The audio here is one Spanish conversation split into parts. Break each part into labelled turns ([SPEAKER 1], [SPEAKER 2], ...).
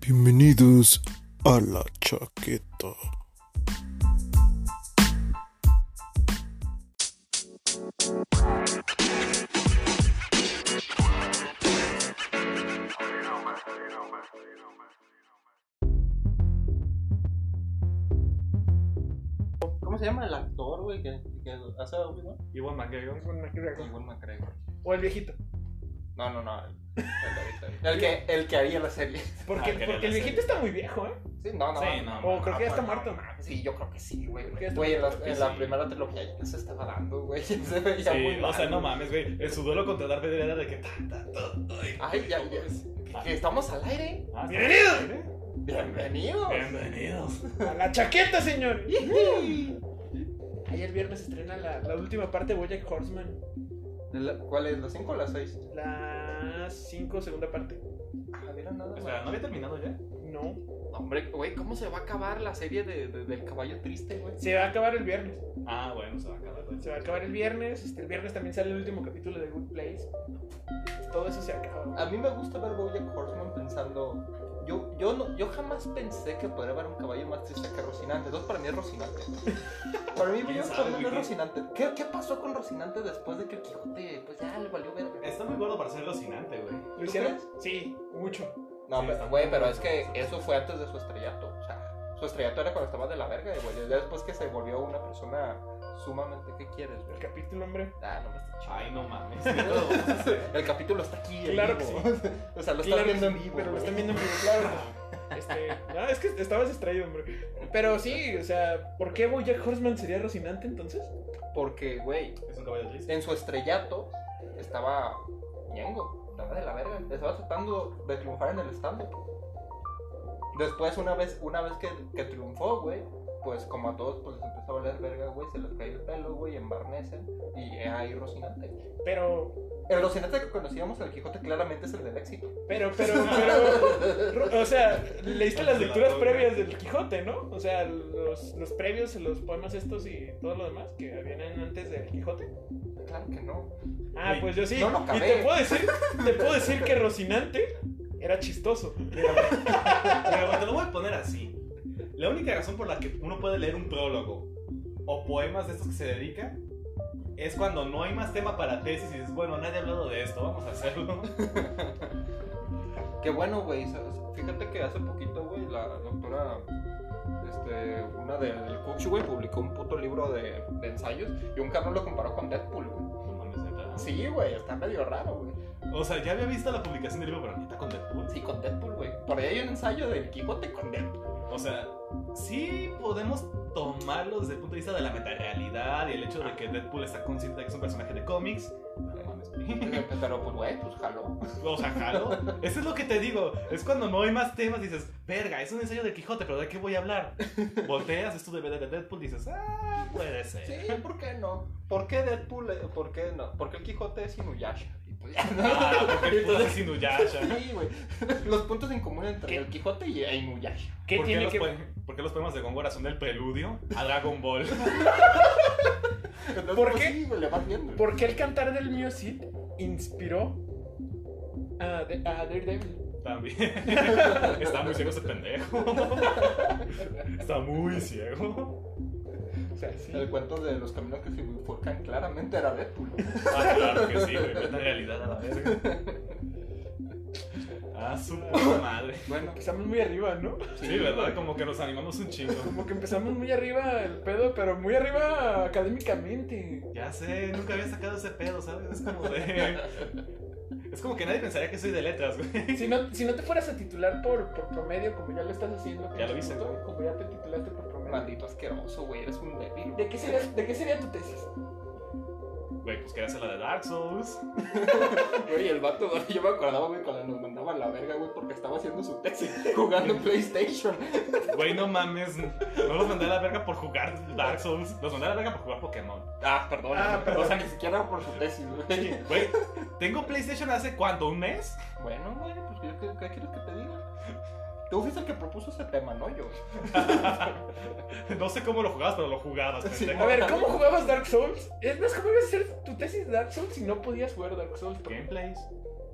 [SPEAKER 1] Bienvenidos a la chaqueta.
[SPEAKER 2] ¿Cómo se llama el actor, güey, que, que hace a Obi-Wan?
[SPEAKER 3] Igual McGregor.
[SPEAKER 2] Ewan McGregor.
[SPEAKER 3] O el viejito.
[SPEAKER 2] No, no, no. El, el de ahorita. El que, el que haría la serie.
[SPEAKER 4] Ah,
[SPEAKER 3] Porque,
[SPEAKER 4] quería
[SPEAKER 3] porque el
[SPEAKER 4] la
[SPEAKER 3] viejito está muy viejo, ¿eh?
[SPEAKER 2] Sí, no, no.
[SPEAKER 4] Sí, no.
[SPEAKER 3] O creo que ya está
[SPEAKER 2] no,
[SPEAKER 3] muerto.
[SPEAKER 2] no, Sí, yo creo que sí, güey.
[SPEAKER 3] Creo que está-
[SPEAKER 2] Güey, en la,
[SPEAKER 4] que
[SPEAKER 2] en la
[SPEAKER 4] sí.
[SPEAKER 2] primera trilogía ya se estaba dando, güey. Ya se veía muy
[SPEAKER 4] Sí,
[SPEAKER 2] mal.
[SPEAKER 4] o sea, no mames, güey. En su duelo contra Darth Vader era de que. ta, ta, ta, ay,
[SPEAKER 2] Ay, ya, ya. Que, que estamos al aire.
[SPEAKER 4] Ah,
[SPEAKER 3] ¡Bienvenido!
[SPEAKER 2] Bienvenidos.
[SPEAKER 4] Bienvenidos.
[SPEAKER 3] A la chaqueta, señor.
[SPEAKER 2] Yijí.
[SPEAKER 3] Ahí el viernes se estrena la, la última parte de Bojack Horseman.
[SPEAKER 2] La- ¿Cuál es? ¿La 5 o la 6?
[SPEAKER 3] La 5, segunda parte.
[SPEAKER 2] Ah, mira, nada.
[SPEAKER 4] Espera, ¿no
[SPEAKER 2] más.
[SPEAKER 4] había terminado ya?
[SPEAKER 3] No.
[SPEAKER 2] Hombre, güey, ¿cómo se va a acabar la serie de, de- del caballo triste, güey?
[SPEAKER 3] Se va a acabar el viernes.
[SPEAKER 4] Ah, bueno, se va a acabar. güey.
[SPEAKER 3] Se va a acabar el viernes. Este, el viernes también sale el último capítulo de Good Place. Todo eso se acaba. güey.
[SPEAKER 2] A mí me gusta ver Bojack Horseman pensando. Yo, yo, no, yo jamás pensé que podría haber un caballo más triste que Rocinante. Entonces, para mí es Rocinante. Para mí,
[SPEAKER 4] ¿Quién
[SPEAKER 2] Bojack
[SPEAKER 4] sabe,
[SPEAKER 2] Horseman
[SPEAKER 4] güey?
[SPEAKER 2] es Rocinante. ¿Qué, ¿Qué pasó con Rocinante después de que el Quijote, pues ya le valió ver?
[SPEAKER 4] Está muy gordo para ser alucinante, güey.
[SPEAKER 3] ¿Lo hicieron?
[SPEAKER 2] crees?
[SPEAKER 3] Sí, mucho.
[SPEAKER 2] No,
[SPEAKER 4] Sí,
[SPEAKER 2] pero,
[SPEAKER 4] está
[SPEAKER 2] güey,
[SPEAKER 4] muy
[SPEAKER 2] pero
[SPEAKER 4] bueno.
[SPEAKER 2] es que eso fue antes de su estrellato. O sea, su estrellato era cuando estaba de la verga, güey. Ya después que se volvió una persona sumamente. ¿Qué quieres,
[SPEAKER 3] El
[SPEAKER 2] güey?
[SPEAKER 3] capítulo, hombre.
[SPEAKER 2] Ah, no me estés chingando.
[SPEAKER 4] Ay, no mames.
[SPEAKER 2] El capítulo está aquí. en
[SPEAKER 3] Claro que
[SPEAKER 2] vivo.
[SPEAKER 3] sí.
[SPEAKER 2] O sea, lo estás
[SPEAKER 3] Claro que
[SPEAKER 2] viendo en
[SPEAKER 3] sí,
[SPEAKER 2] vivo.
[SPEAKER 3] Pero lo
[SPEAKER 2] güey.
[SPEAKER 3] están viendo en vivo, claro. Este, ah, es que estabas distraído, hombre. Pero sí, o sea, ¿por qué Bojack Horseman sería Rocinante entonces?
[SPEAKER 2] Porque, güey,
[SPEAKER 4] Es un caballo triste.
[SPEAKER 2] en su estrellato estaba Ñengo, estaba de la verga, estaba tratando de triunfar en el stand Después, una vez, una vez que, que triunfó, güey, pues como a todos, pues les empezó a valer verga, güey, se les cayó el pelo, güey, embarnecen y eh, ahí Rocinante.
[SPEAKER 3] Pero,
[SPEAKER 2] El Rocinante que conocíamos, el Quijote, claramente es el del éxito.
[SPEAKER 3] pero, pero, pero. Ro- O sea, leíste las lecturas previas del Quijote, ¿no? O sea, los, los previos, los poemas estos y todo lo demás que habían antes del Quijote.
[SPEAKER 2] Claro que no.
[SPEAKER 3] Ah,
[SPEAKER 4] Güey,
[SPEAKER 3] pues yo sí.
[SPEAKER 2] no lo
[SPEAKER 3] y
[SPEAKER 2] acabé.
[SPEAKER 3] te puedo decir, te puedo decir que Rocinante era chistoso.
[SPEAKER 4] Mira, güey. Mira, güey, te lo voy a poner así. La única razón por la que uno puede leer un prólogo o poemas de estos que se dedica es cuando no hay más tema para tesis y dices, bueno, nadie ha hablado de esto, vamos a hacerlo.
[SPEAKER 2] Qué bueno, güey. ¿sabes? Fíjate que hace poquito, güey, la doctora, este, una de- del coach, güey, publicó un puto libro de, de ensayos y un cabrón lo comparó con Deadpool, güey.
[SPEAKER 4] No mames, neta.
[SPEAKER 2] Sí, güey, está medio raro, güey.
[SPEAKER 4] O sea, ya había visto la publicación del libro, pero neta con Deadpool.
[SPEAKER 2] Sí, con Deadpool, güey. Por ahí hay un ensayo del Quijote con Deadpool.
[SPEAKER 4] O sea, sí podemos tomarlo desde el punto de vista de la metarealidad y el hecho de que Deadpool está consciente de que es un personaje de cómics. No mames, güey.
[SPEAKER 2] Pero, pues, güey, pues jaló.
[SPEAKER 4] O sea, jalo. Eso es lo que te digo. Es cuando no hay más temas, dices, verga, es un ensayo del Quijote, pero ¿de qué voy a hablar? Volteas, es tu DVD de Deadpool, dices, ah, puede ser.
[SPEAKER 2] Sí, ¿por qué no? ¿Por qué Deadpool? eh, ¿Por qué no? ¿Por qué el Quijote es Inuyasha? Y pues ya,
[SPEAKER 4] Ah,
[SPEAKER 2] no.
[SPEAKER 4] porque tú eres Inuyasha.
[SPEAKER 2] Sí, güey. Los puntos en común entre
[SPEAKER 3] ¿Qué?
[SPEAKER 2] el Quijote y e Inuyasha.
[SPEAKER 3] ¿Qué
[SPEAKER 4] ¿Por, qué
[SPEAKER 3] tiene
[SPEAKER 4] los
[SPEAKER 3] que
[SPEAKER 4] poe- por qué los poemas de Góngora son del preludio a Dragon Ball?
[SPEAKER 2] Entonces,
[SPEAKER 3] ¿Por
[SPEAKER 2] pues,
[SPEAKER 3] qué?
[SPEAKER 2] Sí, güey, le vas viendo.
[SPEAKER 3] ¿Por qué el cantar del mío Cid inspiró a, de- a Daredevil?
[SPEAKER 4] También. Está muy ciego ese pendejo. Está muy ciego.
[SPEAKER 3] O sea, sí.
[SPEAKER 2] El cuento de los caminos que se bifurcan claramente era Deadpool.
[SPEAKER 4] Ah, claro que sí, güey. Meta realidad a la verga. Ah, su puta madre.
[SPEAKER 2] Bueno,
[SPEAKER 3] Empezamos muy arriba, ¿no?
[SPEAKER 4] Sí, ¿verdad? Como que nos animamos un chingo.
[SPEAKER 3] Como que empezamos muy arriba el pedo, pero muy arriba académicamente.
[SPEAKER 4] Ya sé, nunca había sacado ese pedo, ¿sabes? Es como de. Es como que nadie pensaría que soy de letras, güey.
[SPEAKER 3] Si no, si no te fueras a titular por, por promedio, como ya lo estás haciendo,
[SPEAKER 4] Ya lo hice, güey.
[SPEAKER 3] como ya te titulaste por promedio.
[SPEAKER 2] maldito asqueroso, güey, eres un débil.
[SPEAKER 3] ¿De qué, sería, ¿De qué sería tu tesis?
[SPEAKER 4] Güey, pues quería hacer la de Dark Souls.
[SPEAKER 2] Güey, el vato, güey, yo me acordaba, güey, cuando nos mandaban la verga, güey, porque estaba haciendo su tesis jugando PlayStation.
[SPEAKER 4] Güey, no mames. No los mandé a la verga por jugar Dark Souls. Los mandé a la verga por jugar Pokémon.
[SPEAKER 2] Ah, perdón.
[SPEAKER 3] Ah,
[SPEAKER 2] O sea, ni siquiera por su tesis, güey.
[SPEAKER 4] Güey, tengo PlayStation hace cuánto, un mes.
[SPEAKER 2] Bueno, güey, pues yo qué, qué quieres que te diga. Tú fuiste el que propuso ese tema, no yo.
[SPEAKER 4] No sé cómo lo jugabas, pero lo jugabas, pendejo.
[SPEAKER 3] A ver, ¿cómo jugabas Dark Souls? Es más, ¿cómo ibas a hacer tu tesis de Dark Souls si no podías jugar Dark Souls?
[SPEAKER 4] Gameplays.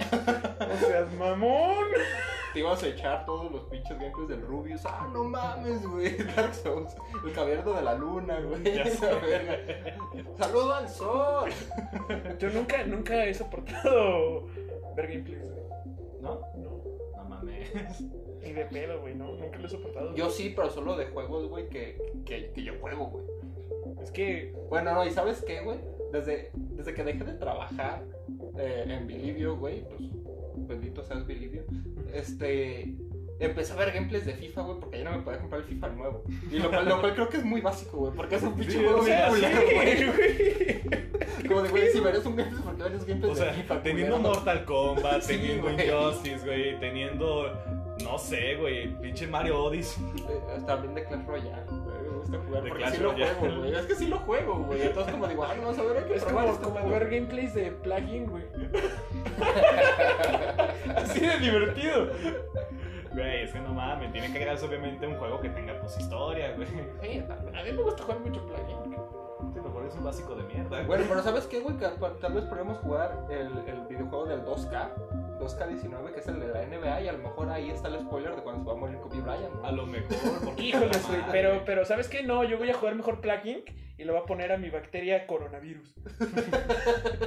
[SPEAKER 3] No seas mamón.
[SPEAKER 2] Te ibas a echar todos los pinches gameplays del Rubius. Ah, no mames, güey. Dark Souls. El caballero de la luna, güey.
[SPEAKER 4] Ya
[SPEAKER 2] Esa
[SPEAKER 4] sé.
[SPEAKER 2] verga. Saludo al sol.
[SPEAKER 3] Yo nunca, nunca he soportado ver gameplays, güey.
[SPEAKER 4] ¿No?
[SPEAKER 3] No.
[SPEAKER 4] No mames.
[SPEAKER 3] Ni de pedo, güey, no. Nunca lo he soportado.
[SPEAKER 2] Yo sí, pero solo de juegos, güey, que, que, que yo juego, güey.
[SPEAKER 3] Es que.
[SPEAKER 2] Bueno, no, y ¿sabes qué, güey? Desde, desde que dejé de trabajar eh, en Bilibio, güey, pues bendito seas Bilibio, este, empecé a ver gameplays de FIFA, güey, porque ya no me podía comprar el FIFA nuevo. Y lo cual, lo cual creo que es muy básico, güey, porque es un pinche
[SPEAKER 4] Sí,
[SPEAKER 2] juego
[SPEAKER 4] o
[SPEAKER 3] O
[SPEAKER 2] bien
[SPEAKER 3] sea, sí,
[SPEAKER 2] culero, güey.
[SPEAKER 3] güey.
[SPEAKER 2] Como de, güey, si verías un gameplay, ¿por qué verías gameplays
[SPEAKER 4] O
[SPEAKER 2] de
[SPEAKER 4] sea,
[SPEAKER 3] Pues,
[SPEAKER 2] FIFA?
[SPEAKER 4] teniendo
[SPEAKER 2] culero?
[SPEAKER 4] Mortal Kombat,
[SPEAKER 2] Sí,
[SPEAKER 4] teniendo
[SPEAKER 2] güey.
[SPEAKER 4] Injustice, güey, teniendo. No sé, güey, pinche Mario Odyssey.
[SPEAKER 2] Eh, También de Clash Royale, güey, me gusta jugar,
[SPEAKER 4] De
[SPEAKER 2] porque
[SPEAKER 4] Clash
[SPEAKER 2] sí lo
[SPEAKER 4] Royale.
[SPEAKER 2] juego, güey. Es que sí lo juego, güey. Entonces, como digo, ay, no, a ver, hay que
[SPEAKER 3] Es
[SPEAKER 2] probar
[SPEAKER 3] como,
[SPEAKER 2] este
[SPEAKER 3] como
[SPEAKER 2] pedo.
[SPEAKER 3] ver gameplays de plugin, güey. Así de divertido.
[SPEAKER 4] Güey, es que no mames, tiene que agregarse obviamente un juego que tenga pues historia, güey.
[SPEAKER 3] Hey, a mí me gusta jugar mucho plugin.
[SPEAKER 4] Te lo pones un básico de mierda, güey.
[SPEAKER 2] Bueno, pero ¿sabes qué, güey? Que pa- Tal vez podríamos jugar el, el videojuego del 2K, 2K19, que es el de la NBA, y a lo mejor ahí está el spoiler de cuando se va a morir Kobe Bryant.
[SPEAKER 4] A
[SPEAKER 2] güey.
[SPEAKER 4] lo mejor. porque
[SPEAKER 3] Híjole,
[SPEAKER 4] puta
[SPEAKER 3] güey,
[SPEAKER 4] madre.
[SPEAKER 3] pero, pero ¿sabes qué? No, yo voy a jugar mejor Plague Inc. y lo voy a poner a mi bacteria coronavirus.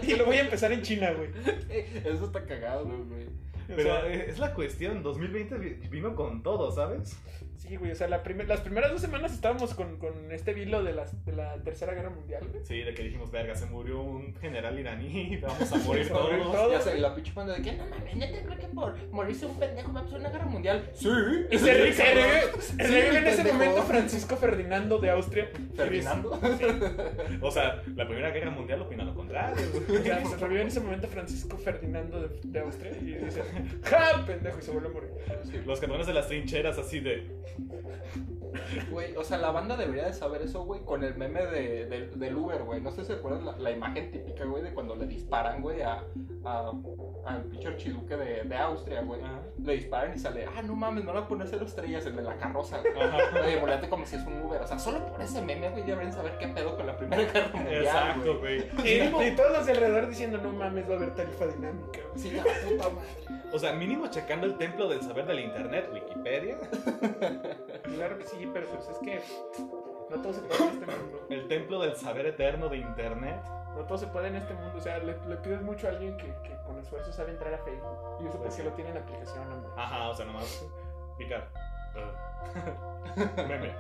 [SPEAKER 3] y lo voy a empezar en China, güey.
[SPEAKER 2] Eso está cagado, güey.
[SPEAKER 3] O
[SPEAKER 4] Pero
[SPEAKER 3] sea,
[SPEAKER 4] eh, es la cuestión, 2020 vi- vino con todo, ¿sabes?
[SPEAKER 3] sí, güey, o sea, la primer- las primeras dos semanas estábamos con, con este vilo de, las, de la Tercera Guerra Mundial, güey.
[SPEAKER 4] Sí, de que dijimos, verga, se murió un general iraní, vamos a
[SPEAKER 3] Se
[SPEAKER 4] morir
[SPEAKER 3] va a morir
[SPEAKER 4] todos.
[SPEAKER 3] todo,
[SPEAKER 2] Ya
[SPEAKER 3] güey.
[SPEAKER 2] sé, y la pinche banda de que no mames, ya te creo que por morirse un pendejo va a pasar una guerra mundial. Sí,
[SPEAKER 3] Y se ríe, se ríe-
[SPEAKER 2] Sí,
[SPEAKER 3] se ríe en ese
[SPEAKER 2] pendejo.
[SPEAKER 3] momento Francisco Ferdinando de Austria.
[SPEAKER 2] Ferdinando.
[SPEAKER 4] O sea, la Primera Guerra Mundial opina lo contrario. güey.
[SPEAKER 3] O sea, se revive en ese momento Francisco Ferdinando de, de Austria y dice, ¡ja! Pendejo, y se vuelve a morir.
[SPEAKER 4] Los cabrones de las trincheras así de...
[SPEAKER 2] Güey, o sea, la banda debería de saber eso, güey, con el meme de, de- del Uber, güey. No sé si se acuerdan la, la imagen típica, güey, de cuando le disparan, güey, a, a, al pinche archiduque de, de Austria, güey.
[SPEAKER 4] Ajá.
[SPEAKER 2] Le disparan y sale, ah, no mames, no la pones cero estrellas, el de la carroza, güey.
[SPEAKER 4] Ajá.
[SPEAKER 2] Oye, volante como si es un Uber. O sea, solo por ese meme, güey, deberían saber qué pedo con la primera guerra mundial,
[SPEAKER 4] Exacto,
[SPEAKER 2] güey.
[SPEAKER 4] güey.
[SPEAKER 3] Y, y todos los de alrededor diciendo, no mames, va a haber tarifa dinámica, güey.
[SPEAKER 2] Sí, la puta madre.
[SPEAKER 4] O sea, mínimo checando el templo del saber del internet, Wikipedia.
[SPEAKER 3] Claro que sí, pero pues es que no todo se puede en este mundo.
[SPEAKER 4] El templo del saber eterno de internet.
[SPEAKER 3] No todo se puede en este mundo. O sea, le, le pides mucho a alguien que, que con esfuerzo sabe entrar a Facebook. Y eso
[SPEAKER 4] Pues
[SPEAKER 3] porque
[SPEAKER 4] sí.
[SPEAKER 3] lo tiene en la aplicación, hombre.
[SPEAKER 4] Ajá, o sea, nomás picar. Meme.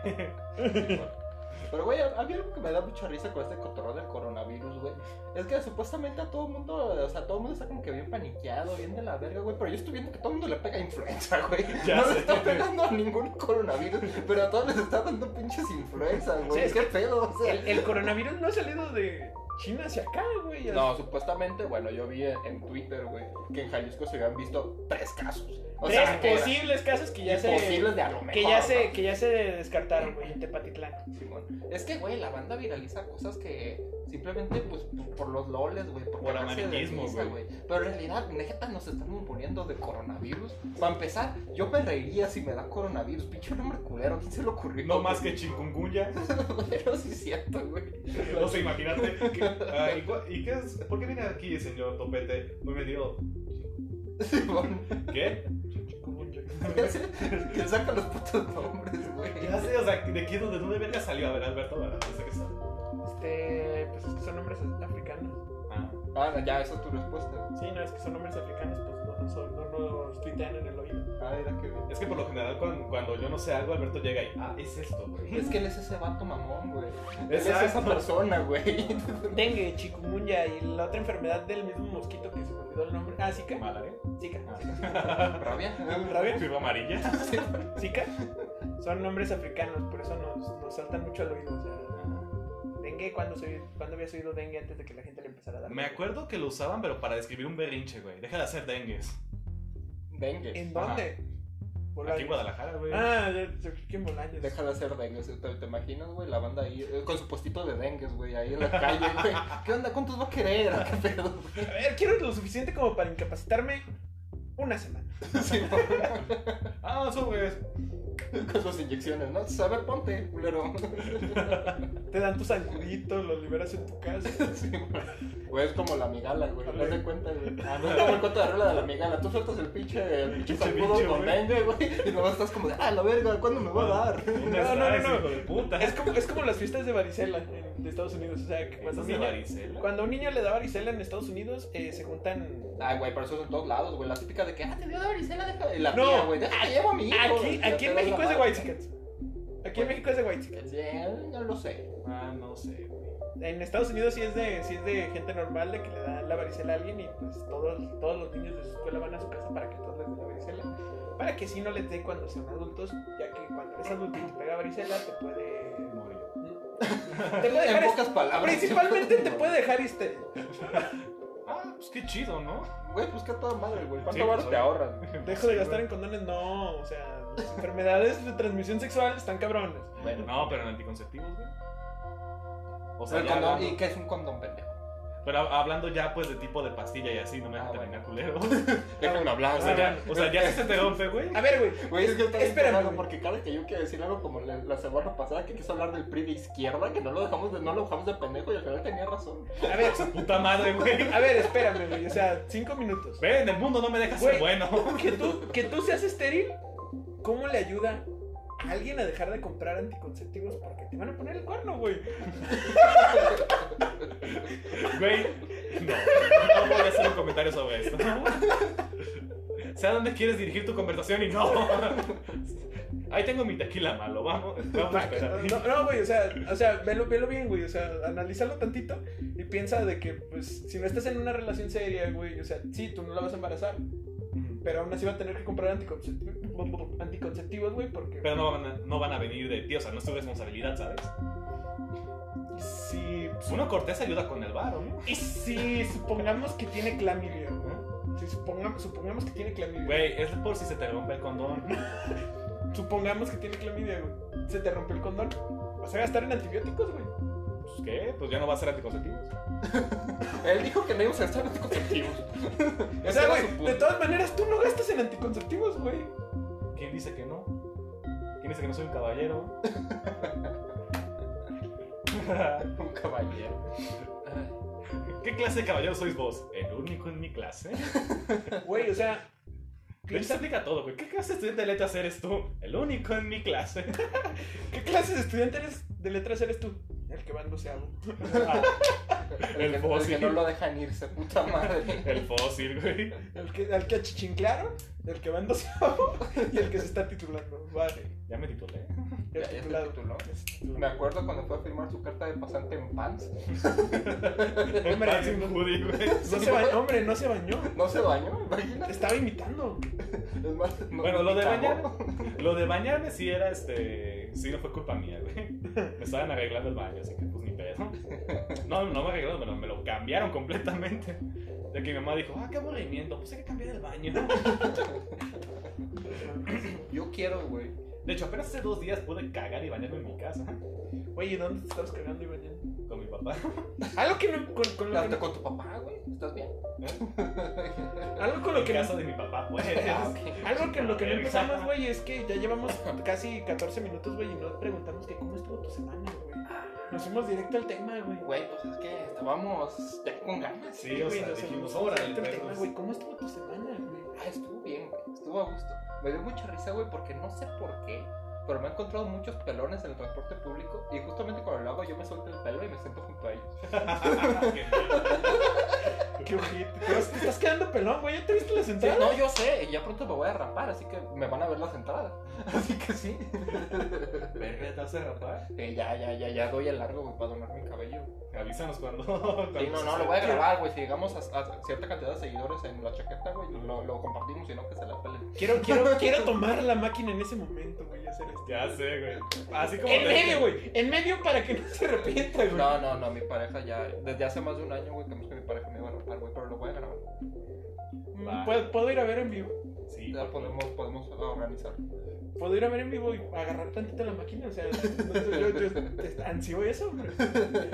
[SPEAKER 2] Pero, güey, a a mí algo que me da mucha risa con este cotorreo del coronavirus, güey. Es que supuestamente a todo mundo, o sea, todo mundo está como que bien paniqueado, bien de la verga, güey. Pero yo estoy viendo que todo el mundo le pega influenza, güey.
[SPEAKER 4] Ya
[SPEAKER 2] no
[SPEAKER 4] sé.
[SPEAKER 2] le está pegando a ningún coronavirus, pero a todos les está dando pinches influenzas,
[SPEAKER 3] Sí,
[SPEAKER 2] güey.
[SPEAKER 3] es
[SPEAKER 2] ¿Qué pedo? O sea,
[SPEAKER 3] El, el coronavirus no ha salido de China hacia acá, güey.
[SPEAKER 2] No, supuestamente, bueno, yo vi en Twitter, güey, que en Jalisco se habían visto tres casos. O
[SPEAKER 3] Tres
[SPEAKER 2] sea, que
[SPEAKER 3] posibles casos que ya se...
[SPEAKER 2] imposibles de a lo mejor.
[SPEAKER 3] Que ya, se,
[SPEAKER 2] ¿no?
[SPEAKER 3] que ya se descartaron, güey, en Tepatitlán.
[SPEAKER 2] Simón. Es que, güey, la banda viraliza cosas que simplemente, pues, por, por los loles, güey. Por,
[SPEAKER 4] Por
[SPEAKER 2] cagarse de
[SPEAKER 4] amarillismo,
[SPEAKER 2] risa,
[SPEAKER 4] güey.
[SPEAKER 2] Pero en realidad, neta, nos estamos muriendo de coronavirus. Para empezar, yo me reiría si me da coronavirus. Pinche nombre culero, ¿quién se le ocurrió?
[SPEAKER 4] No más que chikungunya.
[SPEAKER 2] Pero sí es cierto, güey.
[SPEAKER 4] O sea, imagínate. que- ah, ¿y, cua- y qué es? ¿Por qué viene aquí, señor Topete? Muy metido.
[SPEAKER 2] Simón.
[SPEAKER 4] ¿Qué?
[SPEAKER 2] Que saca los putos nombres, güey.
[SPEAKER 4] Ya sé, o sea, ¿de quién, de dónde verga salió? A ver, Alberto, ¿verdad? No sé qué sale.
[SPEAKER 3] Este, pues es que son nombres africanos.
[SPEAKER 4] Ah,
[SPEAKER 2] Ah, no, ya, esa es tu respuesta.
[SPEAKER 3] Sí, no, es que son nombres africanos, pues no, no, son- no los tuitean en el oído.
[SPEAKER 2] Ah, mira qué bien.
[SPEAKER 4] Es que por lo general, cuando, cuando yo no sé algo, Alberto llega y. Ah, es esto, güey.
[SPEAKER 2] Es que él es ese vato mamón, güey. Él es
[SPEAKER 4] Exacto.
[SPEAKER 2] esa persona, güey.
[SPEAKER 3] Dengue, chikungunya y la otra enfermedad del mismo mosquito que se me olvidó el nombre. Ah, Zika.
[SPEAKER 4] ¿Malaria?
[SPEAKER 3] Zika.
[SPEAKER 4] Ah.
[SPEAKER 2] Rabia.
[SPEAKER 3] ¿Rabia?
[SPEAKER 4] ¿Fibra amarilla? Ah.
[SPEAKER 3] Zika. Son nombres africanos, por eso nos, nos saltan mucho al oído. O sea, dengue, ¿cuándo, se, cuándo habías oído dengue antes de que la gente le empezara a dar?
[SPEAKER 4] Me acuerdo que lo usaban, pero para describir un berrinche, güey. Deja de hacer dengues.
[SPEAKER 2] Dengue.
[SPEAKER 3] ¿En dónde? Bolaños.
[SPEAKER 4] Aquí en Guadalajara, güey.
[SPEAKER 3] Ah, yo- yo creo que en Bolaños.
[SPEAKER 2] Deja de hacer dengues, ¿te, te imaginas, güey? La banda ahí, eh, con su postito de dengues, güey, ahí en la calle, güey. ¿Qué onda? ¿Cuántos va a querer? ¿Qué pedo?
[SPEAKER 3] A ver, quiero lo suficiente como para incapacitarme una semana.
[SPEAKER 2] Sí, güey.
[SPEAKER 4] Ah, eso, güey.
[SPEAKER 2] con sus inyecciones, ¿no? Pues, A ver, ponte, culero.
[SPEAKER 3] Te dan tu sangudito, lo liberas en tu casa.
[SPEAKER 2] Sí, güey. Güey, es como la migala, güey.
[SPEAKER 3] Dale.
[SPEAKER 2] Haz de cuenta, güey. Ah, No es como el cuento de rola de la migala. Tú sueltas el pinche, el pinche
[SPEAKER 4] Pinche
[SPEAKER 2] zancudo
[SPEAKER 4] bicho,
[SPEAKER 2] con
[SPEAKER 4] güey.
[SPEAKER 2] dengue, güey. Y nomás estás como de, ah, la verga, ¿cuándo me va
[SPEAKER 3] Ah.
[SPEAKER 2] a dar?
[SPEAKER 3] No, no, no, no.
[SPEAKER 4] Hijo de puta.
[SPEAKER 3] Es como, es como las fiestas de varicela en- de Estados Unidos. O sea, que cuando,
[SPEAKER 4] ¿Estás
[SPEAKER 3] un
[SPEAKER 4] de
[SPEAKER 3] niño,
[SPEAKER 4] varicela?
[SPEAKER 3] cuando a un niño le da varicela en Estados Unidos, eh, se juntan.
[SPEAKER 2] Ay, güey, pero eso es en todos lados, güey. La típica de que, ah, te dio de varicela, deja. Y la
[SPEAKER 3] No.
[SPEAKER 2] tía, güey, deja, llevo a mi hijo.
[SPEAKER 3] Aquí,
[SPEAKER 2] Ya
[SPEAKER 3] aquí
[SPEAKER 2] te
[SPEAKER 3] en
[SPEAKER 2] da la
[SPEAKER 3] México es de
[SPEAKER 2] madre.
[SPEAKER 3] White Chickens. Aquí en México es de White Chickens.
[SPEAKER 2] Sí, no lo sé.
[SPEAKER 4] Ah, no sé, güey.
[SPEAKER 3] En Estados Unidos sí es de, sí es de gente normal de que le da la varicela a alguien y pues todos, todos los niños de su escuela van a su casa para que todos les den la varicela. Para que sí no les dé cuando sean adultos, ya que cuando eres adulto y te pega varicela te puede.
[SPEAKER 4] Morir.
[SPEAKER 3] Te puede
[SPEAKER 2] En
[SPEAKER 3] dejar est-
[SPEAKER 2] pocas palabras.
[SPEAKER 3] Principalmente te puede dejar histérico.
[SPEAKER 4] Ah, pues qué chido, ¿no?
[SPEAKER 2] Güey, pues que a toda madre, güey.
[SPEAKER 4] Sí,
[SPEAKER 2] ¿Cuánto
[SPEAKER 4] pues,
[SPEAKER 2] baros te
[SPEAKER 4] obvio.
[SPEAKER 2] ahorras? güey?
[SPEAKER 3] Dejo de gastar en condones, no. O sea, las enfermedades de transmisión sexual están cabrones.
[SPEAKER 2] Bueno,
[SPEAKER 4] No, pero en anticonceptivos, güey. O sea,
[SPEAKER 2] el
[SPEAKER 4] ya
[SPEAKER 2] condón,
[SPEAKER 4] hablando-
[SPEAKER 2] ¿y qué es un condón, pendejo?
[SPEAKER 4] Pero hab- hablando ya, pues, de tipo de pastilla y así, no me
[SPEAKER 2] Ah,
[SPEAKER 4] dejan
[SPEAKER 2] bueno.
[SPEAKER 4] terminar culero.
[SPEAKER 2] Déjame hablar,
[SPEAKER 4] O sea, ya, o sea, ya sí se te rompe, güey.
[SPEAKER 3] A ver, güey.
[SPEAKER 2] Güey, es que está bien
[SPEAKER 3] Espérame,
[SPEAKER 2] cagado,
[SPEAKER 3] güey.
[SPEAKER 2] porque cada que yo quiero decir algo como la, la semana pasada que quiso hablar del PRI de izquierda, que no lo dejamos de, no lo dejamos de pendejo y al final tenía razón.
[SPEAKER 3] A ver,
[SPEAKER 4] Puta madre, güey.
[SPEAKER 3] a ver, espérame, güey. O sea, cinco minutos.
[SPEAKER 4] Ve, en el mundo no me dejas
[SPEAKER 3] Güey.
[SPEAKER 4] ser bueno.
[SPEAKER 3] Que tú, que tú seas estéril, ¿cómo le ayuda a alguien a dejar de comprar anticonceptivos? Porque te van a poner el cuerno, güey.
[SPEAKER 4] Güey, no. No voy a hacer un comentario sobre esto. Sé a dónde quieres dirigir tu conversación y no. Ahí tengo mi tequila malo, vamos. Vamos a esperar.
[SPEAKER 3] Ah, No, no, güey, o sea, o sea, velo, velo bien, güey. O sea, analízalo tantito y piensa de que, pues, si no estás en una relación seria, güey, o sea, sí, tú no la vas a embarazar, pero aún así va a tener que comprar anticonceptivos, anticonceptivos güey, porque.
[SPEAKER 4] Pero no van, a, no van a venir de ti, o sea, no es tu responsabilidad, ¿sabes?
[SPEAKER 3] Sí,
[SPEAKER 4] Pues uno cortés ayuda con el varo, ¿no?
[SPEAKER 3] Y si supongamos que tiene clamidia, ¿no? Si supongamos, supongamos que tiene clamidia.
[SPEAKER 4] Güey, es por si se te rompe el condón.
[SPEAKER 3] Supongamos que tiene clamidia, güey. Se te rompió el condón. Vas a gastar en antibióticos, güey.
[SPEAKER 4] Pues, ¿Qué? Pues ya no va a ser anticonceptivo.
[SPEAKER 2] Él dijo que no íbamos a gastar en anticonceptivos.
[SPEAKER 3] O
[SPEAKER 2] Ese
[SPEAKER 3] sea,
[SPEAKER 2] era
[SPEAKER 3] güey,
[SPEAKER 2] su punto.
[SPEAKER 3] de todas maneras tú no gastas en anticonceptivos, güey.
[SPEAKER 4] ¿Quién dice que no? ¿Quién dice que no soy un caballero?
[SPEAKER 2] Un caballero.
[SPEAKER 4] ¿Qué clase de caballero sois vos? El único en mi clase.
[SPEAKER 3] Güey, o sea,
[SPEAKER 4] De hecho, se
[SPEAKER 3] piensa,
[SPEAKER 4] aplica todo, güey. ¿Qué clase de estudiante de letras eres tú? El único en mi clase.
[SPEAKER 3] ¿qué clases de estudiante eres de letras eres tú? El que va en doceavo.
[SPEAKER 2] El,
[SPEAKER 4] El
[SPEAKER 2] que- el
[SPEAKER 4] fósil.
[SPEAKER 2] que no lo dejan irse, puta madre.
[SPEAKER 4] El fósil, güey.
[SPEAKER 3] El que, al que achichinclaron, el que va en doceavo y el que se está titulando. Vale.
[SPEAKER 4] Ya me titulé.
[SPEAKER 2] Ya-
[SPEAKER 3] El
[SPEAKER 2] ya se
[SPEAKER 3] titulado.
[SPEAKER 2] tituló.
[SPEAKER 3] Ya se tituló.
[SPEAKER 2] Me acuerdo cuando fue a firmar su carta de pasante en pants.
[SPEAKER 3] Hombre,
[SPEAKER 4] Pants sin hoodie, güey.
[SPEAKER 3] No se bañó, hombre, no se bañó.
[SPEAKER 2] No se bañó, imagínate.
[SPEAKER 3] Estaba imitando.
[SPEAKER 2] Es más, no-
[SPEAKER 4] Bueno,
[SPEAKER 2] ni
[SPEAKER 4] lo de
[SPEAKER 2] cagó.
[SPEAKER 4] bañar. Lo de bañarme sí era este. Sí, no fue culpa mía, güey. Me estaban arreglando el baño, así que pues ni pedo. No, no me arreglaron, me lo, me lo cambiaron completamente. Ya que mi mamá dijo, ah, qué aburrimiento, pues hay que cambiar el baño.
[SPEAKER 2] Yo quiero, güey.
[SPEAKER 4] De hecho, apenas hace dos días pude cagar y bañarme en mi casa
[SPEAKER 3] Oye, ¿y ¿dónde te estabas cagando y bañando?
[SPEAKER 4] con mi papá.
[SPEAKER 3] Algo que no. Con, con lo que
[SPEAKER 2] Hasta
[SPEAKER 3] no-
[SPEAKER 2] con tu papá, güey. ¿Estás bien?
[SPEAKER 3] algo con lo
[SPEAKER 4] En
[SPEAKER 3] que no-
[SPEAKER 4] casa de mi papá, pues.
[SPEAKER 2] Ah, ok.
[SPEAKER 3] Algo que en lo que no
[SPEAKER 4] Verga.
[SPEAKER 3] empezamos, güey, es que ya llevamos casi 14 minutos, güey, y no preguntamos que cómo estuvo tu semana, güey. Nos fuimos directo al tema, güey.
[SPEAKER 2] Güey, pues es que estábamos ya con ganas.
[SPEAKER 4] Sí, o
[SPEAKER 3] güey,
[SPEAKER 4] sea,
[SPEAKER 3] nos
[SPEAKER 4] dijimos,
[SPEAKER 3] fuimos
[SPEAKER 4] ahora
[SPEAKER 3] directo al tema, güey. ¿Cómo estuvo tu semana, güey?
[SPEAKER 2] Ah, estuvo bien, güey. Estuvo a gusto. Me dio mucha risa, güey, porque no sé por qué, pero me he encontrado muchos pelones en el transporte público y justamente cuando lo hago yo me suelto el pelo y me siento junto a ellos.
[SPEAKER 3] Qué ojete. Te vas- te estás quedando pelón, güey. ¿Ya te viste las
[SPEAKER 2] Sí,
[SPEAKER 3] entradas?
[SPEAKER 2] no, yo sé, y ya pronto me voy a rapar, así que me van a ver las entradas. Así que sí.
[SPEAKER 4] Verga, ¿te vas a rapar?
[SPEAKER 2] Eh, ya, ya, ya, ya doy el largo, güey, para donar mi cabello.
[SPEAKER 4] Avísanos cuando. cuando
[SPEAKER 2] Sí, no,
[SPEAKER 4] se
[SPEAKER 2] no, lo voy a
[SPEAKER 4] acerque.
[SPEAKER 2] grabar, güey. Si llegamos a, a cierta cantidad de seguidores en la chaqueta, güey, lo, lo compartimos y no que se la pelen.
[SPEAKER 3] Quiero, quiero, quiero tomar la máquina en ese momento, güey, y hacer esto.
[SPEAKER 4] Ya sé, güey. Así como.
[SPEAKER 3] En
[SPEAKER 4] te-
[SPEAKER 3] medio, güey. En medio para que no se arrepienta, güey.
[SPEAKER 2] No, no, no, mi pareja ya, desde hace más de un año, güey, que me- que mi pareja me iba a rapar, güey, pero lo voy a grabar.
[SPEAKER 3] Mm, ¿Puedo, puedo ir a ver en vivo?
[SPEAKER 4] Sí,
[SPEAKER 2] Ya
[SPEAKER 4] por favor.
[SPEAKER 2] podemos, podemos organizar.
[SPEAKER 3] ¿Puedo ir a ver en vivo y agarrar tantito la máquina? O sea, no sé, yo, yo ansío eso, güey.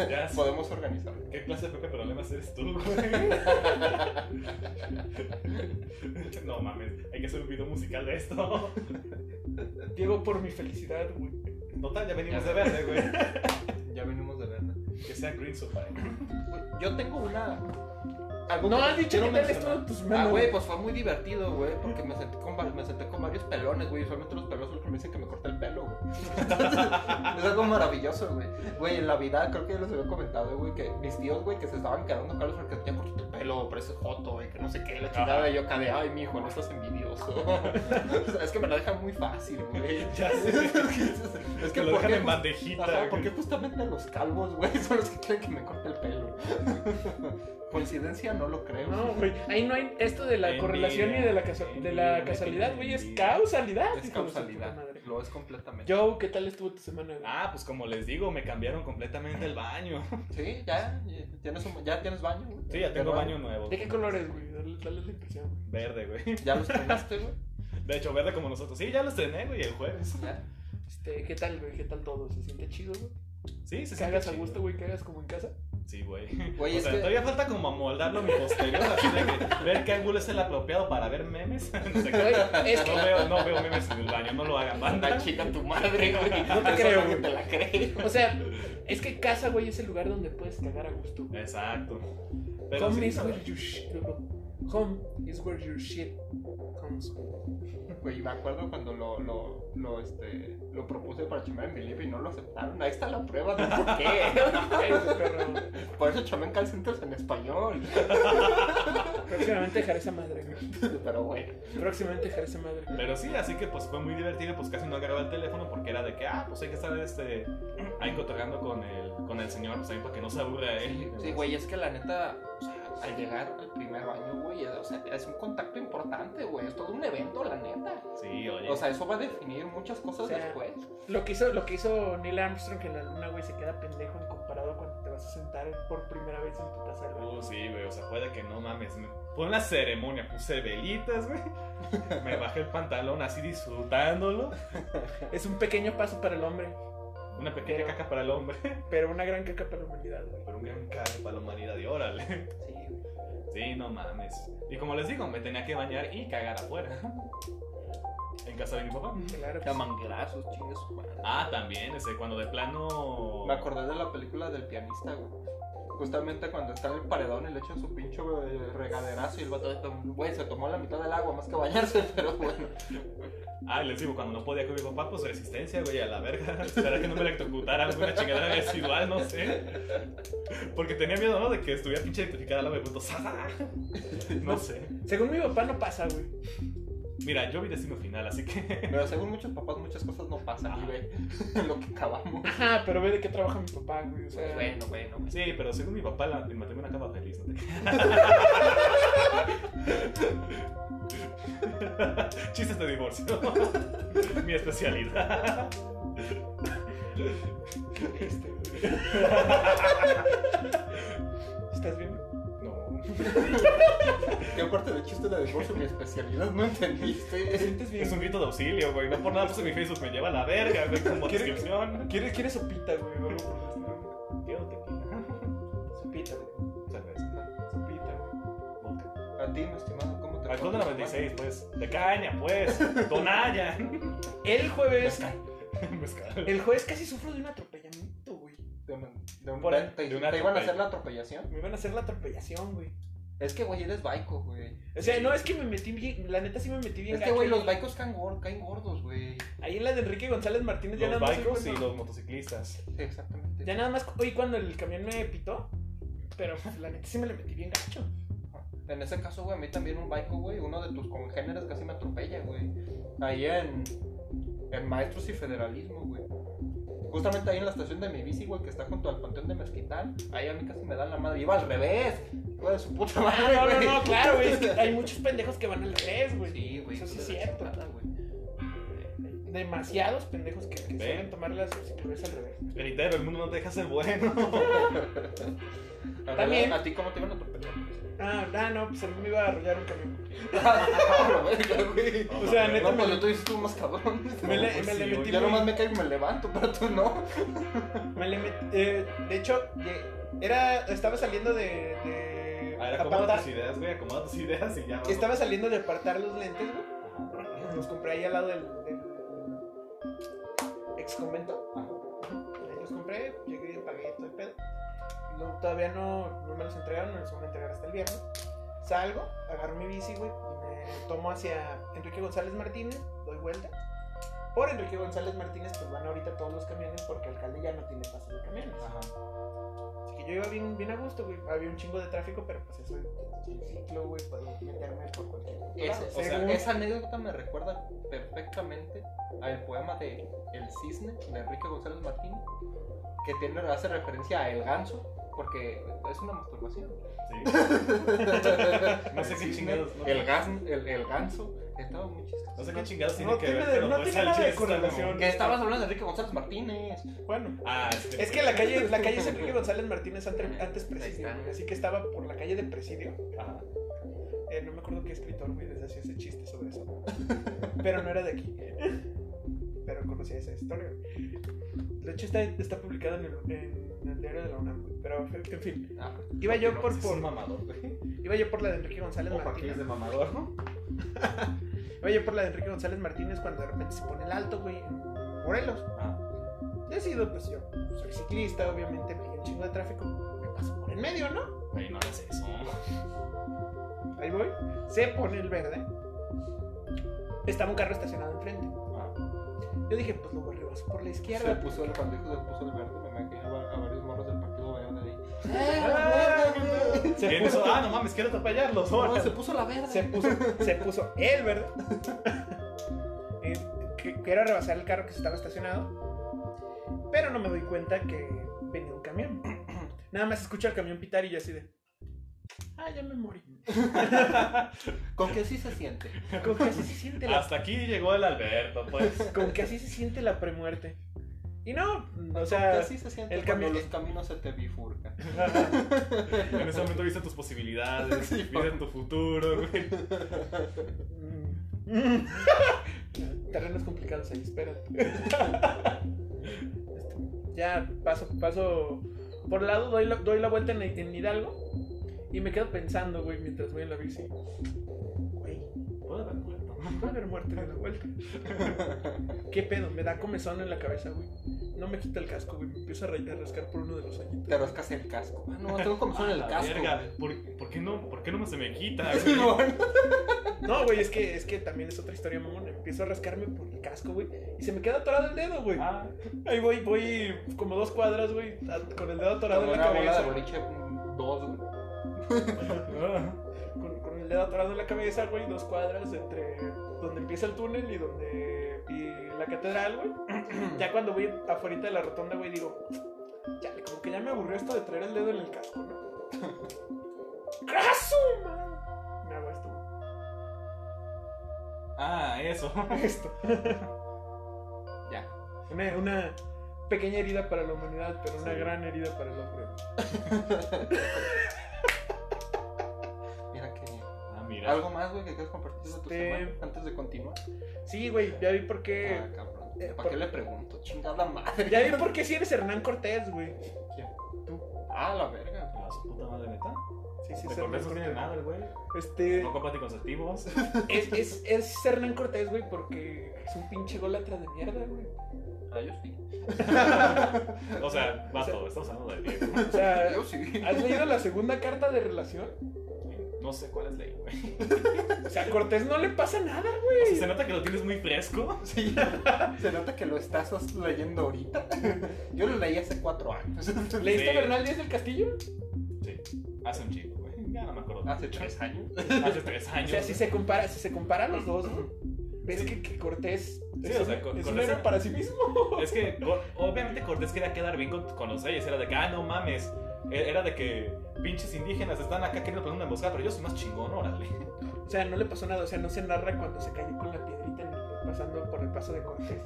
[SPEAKER 4] Ya sé.
[SPEAKER 2] Podemos organizar.
[SPEAKER 4] ¿Qué clase de Pepe Problemas eres tú, güey? no mames, hay que hacer un video musical de esto.
[SPEAKER 3] Diego, por mi felicidad, güey.
[SPEAKER 4] Total, ya venimos de verde, güey.
[SPEAKER 2] Ya venimos de verla.
[SPEAKER 4] Que sea ¿eh? Grinzo para él.
[SPEAKER 2] Yo tengo una. algo
[SPEAKER 3] No
[SPEAKER 2] que
[SPEAKER 3] has dicho
[SPEAKER 2] quiero
[SPEAKER 3] que tal
[SPEAKER 2] mencionar.
[SPEAKER 3] estuvo tus
[SPEAKER 2] Ah,
[SPEAKER 3] manos.
[SPEAKER 2] güey, pues fue muy divertido, güey, porque me senté con, va- me senté con varios pelones, güey. Usualmente los pelones son los que me dicen que me corté el pelo, güey. Entonces, es algo maravilloso, güey. Güey, en la vida creo que ya les había comentado, güey, que mis tíos, güey, que se estaban quedando caros porque te cortaste el pelo, parece joto, güey, que no sé qué, la chingada. Y yo acá de, ay, mijo, no estás envidioso. O sea, es que me la dejan muy fácil, güey.
[SPEAKER 4] Ya sé.
[SPEAKER 2] es
[SPEAKER 4] Que
[SPEAKER 2] que
[SPEAKER 4] lo
[SPEAKER 2] ¿por
[SPEAKER 4] dejan
[SPEAKER 2] qué
[SPEAKER 4] en
[SPEAKER 2] jus-
[SPEAKER 4] bandejita.
[SPEAKER 2] Ajá,
[SPEAKER 4] güey.
[SPEAKER 2] porque justamente los calvos, güey, son los que quieren que me corte el pelo. Coincidencia, no lo creo.
[SPEAKER 3] No, güey. Ahí no hay esto de la
[SPEAKER 4] Envidia,
[SPEAKER 3] correlación ni de la, casu- de la
[SPEAKER 4] envidia,
[SPEAKER 3] casualidad, güey. Es
[SPEAKER 4] envidia.
[SPEAKER 3] causalidad.
[SPEAKER 2] es
[SPEAKER 3] hijo de su puta
[SPEAKER 2] causalidad.
[SPEAKER 3] madre.
[SPEAKER 2] Lo es completamente.
[SPEAKER 3] Joe, ¿qué tal estuvo tu semana, güey?
[SPEAKER 4] Ah, pues como les digo, me cambiaron completamente el baño.
[SPEAKER 2] Sí, ya. ya ¿Tienes, un- ya tienes baño, güey.
[SPEAKER 4] Sí, ya tengo
[SPEAKER 2] Pero,
[SPEAKER 4] baño nuevo.
[SPEAKER 3] ¿De qué colores, güey? Dale, dale la impresión, güey.
[SPEAKER 4] Verde, güey.
[SPEAKER 2] Ya los estrenaste, güey.
[SPEAKER 4] De hecho, verde como nosotros. Sí, ya lo estrené, güey, el jueves.
[SPEAKER 2] Ya.
[SPEAKER 3] Este, ¿qué tal, güey? ¿Qué tal todo? ¿Se siente chido, güey?
[SPEAKER 4] Sí, se
[SPEAKER 3] ¿Que
[SPEAKER 4] siente
[SPEAKER 3] hagas a
[SPEAKER 4] chido.
[SPEAKER 3] gusto, güey? ¿Que hagas como en casa?
[SPEAKER 4] Sí, güey.
[SPEAKER 2] Güey,
[SPEAKER 4] o
[SPEAKER 2] es
[SPEAKER 4] sea,
[SPEAKER 2] que-
[SPEAKER 4] todavía falta como amoldarlo a mi posterior, así de que ver qué ángulo es el apropiado para ver memes. No, sé qué.
[SPEAKER 3] Güey, es que...
[SPEAKER 4] No veo, no veo memes en el baño, no lo hagan,
[SPEAKER 2] Anda,
[SPEAKER 4] banda.
[SPEAKER 2] chica tu madre, güey.
[SPEAKER 3] No te
[SPEAKER 2] Eso
[SPEAKER 3] creo,
[SPEAKER 2] nadie
[SPEAKER 3] güey.
[SPEAKER 2] te la cree.
[SPEAKER 3] O sea, es que casa, güey, es el lugar donde puedes cagar a gusto, güey.
[SPEAKER 4] Exacto. Pero
[SPEAKER 3] Home
[SPEAKER 4] sí,
[SPEAKER 3] is
[SPEAKER 4] no,
[SPEAKER 3] where your shit... Home is where your shit comes, güey.
[SPEAKER 2] Güey, me acuerdo cuando lo, lo, lo, este, lo propuse para chambear en mi libro y no lo aceptaron. Ahí está la prueba de por qué.
[SPEAKER 3] Eso, perro.
[SPEAKER 2] Por eso chambeé en call centers en español.
[SPEAKER 3] Próximamente dejaré esa madre, güey.
[SPEAKER 2] Pero bueno.
[SPEAKER 3] Próximamente dejaré esa madre.
[SPEAKER 4] Pero sí, así que pues fue muy divertido, pues casi no agarraba el teléfono porque era de que, ah, pues hay que estar este, ahí cotorreando con el, con el señor, pues ahí para que no se aburra él.
[SPEAKER 2] Sí, güey, es que la neta, o sea, al llegar al primer baño, güey, o sea, es un contacto importante, güey, es todo un evento, la neta.
[SPEAKER 4] Sí, oye.
[SPEAKER 2] O sea, eso va a definir muchas cosas
[SPEAKER 3] O sea,
[SPEAKER 2] después.
[SPEAKER 3] Lo que hizo, lo que hizo Neil Armstrong en la luna, güey, se queda pendejo en comparado a cuando te vas a sentar por primera vez en tu taza de baño.
[SPEAKER 4] Uh, sí, güey, o sea, fue de que no mames. me- Fue una ceremonia, puse velitas, güey. Me bajé el pantalón así disfrutándolo.
[SPEAKER 3] Es un pequeño paso para el hombre,
[SPEAKER 4] Una pequeña caca para el hombre,
[SPEAKER 3] pero una gran caca para la humanidad, güey.
[SPEAKER 4] pero un gran cague para la humanidad y órale.
[SPEAKER 3] Sí, güey.
[SPEAKER 4] Sí, no mames. Y como les digo, me tenía que bañar y cagar afuera. En casa de mi papá.
[SPEAKER 3] Claro.
[SPEAKER 2] La manguerazos, chingue su madre.
[SPEAKER 4] Ah, también, ese, cuando de plano.
[SPEAKER 2] Me acordé de la película del pianista, güey. Justamente cuando está en el paredón y le echan su pinche güey, regaderazo y el vato, de tom- güey, se tomó la mitad del agua más que bañarse, pero bueno.
[SPEAKER 4] Ah, les digo, cuando no podía con mi papá, pues resistencia, güey, a la verga. Esperar que no me electrocutara alguna chingadera residual, no sé. Porque tenía miedo, ¿no? De que estuviera pinche electrificada la punto. No sé.
[SPEAKER 3] Según mi papá no pasa, güey.
[SPEAKER 4] Mira, yo vi destino final, así que.
[SPEAKER 2] Pero según muchos papás, muchas cosas no pasan, güey. Lo que acabamos.
[SPEAKER 3] Ajá, pero ve de qué trabaja mi papá, güey. O sea,
[SPEAKER 2] Bueno, bueno, Pues, güey.
[SPEAKER 4] Sí, pero según mi papá, la- el matrimonio acaba feliz, ¿no? te creas. Chistes de divorcio. mi especialidad.
[SPEAKER 3] ¿estás bien?
[SPEAKER 4] No.
[SPEAKER 2] ¿Qué parte de chiste de divorcio mi especialidad no
[SPEAKER 3] ¿Te
[SPEAKER 2] entendiste?
[SPEAKER 3] sientes bien?
[SPEAKER 4] Es un grito de auxilio, güey. No por nada puse mi Facebook, me lleva a la verga, güey, como
[SPEAKER 3] ¿Quiere-
[SPEAKER 4] descripción.
[SPEAKER 3] ¿Quieres, quieres sopita, güey? o algo por el estilo?
[SPEAKER 4] Quiero tequila.
[SPEAKER 3] Sopita, güey.
[SPEAKER 4] Cerveza.
[SPEAKER 3] Sopita, güey.
[SPEAKER 4] Vodka.
[SPEAKER 2] A ti, mi estimado, ¿cómo te
[SPEAKER 4] Alcohol de
[SPEAKER 2] fue?
[SPEAKER 4] 96, pues. De caña, pues. Tonalla.
[SPEAKER 3] El jueves,
[SPEAKER 4] Mezcal.
[SPEAKER 3] el jueves casi sufro de un atropellamiento, güey.
[SPEAKER 2] De un- de un-
[SPEAKER 4] Por ahí,
[SPEAKER 2] te,
[SPEAKER 4] de una
[SPEAKER 2] te iban a
[SPEAKER 4] atropella.
[SPEAKER 2] hacer la atropellación.
[SPEAKER 3] Me van a hacer la atropellación, güey.
[SPEAKER 2] Es que, güey, eres baico, güey.
[SPEAKER 3] O sea, no, es que me metí bien, la neta sí me metí bien
[SPEAKER 2] Es que, güey,
[SPEAKER 3] gacho.
[SPEAKER 2] los baicos caen, gor- caen gordos, güey.
[SPEAKER 3] Ahí en la de Enrique González Martínez ya
[SPEAKER 4] Los
[SPEAKER 3] nada más.
[SPEAKER 4] bikers
[SPEAKER 3] fue
[SPEAKER 4] y
[SPEAKER 3] cuando-
[SPEAKER 4] los motociclistas.
[SPEAKER 2] Sí, exactamente.
[SPEAKER 3] Ya nada más hoy cuando el camión me pitó. Pero pues, la neta sí me le metí bien gacho.
[SPEAKER 2] En ese caso, güey, a mí también un baico, güey, uno de tus congéneres casi me atropella, güey. Ahí en, en Maestros y Federalismo, güey. Justamente ahí en la estación de mi bici, güey, que está junto al panteón de Mezquital. Ahí a mí casi me dan la madre. Iba al revés. Hijo de su puta
[SPEAKER 3] Ah,
[SPEAKER 2] madre,
[SPEAKER 3] no, no,
[SPEAKER 2] güey.
[SPEAKER 3] no, claro, güey. Es que hay muchos pendejos que van al revés, güey.
[SPEAKER 2] Sí, güey.
[SPEAKER 3] Eso sí
[SPEAKER 2] hijo
[SPEAKER 3] es
[SPEAKER 2] de la
[SPEAKER 3] cierto.
[SPEAKER 2] chingada, güey.
[SPEAKER 3] Demasiados pendejos que, que
[SPEAKER 4] Ve.
[SPEAKER 3] saben tomar las bicicletas al revés.
[SPEAKER 4] El interior del mundo no te deja ser bueno.
[SPEAKER 2] A ver,
[SPEAKER 3] También.
[SPEAKER 2] ¿A ti cómo te iban a atropellar?
[SPEAKER 3] Ah, ah, no, pues a mí me iba a arrollar un camión.
[SPEAKER 2] Ah,
[SPEAKER 4] No,
[SPEAKER 3] O sea,
[SPEAKER 4] no,
[SPEAKER 2] No,
[SPEAKER 3] neta, me,
[SPEAKER 2] pues
[SPEAKER 3] le-
[SPEAKER 2] yo te hice tú más cabrón.
[SPEAKER 3] me le,
[SPEAKER 4] pues
[SPEAKER 3] me le
[SPEAKER 4] sí,
[SPEAKER 3] metí.
[SPEAKER 2] Yo
[SPEAKER 3] muy-
[SPEAKER 2] nomás me caigo y me levanto, pero tú no.
[SPEAKER 3] Me le met- eh, de hecho, ye- era, estaba saliendo de. de
[SPEAKER 4] A ver, acomoda
[SPEAKER 3] apartar,
[SPEAKER 4] tus ideas, güey. Acomoda tus ideas y ya. vamos.
[SPEAKER 3] estaba saliendo de apartar los lentes, güey. Los compré ahí al lado del, del ex convento. Ahí Los compré, llegué, pagué todo el pedo. no, todavía no, no me los entregaron, me los van a entregar hasta el viernes. Salgo, agarro mi bici, güey, y me tomo hacia Enrique González Martínez, doy vuelta. Por Enrique González Martínez, pues van ahorita todos los camiones porque el alcalde ya no tiene paso de camiones.
[SPEAKER 2] Ajá.
[SPEAKER 3] Así que yo iba bien, bien a gusto, güey. Había un chingo de tráfico, pero pues eso, el ciclo, güey, podía meterme por cualquier otro
[SPEAKER 2] Ese-
[SPEAKER 3] lado.
[SPEAKER 2] o sea,
[SPEAKER 3] Según-
[SPEAKER 2] esa anécdota me recuerda perfectamente al poema de El Cisne de Enrique González Martínez, que tiene, hace referencia a El Ganso, porque es una masturbación.
[SPEAKER 4] Sí. No sé
[SPEAKER 2] El
[SPEAKER 4] qué
[SPEAKER 2] cisne,
[SPEAKER 4] chingados, ¿no?
[SPEAKER 2] El, gas, el, el ganso. Estaba muy chistoso.
[SPEAKER 4] No sé qué chingados tiene
[SPEAKER 3] No
[SPEAKER 4] que
[SPEAKER 3] tiene
[SPEAKER 4] ver,
[SPEAKER 3] de-
[SPEAKER 4] pero
[SPEAKER 3] no
[SPEAKER 4] pues
[SPEAKER 3] tiene
[SPEAKER 4] al
[SPEAKER 3] nada de
[SPEAKER 4] chiste está
[SPEAKER 3] correlación.
[SPEAKER 4] mamón.
[SPEAKER 2] Que estabas hablando de Enrique González Martínez.
[SPEAKER 3] Bueno.
[SPEAKER 4] Ah, este-
[SPEAKER 3] Es que la calle, la calle es Enrique González Martínez antes, antes
[SPEAKER 2] Ahí
[SPEAKER 3] presidio,
[SPEAKER 2] está.
[SPEAKER 3] güey, así que estaba por la calle de presidio.
[SPEAKER 4] Ajá.
[SPEAKER 3] Eh, no me acuerdo qué escritor, güey, les hacía ese chiste sobre eso. Pero no era de aquí. Pero conocía esa historia. güey. De hecho, está, está publicado en el, en el diario de la UNAM, güey. Pero, en fin.
[SPEAKER 2] Ah,
[SPEAKER 3] Iba yo
[SPEAKER 4] No,
[SPEAKER 3] por,
[SPEAKER 4] ese es un
[SPEAKER 3] por,
[SPEAKER 4] mamador, güey.
[SPEAKER 3] iba yo por la de Enrique González
[SPEAKER 4] Ojo, aquí
[SPEAKER 3] Martínez.
[SPEAKER 4] es de mamador, ¿no?
[SPEAKER 3] Iba yo por la de Enrique González Martínez cuando de repente se pone el alto, güey, en Morelos.
[SPEAKER 4] Ah,
[SPEAKER 3] Decido, pues yo soy ciclista, obviamente, veía un chingo de tráfico. Me paso por en medio, ¿no?
[SPEAKER 4] güey, no hagas eso.
[SPEAKER 3] Ahí voy. Se pone el verde. Estaba un carro estacionado enfrente.
[SPEAKER 4] Ah,
[SPEAKER 3] Yo dije, pues lo voy a rebasar por la
[SPEAKER 2] Se
[SPEAKER 3] izquierda.
[SPEAKER 2] puso el pendejo, se puso el verde. Me imagino a a varios morros del partido verde ahí.
[SPEAKER 3] Ah, Se
[SPEAKER 4] ¿quién hizo?
[SPEAKER 3] puso,
[SPEAKER 4] Ah, no mames, quiero atropellarlos.
[SPEAKER 2] No,
[SPEAKER 4] ahora.
[SPEAKER 2] se puso la verde.
[SPEAKER 3] se puso, se puso el verde. Eh, que- Quiero rebasar el carro que estaba estacionado. Pero no me doy cuenta que venía un camión. Nada más escucho al camión pitar y yo así de. Ah, ya me morí.
[SPEAKER 2] ¿Con qué sí se siente?
[SPEAKER 3] Con que así se siente la
[SPEAKER 4] Hasta aquí llegó el Alberto, pues.
[SPEAKER 3] Con que así se siente la premuerte. Y no, o
[SPEAKER 2] ¿Con qué
[SPEAKER 3] sea.
[SPEAKER 2] sí se siente
[SPEAKER 3] el
[SPEAKER 2] cuando
[SPEAKER 3] cami-
[SPEAKER 2] los caminos se te bifurcan?
[SPEAKER 4] En ese momento viste tus posibilidades,
[SPEAKER 2] Sí,
[SPEAKER 4] viste tu futuro, güey.
[SPEAKER 3] Mm. Terrenos complicados ahí, espérate. Este, ya paso, paso por lado, doy la, doy la vuelta en, en Hidalgo y me quedo pensando, güey, mientras voy en la bici. Güey,
[SPEAKER 4] Puedo haber muerto.
[SPEAKER 3] va a haber muerte de la vuelta. ¿Qué pedo? Me da comezón en la cabeza, güey. No me quita el casco, güey. Me empiezo a, ra- a rascar por uno de los añitos.
[SPEAKER 2] Te rascas el casco. Ah, no, tengo comezón en el
[SPEAKER 4] La
[SPEAKER 2] casco.
[SPEAKER 4] verga,
[SPEAKER 2] güey.
[SPEAKER 4] ¿por, por qué no, ¿por qué no me se me quita?
[SPEAKER 2] Sí,
[SPEAKER 4] güey?
[SPEAKER 2] bueno.
[SPEAKER 3] No, güey, es que, es que también es otra historia, mamón. Empiezo a rascarme por el casco, güey. Y se me queda atorado el dedo, güey.
[SPEAKER 4] Ah,
[SPEAKER 3] Ahí voy, voy como dos cuadras, güey, a- con el dedo atorado
[SPEAKER 2] Como
[SPEAKER 3] en la
[SPEAKER 2] una bola
[SPEAKER 3] cabeza.
[SPEAKER 2] de boliche mm, dos, güey.
[SPEAKER 4] ah.
[SPEAKER 3] Con, con el dedo atorado en la cabeza, güey, dos cuadras entre donde empieza el túnel y donde. y la catedral, güey. Ya cuando voy afuera de la rotonda, güey, digo, ya, como que ya me aburrió esto de traer el dedo en el casco, ¿no? ¡Caso, man! Me hago esto, güey.
[SPEAKER 4] Ah, eso.
[SPEAKER 3] Esto.
[SPEAKER 2] Ya.
[SPEAKER 3] Una, una pequeña herida para la humanidad, pero una
[SPEAKER 4] Sí.
[SPEAKER 3] gran herida para el hombre.
[SPEAKER 2] Mira que bien.
[SPEAKER 4] Ah, mira.
[SPEAKER 2] ¿Algo más, güey, que quieras compartir de tu
[SPEAKER 3] Este-
[SPEAKER 2] semana antes de continuar?
[SPEAKER 3] Sí, güey, ya vi por qué.
[SPEAKER 2] Ah, cabrón.
[SPEAKER 3] eh,
[SPEAKER 2] ¿Para
[SPEAKER 3] por-
[SPEAKER 2] qué le pregunto? Chingada madre.
[SPEAKER 3] Ya vi por qué si eres Hernán Cortés, güey.
[SPEAKER 2] Ah, la verga.
[SPEAKER 4] Ah, su puta madre, neta.
[SPEAKER 3] Sí, sí,
[SPEAKER 4] De
[SPEAKER 3] es
[SPEAKER 4] con
[SPEAKER 3] Hernán
[SPEAKER 4] eso tiene
[SPEAKER 3] Cortés.
[SPEAKER 4] nada, el güey.
[SPEAKER 3] Este,
[SPEAKER 4] No con anticonceptivos.
[SPEAKER 3] es, es, es Hernán Cortés, güey, porque es un pinche golatra de mierda, güey.
[SPEAKER 2] Ah, yo sí.
[SPEAKER 4] O sea, vato, estamos hablando de Diego.
[SPEAKER 3] O sea,
[SPEAKER 2] Yo sí.
[SPEAKER 3] Ah, ¿has leído la segunda carta de relación?
[SPEAKER 4] No sé cuál es ley, güey.
[SPEAKER 3] O sea, a Cortés no le pasa nada, güey.
[SPEAKER 4] O sea, se nota que lo tienes muy fresco.
[SPEAKER 2] Sí. Se nota que lo estás leyendo ahorita. Yo lo leí hace cuatro años.
[SPEAKER 3] ¿Leíste
[SPEAKER 4] Sí.
[SPEAKER 3] Bernal Díaz del Castillo?
[SPEAKER 4] Sí, hace un chingo, güey. Ya no me acuerdo.
[SPEAKER 2] Hace tres años.
[SPEAKER 4] Hace tres
[SPEAKER 3] O
[SPEAKER 4] años.
[SPEAKER 3] sea, si
[SPEAKER 4] güey.
[SPEAKER 3] se compara, si se compara los dos, güey, ves que, que Cortés
[SPEAKER 4] Sí,
[SPEAKER 3] es,
[SPEAKER 4] o sea,
[SPEAKER 3] un-
[SPEAKER 4] con-
[SPEAKER 3] es
[SPEAKER 4] con
[SPEAKER 3] un héroe
[SPEAKER 4] ese-
[SPEAKER 3] para sí mismo.
[SPEAKER 4] Es que Cor- obviamente Cortés quería quedar bien con, con los reyes. Era de que, ah, no mames. E- Era de que pinches indígenas están acá queriendo poner una emboscada, pero yo soy más chingón, órale.
[SPEAKER 3] O sea, no le pasó nada, o sea, no se narra cuando se cayó con la piedrita ni pasando por el paso de Cortés.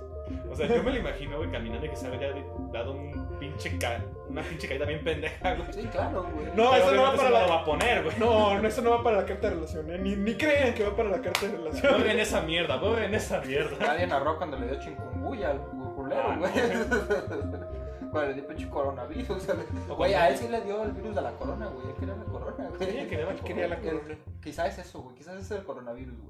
[SPEAKER 4] O sea, yo me lo imagino, güey, caminando y que se había dado un pinche ca- una pinche caída bien pendeja, güey.
[SPEAKER 2] Sí, claro, güey.
[SPEAKER 3] No,
[SPEAKER 4] Pero
[SPEAKER 3] eso no va
[SPEAKER 4] obviamente eso
[SPEAKER 3] para la-
[SPEAKER 4] no lo va a poner, güey.
[SPEAKER 3] No, no, eso no va para la carta de relación, ¿eh? Ni, ni crean que va para la carta de relación.
[SPEAKER 4] No en esa mierda, no en esa mierda.
[SPEAKER 2] Nadie narró cuando le dio chikungunya al culero,
[SPEAKER 4] Ah,
[SPEAKER 2] güey. Cuando le dio pinche coronavirus. Güey, a él sí le dio el virus de la corona, güey. Él quería la corona,
[SPEAKER 4] Tenía
[SPEAKER 2] güey.
[SPEAKER 4] que ver
[SPEAKER 3] Quería la
[SPEAKER 2] Él-
[SPEAKER 3] corona.
[SPEAKER 2] Quizás es eso, güey. Quizás es el coronavirus, güey.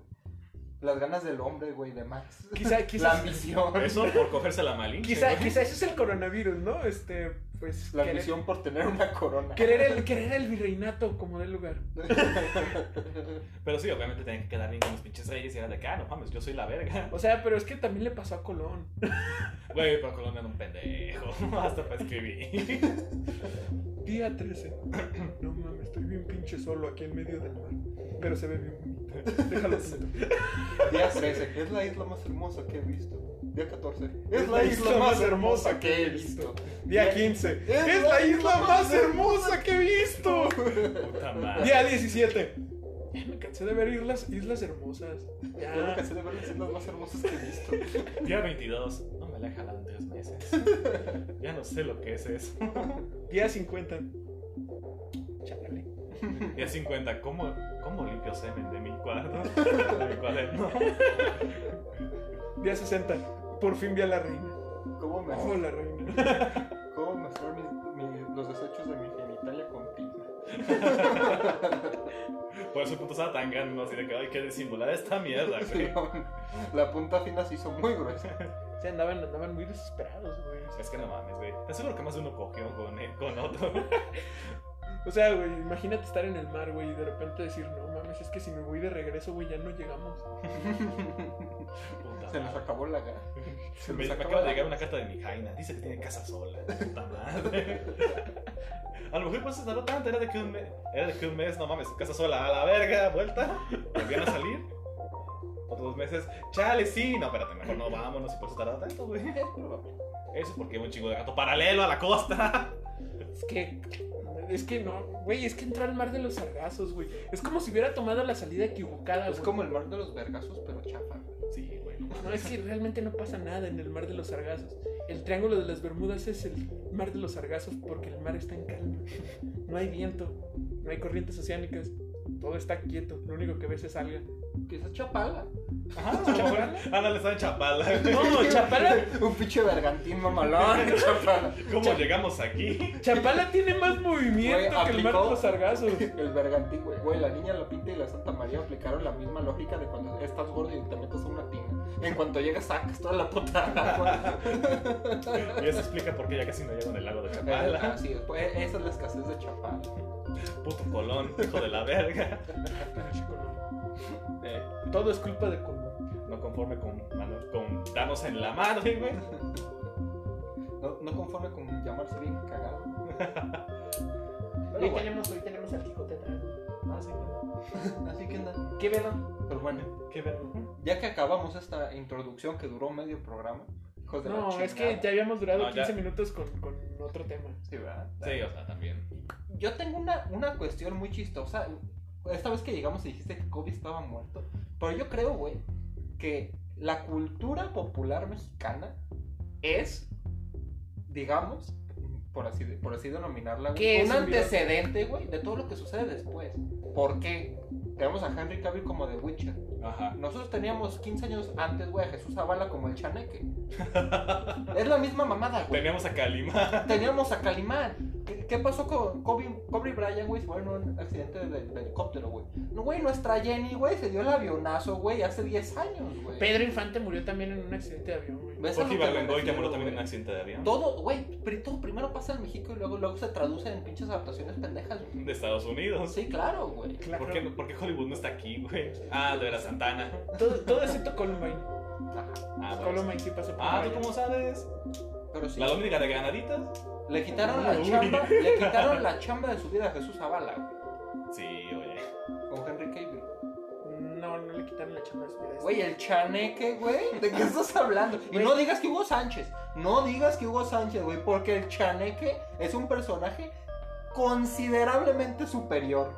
[SPEAKER 2] Las ganas del hombre, güey, de Max.
[SPEAKER 3] Quizá,
[SPEAKER 2] La
[SPEAKER 3] quizá,
[SPEAKER 2] ambición.
[SPEAKER 4] Eso por cogerse la malinche.
[SPEAKER 3] quizá,
[SPEAKER 4] güey.
[SPEAKER 3] quizá eso es el coronavirus, ¿no? Este, pues.
[SPEAKER 2] La
[SPEAKER 3] querer-
[SPEAKER 2] ambición por tener una corona.
[SPEAKER 3] Querer el, querer el virreinato como del lugar.
[SPEAKER 4] Pero sí, obviamente tenían que quedar bien con los pinches reyes y era de que, ah, no mames, yo soy la verga.
[SPEAKER 3] O sea, pero es que también le pasó a Colón.
[SPEAKER 4] Güey, pero Colombia era un pendejo. Hasta para escribir.
[SPEAKER 3] Día 13. No mames, estoy bien pinche solo aquí en medio del mar. Pero se ve bien bonito. Déjalo así.
[SPEAKER 2] Día 13. Es la isla más hermosa que he visto. Día 14. Es la isla más hermosa que he visto.
[SPEAKER 3] Día 15.
[SPEAKER 2] Es
[SPEAKER 3] Es la isla más hermosa que he visto.
[SPEAKER 4] Puta madre.
[SPEAKER 3] Día 17. Ya me cansé de ver islas, islas hermosas.
[SPEAKER 2] Yo me
[SPEAKER 3] Ya.
[SPEAKER 2] cansé de ver las islas más hermosas que he visto.
[SPEAKER 4] Día 22. No me la he jalado en tres meses. Ya no sé lo que es eso.
[SPEAKER 3] Día 50. Chale.
[SPEAKER 4] Día 50. ¿Cómo, cómo limpio semen de mi cuarto? De mi cuaderno.
[SPEAKER 3] Día 60. Por fin vi a la reina.
[SPEAKER 2] ¿Cómo me,
[SPEAKER 3] Oh, la reina.
[SPEAKER 2] cómo me fueron mis- mis- los desechos de mi genitalia con tinta?
[SPEAKER 4] Por eso el punto estaba tan grande, ¿no? Así de que, ay, qué disimulada esta mierda, güey.
[SPEAKER 2] La punta fina se hizo muy gruesa.
[SPEAKER 3] Se andaban, andaban muy desesperados, güey.
[SPEAKER 4] Es que no mames, güey. Te aseguro que más de uno cogió con, eh, con otro.
[SPEAKER 3] O sea, güey, imagínate estar en el mar, güey, y de repente decir, no mames, es que si me voy de regreso, güey, ya no llegamos.
[SPEAKER 4] Puta
[SPEAKER 2] Se nos
[SPEAKER 4] madre.
[SPEAKER 2] acabó la gana. Se
[SPEAKER 4] Me,
[SPEAKER 2] nos
[SPEAKER 4] me
[SPEAKER 2] acaba
[SPEAKER 4] acaba de
[SPEAKER 2] la-
[SPEAKER 4] llegar una carta de mi Jaina. Dice que tiene casa sola. Puta madre. A lo mejor pues se tardó tanto. Era de que un mes. Era de que un mes, no mames, casa sola. A la verga, vuelta. Volvían a salir. Otros dos meses. Chale, sí. No, espérate, mejor no vámonos. Y por eso tardó tanto, güey. Es probable. Eso es porque hay un chingo de gato paralelo a la costa.
[SPEAKER 3] Es que, es que no, güey, es que entró al mar de los sargazos, güey. Es como si hubiera tomado la salida equivocada,
[SPEAKER 2] Es
[SPEAKER 3] güey.
[SPEAKER 2] como el mar de los vergazos, pero chafa.
[SPEAKER 4] Sí, güey. no mames.
[SPEAKER 3] No, es que realmente no pasa nada en el mar de los sargazos. El triángulo de las Bermudas es el mar de los sargazos porque el mar está en calma. No hay viento, no hay corrientes oceánicas, todo está quieto. Lo único que ves es alga.
[SPEAKER 2] Quizás chapala.
[SPEAKER 4] Ajá, chapala. Ah, no, le estaba en chapala. güey.
[SPEAKER 3] No, Chapala,
[SPEAKER 2] Un pinche bergantín mamalón, chapala.
[SPEAKER 4] ¿Cómo llegamos aquí?
[SPEAKER 3] Chapala tiene más movimiento
[SPEAKER 2] Güey,
[SPEAKER 3] que el mar de
[SPEAKER 2] aplicó-
[SPEAKER 3] los sargazos.
[SPEAKER 2] El bergantín, güey. Güey, la niña la pinta y la Santa María aplicaron la misma lógica de cuando estás gordo y te metes a una tina. En cuanto llegas, sacas toda la puta agua.
[SPEAKER 4] Y eso explica por qué ya casi no llegan el lago de Chapala.
[SPEAKER 2] Así es, pues, esa es la escasez de chapala.
[SPEAKER 4] Puto Colón, hijo de la verga.
[SPEAKER 3] Todo es culpa de Colón.
[SPEAKER 4] No conforme con, mano- con darnos en la madre, güey.
[SPEAKER 2] No, no conforme con llamarse bien cagado.
[SPEAKER 4] Pero bueno,
[SPEAKER 3] tenemos, hoy tenemos al Quijote
[SPEAKER 4] así que-
[SPEAKER 2] Así que nada.
[SPEAKER 3] ¿Qué velo?
[SPEAKER 2] Pero bueno,
[SPEAKER 4] qué ver-
[SPEAKER 2] ya que acabamos esta introducción que duró medio programa, hijos de la
[SPEAKER 3] No, es
[SPEAKER 2] chingada.
[SPEAKER 3] que ya habíamos durado
[SPEAKER 4] No, ya.
[SPEAKER 3] 15 minutos con, con otro tema.
[SPEAKER 2] Sí, ¿verdad?
[SPEAKER 4] Sí, o sea, también.
[SPEAKER 2] Yo tengo una, una cuestión muy chistosa. Esta vez que llegamos y dijiste que Kobe estaba muerto. Pero yo creo, güey, que la cultura popular mexicana es, digamos, por así, de- por así denominarla, güey,
[SPEAKER 3] ¿Qué es
[SPEAKER 2] un
[SPEAKER 3] un video?
[SPEAKER 2] antecedente, güey, de todo lo que sucede después. ¿Por qué? Tenemos a Henry Cavill como The Witcher.
[SPEAKER 4] Ajá.
[SPEAKER 2] Nosotros teníamos 15 años antes, güey, a Jesús Zavala como el chaneque. es la misma mamada, güey.
[SPEAKER 4] Teníamos a Kalima.
[SPEAKER 2] Teníamos a Calimán. ¿Qué, qué pasó con Kobe, Kobe Bryant, güey? Fue en un accidente de, de helicóptero, güey. No, güey, nuestra Jenny, güey, se dio el avionazo, güey, hace 10 años, güey.
[SPEAKER 3] Pedro Infante murió también en un accidente de avión, güey.
[SPEAKER 2] ¿Ves a lo que
[SPEAKER 4] Jorge
[SPEAKER 2] me
[SPEAKER 4] Ibargüengoy que
[SPEAKER 2] refiero,
[SPEAKER 4] murió también en un
[SPEAKER 2] güey?
[SPEAKER 4] accidente de avión.
[SPEAKER 2] Todo, güey, pri- todo primero pasa en México y luego, luego se traduce en pinches adaptaciones pendejas, güey.
[SPEAKER 4] De Estados Unidos.
[SPEAKER 2] Sí, claro, güey.
[SPEAKER 3] Claro.
[SPEAKER 4] ¿Por qué, por qué Hollywood no está aquí, güey? Ah, de la Santana.
[SPEAKER 3] Todo, todo excepto Columbine.
[SPEAKER 2] Ajá.
[SPEAKER 4] Ah, bueno.
[SPEAKER 3] Columbine sí pasó por
[SPEAKER 4] Ah, ¿tú
[SPEAKER 3] Ryan.
[SPEAKER 4] cómo sabes?
[SPEAKER 2] Pero sí.
[SPEAKER 4] La Lómbriga de Ganaditas.
[SPEAKER 2] Le quitaron la
[SPEAKER 4] Uy.
[SPEAKER 2] chamba, le quitaron la chamba de su vida a Jesús Zavala, güey,
[SPEAKER 4] Sí, oye.
[SPEAKER 2] con Henry Cavill.
[SPEAKER 3] No, no le quitaron la chamba a su vida.
[SPEAKER 2] Güey, el chaneque, güey. ¿De qué estás hablando? Y
[SPEAKER 3] Güey.
[SPEAKER 2] no digas que Hugo Sánchez. No digas que Hugo Sánchez, güey. Porque el chaneque es un personaje considerablemente superior.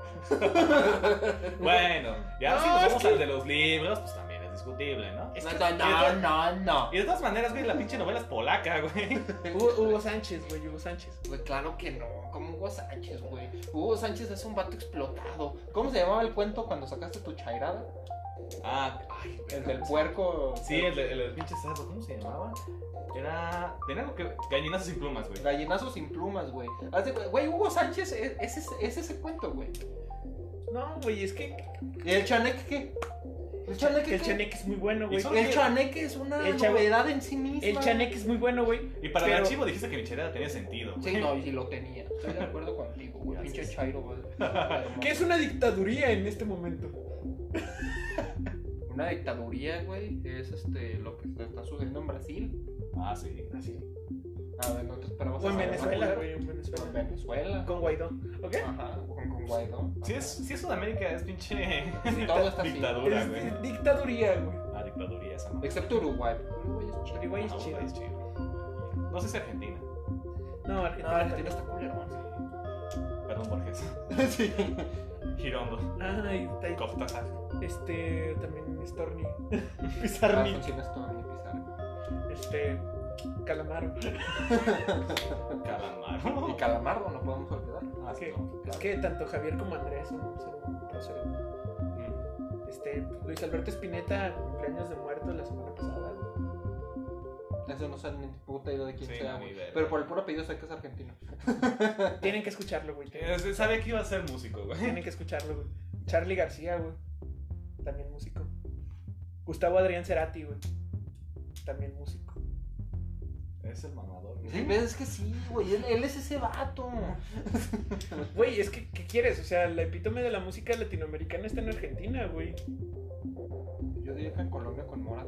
[SPEAKER 4] Bueno, ya
[SPEAKER 3] No,
[SPEAKER 4] si nos
[SPEAKER 3] es
[SPEAKER 4] vamos
[SPEAKER 3] que-
[SPEAKER 4] al de los libros, pues también es discutible, ¿no?
[SPEAKER 3] Es
[SPEAKER 2] No,
[SPEAKER 3] que-
[SPEAKER 2] no, no, no, no.
[SPEAKER 4] Y de todas maneras, güey, la pinche novela es polaca, güey.
[SPEAKER 3] Hugo, Hugo Sánchez, güey, Hugo Sánchez.
[SPEAKER 2] Güey, claro que no. Como Hugo Sánchez, güey. Hugo Sánchez es un vato explotado. ¿Cómo se llamaba el cuento cuando sacaste tu chairada?
[SPEAKER 4] Ah,
[SPEAKER 2] El del puerco.
[SPEAKER 4] Sí, el, de- el del pinche cerdo, ¿cómo se llamaba? Era. Tenía algo que. Gallinazo sin plumas, güey.
[SPEAKER 2] Gallinazo sin plumas, güey. Haz de- Güey, Hugo Sánchez e-, es, es, ese- es ese cuento, güey.
[SPEAKER 3] No, güey, es que
[SPEAKER 2] ¿Y el chaneque qué? El
[SPEAKER 3] Que
[SPEAKER 2] chaneque.
[SPEAKER 3] el
[SPEAKER 2] qué?
[SPEAKER 3] chaneque es muy bueno,
[SPEAKER 4] Y
[SPEAKER 3] güey.
[SPEAKER 4] solo-
[SPEAKER 2] El chaneque es una
[SPEAKER 3] El chavo-
[SPEAKER 2] novedad en sí misma.
[SPEAKER 3] El chaneque es muy bueno, güey.
[SPEAKER 4] Y para el
[SPEAKER 3] Pero-
[SPEAKER 4] archivo dijiste que mi chela tenía sentido.
[SPEAKER 2] Sí, no, y lo tenía. Estoy de acuerdo contigo, güey. Pinche Chairo, güey.
[SPEAKER 5] ¿Qué es una dictaduría en este momento?
[SPEAKER 2] Una dictaduría, güey, es este, lo que está sucediendo en Brasil.
[SPEAKER 4] Ah, sí.
[SPEAKER 5] Así.
[SPEAKER 2] A ver, no te esperamos.
[SPEAKER 5] O en
[SPEAKER 2] a-
[SPEAKER 5] Venezuela, güey. En
[SPEAKER 2] O en
[SPEAKER 5] Venezuela.
[SPEAKER 2] Venezuela.
[SPEAKER 3] Con Guaidó. ¿Ok?
[SPEAKER 2] Ajá, con, con Guaidó.
[SPEAKER 4] Si es, si es Sudamérica, es pinche
[SPEAKER 2] Sí, todo está así.
[SPEAKER 4] dictadura,
[SPEAKER 5] Es,
[SPEAKER 4] güey.
[SPEAKER 5] es dictaduría, güey.
[SPEAKER 4] Ah, dictaduría esa, ¿no?
[SPEAKER 2] Excepto Uruguay. Uruguay es chido.
[SPEAKER 3] Uruguay es
[SPEAKER 4] Ah,
[SPEAKER 3] chido.
[SPEAKER 4] es chido. No sé si Argentina.
[SPEAKER 3] No,
[SPEAKER 2] No,
[SPEAKER 3] Argentina.
[SPEAKER 2] Argentina está culero.
[SPEAKER 4] Perdón, Borges.
[SPEAKER 2] güey. Sí.
[SPEAKER 4] Girondo.
[SPEAKER 3] Ay, ta-
[SPEAKER 4] Coftazar.
[SPEAKER 3] este. También Storni.
[SPEAKER 2] Ah,
[SPEAKER 3] Pizarni.
[SPEAKER 2] con China estoy Pizarro.
[SPEAKER 3] Este. Calamaro.
[SPEAKER 4] Calamaro.
[SPEAKER 2] Y Calamardo, no podemos olvidar.
[SPEAKER 4] Ah,
[SPEAKER 3] Es que,
[SPEAKER 4] no.
[SPEAKER 3] es que tanto Javier como Andrés son un prócer.
[SPEAKER 4] Mm.
[SPEAKER 3] Este, Luis Alberto Espineta, cumpleaños de muerto la semana pasada. güey.
[SPEAKER 2] Eso no sé ni puta idea de quién
[SPEAKER 4] Sí,
[SPEAKER 2] sea,
[SPEAKER 4] no, ni
[SPEAKER 2] güey.
[SPEAKER 4] idea.
[SPEAKER 2] Pero por el puro apellido sé que es argentino.
[SPEAKER 3] Tienen que escucharlo, güey. Tienen,
[SPEAKER 4] Eh, Sabía que iba a ser músico, güey.
[SPEAKER 3] tienen que escucharlo, güey. Charlie García, güey. También músico. Gustavo Adrián Cerati, güey. También músico.
[SPEAKER 4] Es el mamador.
[SPEAKER 2] Sí, ves, es que sí, güey. Él, él es ese vato.
[SPEAKER 3] Güey, es que, ¿qué quieres? O sea, la epítome de la música latinoamericana está en Argentina, güey.
[SPEAKER 2] Yo diría que en Colombia con Morat.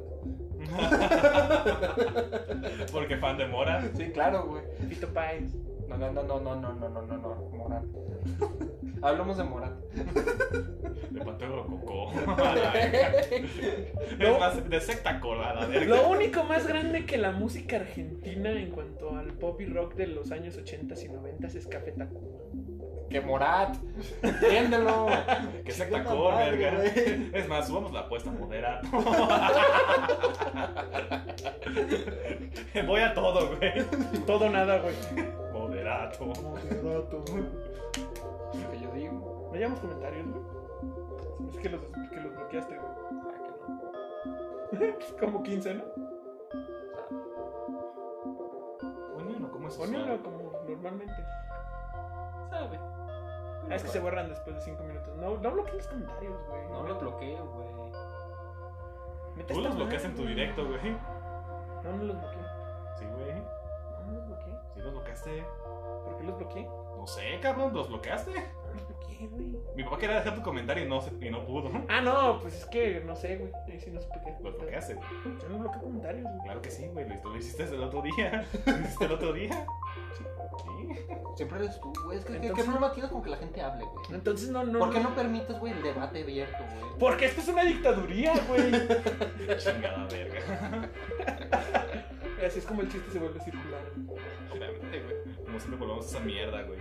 [SPEAKER 4] Porque fan de Mora.
[SPEAKER 2] Sí, claro, güey.
[SPEAKER 3] Pito Páez.
[SPEAKER 2] No, no, no, no, no, no, no, no, no, no. Morat. Hablamos de Morat.
[SPEAKER 4] De Panteón Rococó. A Ah, la verga. Es más, de secta cola, a la verga.
[SPEAKER 3] Lo único más grande que la música argentina en cuanto al pop y rock de los años 80 y 90 es Café Tacuba.
[SPEAKER 2] Que Morat. Entiéndelo.
[SPEAKER 4] Que secta
[SPEAKER 2] Chingada
[SPEAKER 4] cola,
[SPEAKER 2] madre,
[SPEAKER 4] verga.
[SPEAKER 2] güey.
[SPEAKER 4] Es más, subamos la apuesta moderato. Voy a todo, güey.
[SPEAKER 3] Todo nada, güey.
[SPEAKER 4] Moderato.
[SPEAKER 2] Lo que yo digo.
[SPEAKER 3] No llevamos comentarios, güey. Es que los, que los bloqueaste, güey.
[SPEAKER 2] Ah, que no.
[SPEAKER 3] Como 15, ¿no?
[SPEAKER 4] Bueno, ¿cómo es
[SPEAKER 3] O no, no, como normalmente.
[SPEAKER 2] Sabe.
[SPEAKER 3] Ah, es que se borran después de 5 minutos. No, no bloquees los comentarios, güey.
[SPEAKER 2] No lo bloqueo, güey.
[SPEAKER 3] Neta
[SPEAKER 4] Tú
[SPEAKER 3] está
[SPEAKER 4] los bloqueas
[SPEAKER 3] mal,
[SPEAKER 4] en tu
[SPEAKER 3] güey.
[SPEAKER 4] directo, güey.
[SPEAKER 3] No, no los bloqueé.
[SPEAKER 4] Sí, güey.
[SPEAKER 3] No, no los bloqueé.
[SPEAKER 4] Sí, los bloqueaste.
[SPEAKER 3] ¿Por qué los bloqueé?
[SPEAKER 4] No sé, cabrón, los bloqueaste.
[SPEAKER 3] No los bloqueé, güey.
[SPEAKER 4] Mi papá quería dejar tu comentario y no, se- y no pudo.
[SPEAKER 3] Ah, no, pues es que no sé, güey. Ahí sí no supe qué.
[SPEAKER 4] Los bloqueaste, güey.
[SPEAKER 3] Yo no bloqueo comentarios, güey.
[SPEAKER 4] Claro que sí, güey. Lo lo hiciste el otro día. Lo hiciste el otro día. Sí.
[SPEAKER 2] Siempre eres tú, güey. Es que, ¿qué- ¿qué,
[SPEAKER 3] Entonces-
[SPEAKER 2] problema tienes con que la gente hable, güey?
[SPEAKER 3] Entonces no, no.
[SPEAKER 2] ¿Por qué no permites, güey, el debate abierto, güey?
[SPEAKER 3] Porque esto es una dictaduría, güey.
[SPEAKER 4] Chingada verga.
[SPEAKER 3] Así es como el chiste se vuelve circular.
[SPEAKER 4] Realmente, güey. Como siempre volvemos a esa mierda, güey.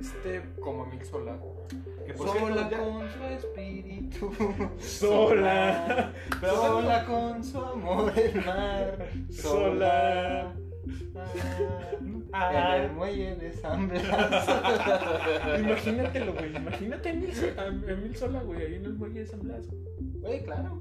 [SPEAKER 3] Este.
[SPEAKER 2] Como Mil Solar.
[SPEAKER 4] Que por
[SPEAKER 2] Sola
[SPEAKER 4] cierto, ya-
[SPEAKER 2] con su espíritu.
[SPEAKER 3] Sola.
[SPEAKER 4] Pero hablando-
[SPEAKER 2] Sola con su amor el mar.
[SPEAKER 3] Sola.
[SPEAKER 2] Sola. Ah, en
[SPEAKER 3] Ah,
[SPEAKER 2] el muelle de San Blas.
[SPEAKER 3] Imagínatelo, güey. Imagínate a Emil, a Emil Sola, güey, ahí en el muelle de San Blas.
[SPEAKER 2] Güey, claro.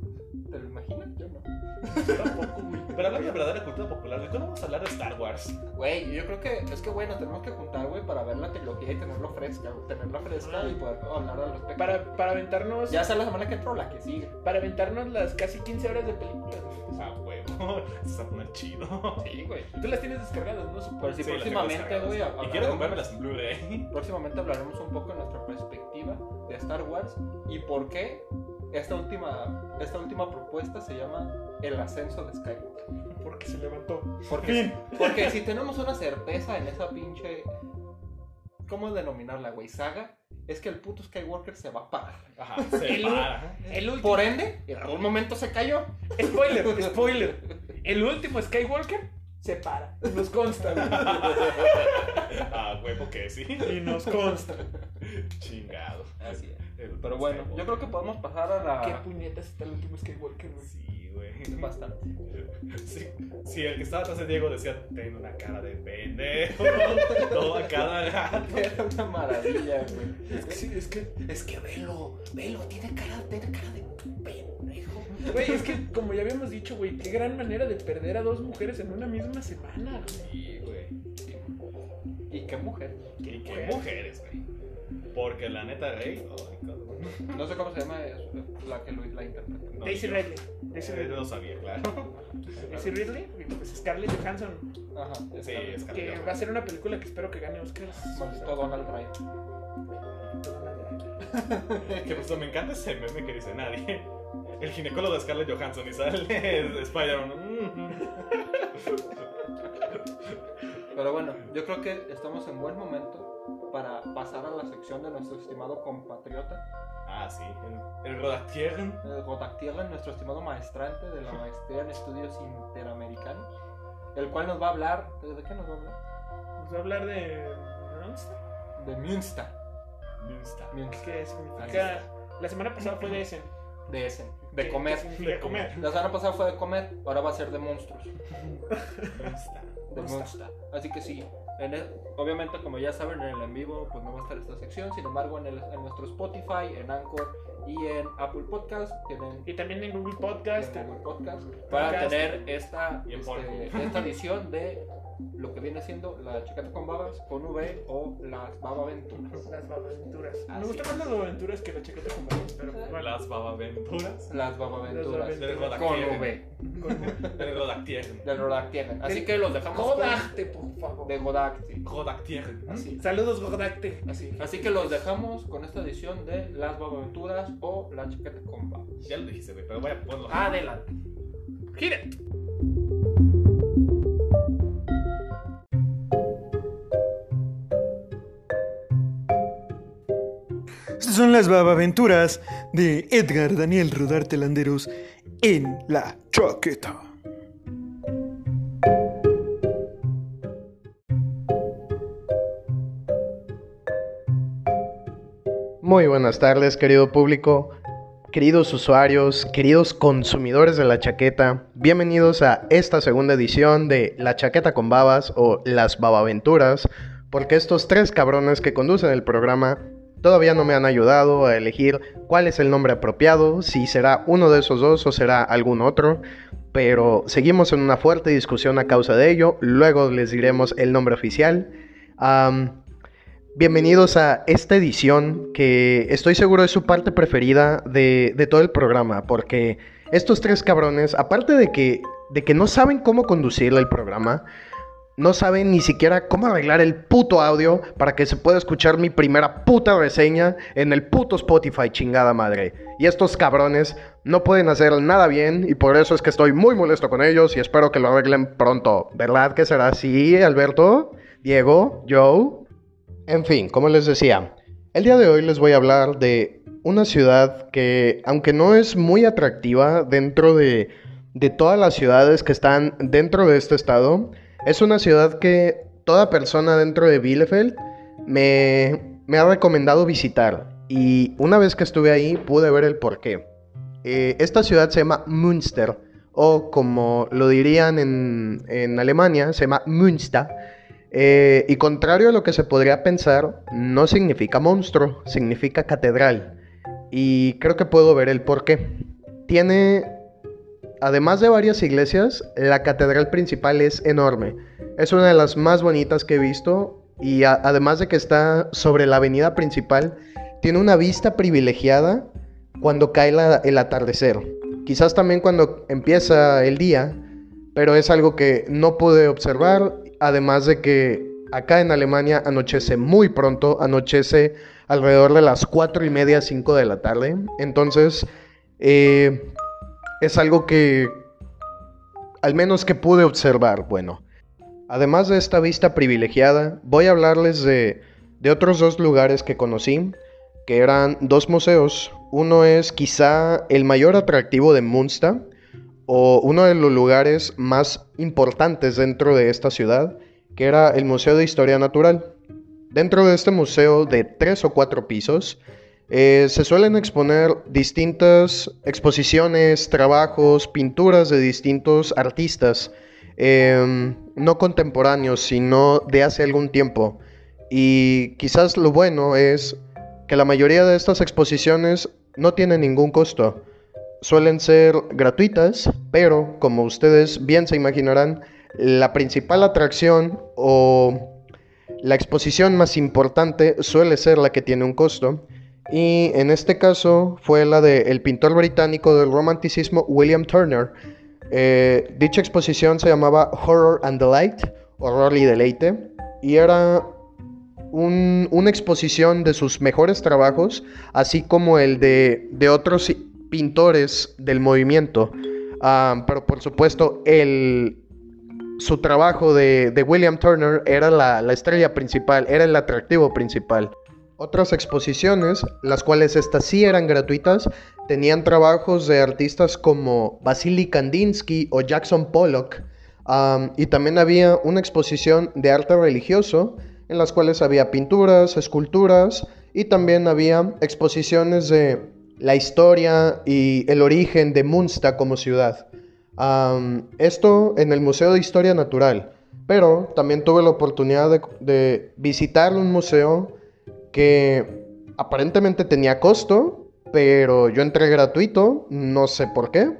[SPEAKER 2] ¿Te lo imaginas? Yo no.
[SPEAKER 3] Tampoco, güey.
[SPEAKER 4] Pero hablando de verdadera cultura popular, ¿de cuándo vamos a hablar de Star Wars?
[SPEAKER 2] Güey, yo creo que es que, güey, nos tenemos que juntar, güey, para ver la trilogía y tenerlo fresca, güey. Tenerla fresca y poder hablar al respecto.
[SPEAKER 3] Para, para aventarnos.
[SPEAKER 2] Ya sea la semana que entra o la que sigue.
[SPEAKER 3] Para aventarnos las casi 15 horas de películas. güey.
[SPEAKER 4] Ah, huevo. Se va a poner chido.
[SPEAKER 2] Sí, güey.
[SPEAKER 3] Tú las tienes descargadas, ¿no? Supongo.
[SPEAKER 2] Pues sí,
[SPEAKER 4] Sí, las tengo
[SPEAKER 2] próximamente,
[SPEAKER 4] descargadas.
[SPEAKER 2] güey.
[SPEAKER 4] Y
[SPEAKER 2] hablaremos-
[SPEAKER 4] quiero comprarme las en Blu-ray.
[SPEAKER 2] Próximamente hablaremos un poco de nuestra perspectiva de Star Wars y por qué esta última, esta última propuesta se llama El ascenso de Skywalker.
[SPEAKER 3] Porque se levantó.
[SPEAKER 2] Porque, porque si tenemos una certeza en esa pinche. ¿Cómo denominarla, güey? Saga. Es que el puto Skywalker se va a parar.
[SPEAKER 4] Ajá, se
[SPEAKER 3] El-
[SPEAKER 4] para.
[SPEAKER 3] El último.
[SPEAKER 2] Por ende, en algún momento se cayó.
[SPEAKER 3] Spoiler, spoiler. El último Skywalker se para. Y Nos consta, güey.
[SPEAKER 4] Ah, huevo que sí.
[SPEAKER 3] Y nos consta.
[SPEAKER 4] Chingado.
[SPEAKER 2] Así es.
[SPEAKER 4] El-
[SPEAKER 2] Pero bueno, yo
[SPEAKER 4] Skywalker.
[SPEAKER 2] creo que podemos pasar a
[SPEAKER 3] Qué
[SPEAKER 2] la.
[SPEAKER 3] puñetas está el último Skywalker, güey.
[SPEAKER 4] Sí, güey.
[SPEAKER 2] Bastante.
[SPEAKER 4] Sí, sí, el que estaba atrás de Diego decía, ten una cara de pendejo. Todo a cada gato.
[SPEAKER 2] Era una maravilla, güey.
[SPEAKER 3] Es que sí, es que.
[SPEAKER 2] Es que velo, velo, tiene cara, tiene cara de pendejo.
[SPEAKER 3] Güey, es que como ya habíamos dicho, güey, qué gran manera de perder a dos mujeres en una misma semana, güey.
[SPEAKER 4] Sí, güey.
[SPEAKER 2] ¿Y qué mujer?
[SPEAKER 4] ¿Qué, qué mujeres, güey? Porque la neta, rey. ay, cabrón.
[SPEAKER 2] No sé cómo se llama eh, la que Luis la interpreta.
[SPEAKER 4] No,
[SPEAKER 3] Daisy
[SPEAKER 4] yo-
[SPEAKER 3] Ridley. Daisy
[SPEAKER 4] Eh,
[SPEAKER 3] Ridley.
[SPEAKER 4] no sabía, claro.
[SPEAKER 3] Daisy Ridley, y, pues Scarlett Johansson,
[SPEAKER 2] Ajá.
[SPEAKER 4] Sí,
[SPEAKER 2] está bien.
[SPEAKER 4] es
[SPEAKER 3] que
[SPEAKER 4] cariñoso.
[SPEAKER 3] va a ser una película que espero que gane Oscars.
[SPEAKER 2] Maldito Donald Trump.
[SPEAKER 4] Que pues me encanta ese meme que dice nadie. El ginecólogo de Scarlett Johansson y sale Spider-Man.
[SPEAKER 2] Pero bueno, yo creo que estamos en buen momento para pasar a la sección de nuestro estimado compatriota,
[SPEAKER 4] Ah, sí. El, el Rodatier.
[SPEAKER 2] eh, Godak Tierra, nuestro estimado maestrante de la maestría en estudios interamericanos, el cual nos va a hablar. ¿De qué nos va a hablar?
[SPEAKER 3] Nos va a hablar de. ¿no?
[SPEAKER 2] De Münster.
[SPEAKER 4] Insta.
[SPEAKER 2] Münster.
[SPEAKER 3] ¿Qué significa? La semana pasada fue de Essen.
[SPEAKER 2] De Essen. De
[SPEAKER 3] ¿Qué- qué
[SPEAKER 2] comer.
[SPEAKER 3] significa
[SPEAKER 4] De comer.
[SPEAKER 3] comer.
[SPEAKER 2] La semana pasada fue de comer, ahora va a ser de monstruos.
[SPEAKER 4] Insta.
[SPEAKER 2] de Monster. Así que sí, en el- obviamente como ya saben en el en vivo pues no va a estar esta sección, sin embargo en, el- en nuestro Spotify, en Anchor y en Apple Podcast tienen
[SPEAKER 3] Y también en Google
[SPEAKER 2] en
[SPEAKER 3] Podcast.
[SPEAKER 2] Google Podcast para
[SPEAKER 3] Este, Podcast.
[SPEAKER 2] tener esta,
[SPEAKER 4] Y en
[SPEAKER 2] este,
[SPEAKER 4] Pornhub.
[SPEAKER 2] esta edición de lo que viene siendo la Chicata con Babas, con V o las Babaventuras.
[SPEAKER 3] Las babaventuras.
[SPEAKER 2] Así
[SPEAKER 3] Me gustan más las babaventuras que la chaqueta con babas, pero bueno.
[SPEAKER 4] Las babaventuras.
[SPEAKER 2] Las
[SPEAKER 3] Las
[SPEAKER 2] Babaventuras.
[SPEAKER 3] Babaventuras.
[SPEAKER 4] Del
[SPEAKER 2] Con
[SPEAKER 4] Rodatier.
[SPEAKER 2] V,
[SPEAKER 4] Del Rodatier.
[SPEAKER 2] del Rodactier. Así
[SPEAKER 3] Del-
[SPEAKER 2] que los dejamos con-
[SPEAKER 3] Godacte, por favor.
[SPEAKER 2] de Godacti.
[SPEAKER 4] Rodatier.
[SPEAKER 5] ¿Mm?
[SPEAKER 2] Así.
[SPEAKER 3] Saludos, Godacte.
[SPEAKER 2] Así, así que los dejamos con esta edición de Las Babaventuras o La Chiqueta con Babas.
[SPEAKER 4] Ya lo dijiste, güey, pero vaya, ponlo.
[SPEAKER 2] Adelante.
[SPEAKER 3] Gira.
[SPEAKER 1] Estas son las babaventuras de Edgar Daniel Rodarte Landeros en la chaqueta.
[SPEAKER 6] Muy buenas tardes, querido público, queridos usuarios, queridos consumidores de la chaqueta. Bienvenidos a esta segunda edición de La chaqueta con babas o Las babaventuras, porque estos tres cabrones que conducen el programa todavía no me han ayudado a elegir cuál es el nombre apropiado, si será uno de esos dos o será algún otro. Pero seguimos en una fuerte discusión a causa de ello. Luego les diremos el nombre oficial. Am, Bienvenidos a esta edición que estoy seguro es su parte preferida de, de todo el programa, porque estos tres cabrones, aparte de que, de que no saben cómo conducir el programa, no saben ni siquiera cómo arreglar el puto audio para que se pueda escuchar mi primera puta reseña en el puto Spotify, chingada madre. Y estos cabrones no pueden hacer nada bien y por eso es que estoy muy molesto con ellos y espero que lo arreglen pronto. ¿Verdad que será así, Alberto? Diego, Joe. En fin, como les decía, el día de hoy les voy a hablar de una ciudad que, aunque no es muy atractiva dentro de, de todas las ciudades que están dentro de este estado, es una ciudad que toda persona dentro de Bielefeld me, me ha recomendado visitar. Y una vez que estuve ahí pude ver el porqué. Eh, esta ciudad se llama Münster, o como lo dirían en, en Alemania, se llama Münster. Eh, y contrario a lo que se podría pensar, no significa monstruo, significa catedral. Y creo que puedo ver el porqué. Tiene, además de varias iglesias, la catedral principal es enorme. Es una de las más bonitas que he visto y a- además de que está sobre la avenida principal, tiene una vista privilegiada cuando cae la- el atardecer. Quizás también cuando empieza el día, pero es algo que no pude observar, además de que acá en Alemania anochece muy pronto, anochece alrededor de las 4 y media, 5 de la tarde, entonces eh, es algo que al menos que pude observar, bueno. Además de esta vista privilegiada, voy a hablarles de, de otros dos lugares que conocí, que eran dos museos. Uno es quizá el mayor atractivo de Munster, o uno de los lugares más importantes dentro de esta ciudad, que era el Museo de Historia Natural. Dentro de este museo de tres o cuatro pisos, eh, se suelen exponer distintas exposiciones, trabajos, pinturas de distintos artistas, em, no contemporáneos, sino de hace algún tiempo. Y quizás lo bueno es que la mayoría de estas exposiciones no tienen ningún costo suelen ser gratuitas, pero como ustedes bien se imaginarán, la principal atracción o la exposición más importante suele ser la que tiene un costo. Y en este caso fue la del pintor británico del romanticismo William Turner. Eh, dicha exposición se llamaba Horror and Delight, Horror y Deleite, y era un- una exposición de sus mejores trabajos, así como el de, de otros pintores del movimiento. Ah, pero por supuesto, el, su trabajo de, de William Turner era la, la estrella principal, era el atractivo principal. Otras exposiciones, las cuales estas sí eran gratuitas, tenían trabajos de artistas como Vasily Kandinsky o Jackson Pollock. Am, y también había una exposición de arte religioso en las cuales había pinturas, esculturas y también había exposiciones de la historia y el origen de Munsta como ciudad. Am, esto en el Museo de Historia Natural, pero también tuve la oportunidad de, de visitar un museo que aparentemente tenía costo, pero yo entré gratuito, no sé por qué,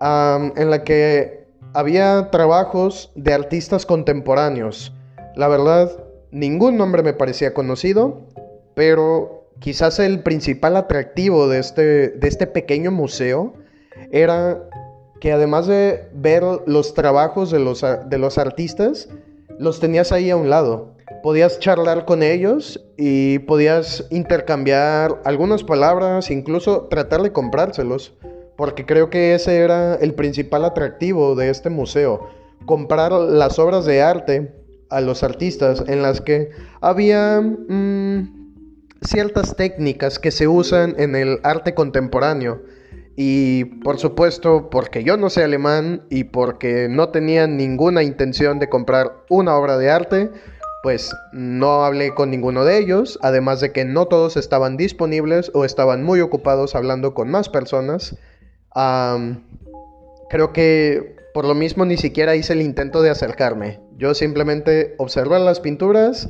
[SPEAKER 6] am, en la que había trabajos de artistas contemporáneos. La verdad, ningún nombre me parecía conocido, pero quizás el principal atractivo de este, de este pequeño museo era que además de ver los trabajos de los, ar- de los artistas, los tenías ahí a un lado. Podías charlar con ellos y podías intercambiar algunas palabras, incluso tratar de comprárselos, porque creo que ese era el principal atractivo de este museo, comprar las obras de arte a los artistas en las que había mm, ciertas técnicas que se usan en el arte contemporáneo. Y por supuesto, porque yo no sé alemán y porque no tenía ninguna intención de comprar una obra de arte, pues no hablé con ninguno de ellos, además de que no todos estaban disponibles o estaban muy ocupados hablando con más personas. Am, creo que por lo mismo ni siquiera hice el intento de acercarme. Yo simplemente observé las pinturas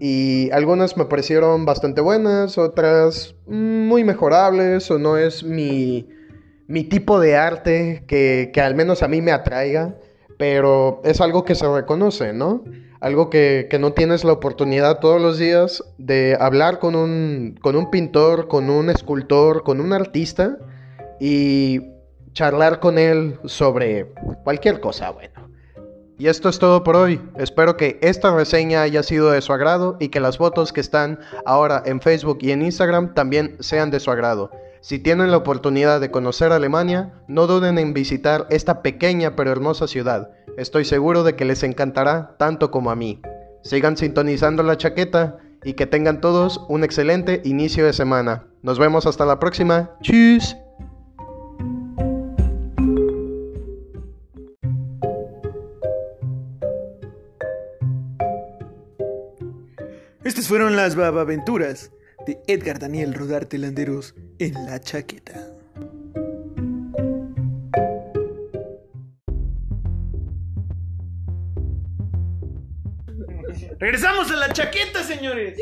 [SPEAKER 6] y algunas me parecieron bastante buenas, otras mm, muy mejorables o no es mi, mi tipo de arte que, que al menos a mí me atraiga, pero es algo que se reconoce, ¿no? Algo que, que no tienes la oportunidad todos los días de hablar con un, con un pintor, con un escultor, con un artista y charlar con él sobre cualquier cosa, bueno. Y esto es todo por hoy. Espero que esta reseña haya sido de su agrado y que las fotos que están ahora en Facebook y en Instagram también sean de su agrado. Si tienen la oportunidad de conocer Alemania, no duden en visitar esta pequeña pero hermosa ciudad. Estoy seguro de que les encantará tanto como a mí. Sigan sintonizando la chaqueta y que tengan todos un excelente inicio de semana. Nos vemos hasta la próxima. Tschüss.
[SPEAKER 1] Estas fueron las babaventuras de Edgar Daniel Rodarte Landeros en La Chaqueta.
[SPEAKER 3] ¡Regresamos a la chaqueta, señores!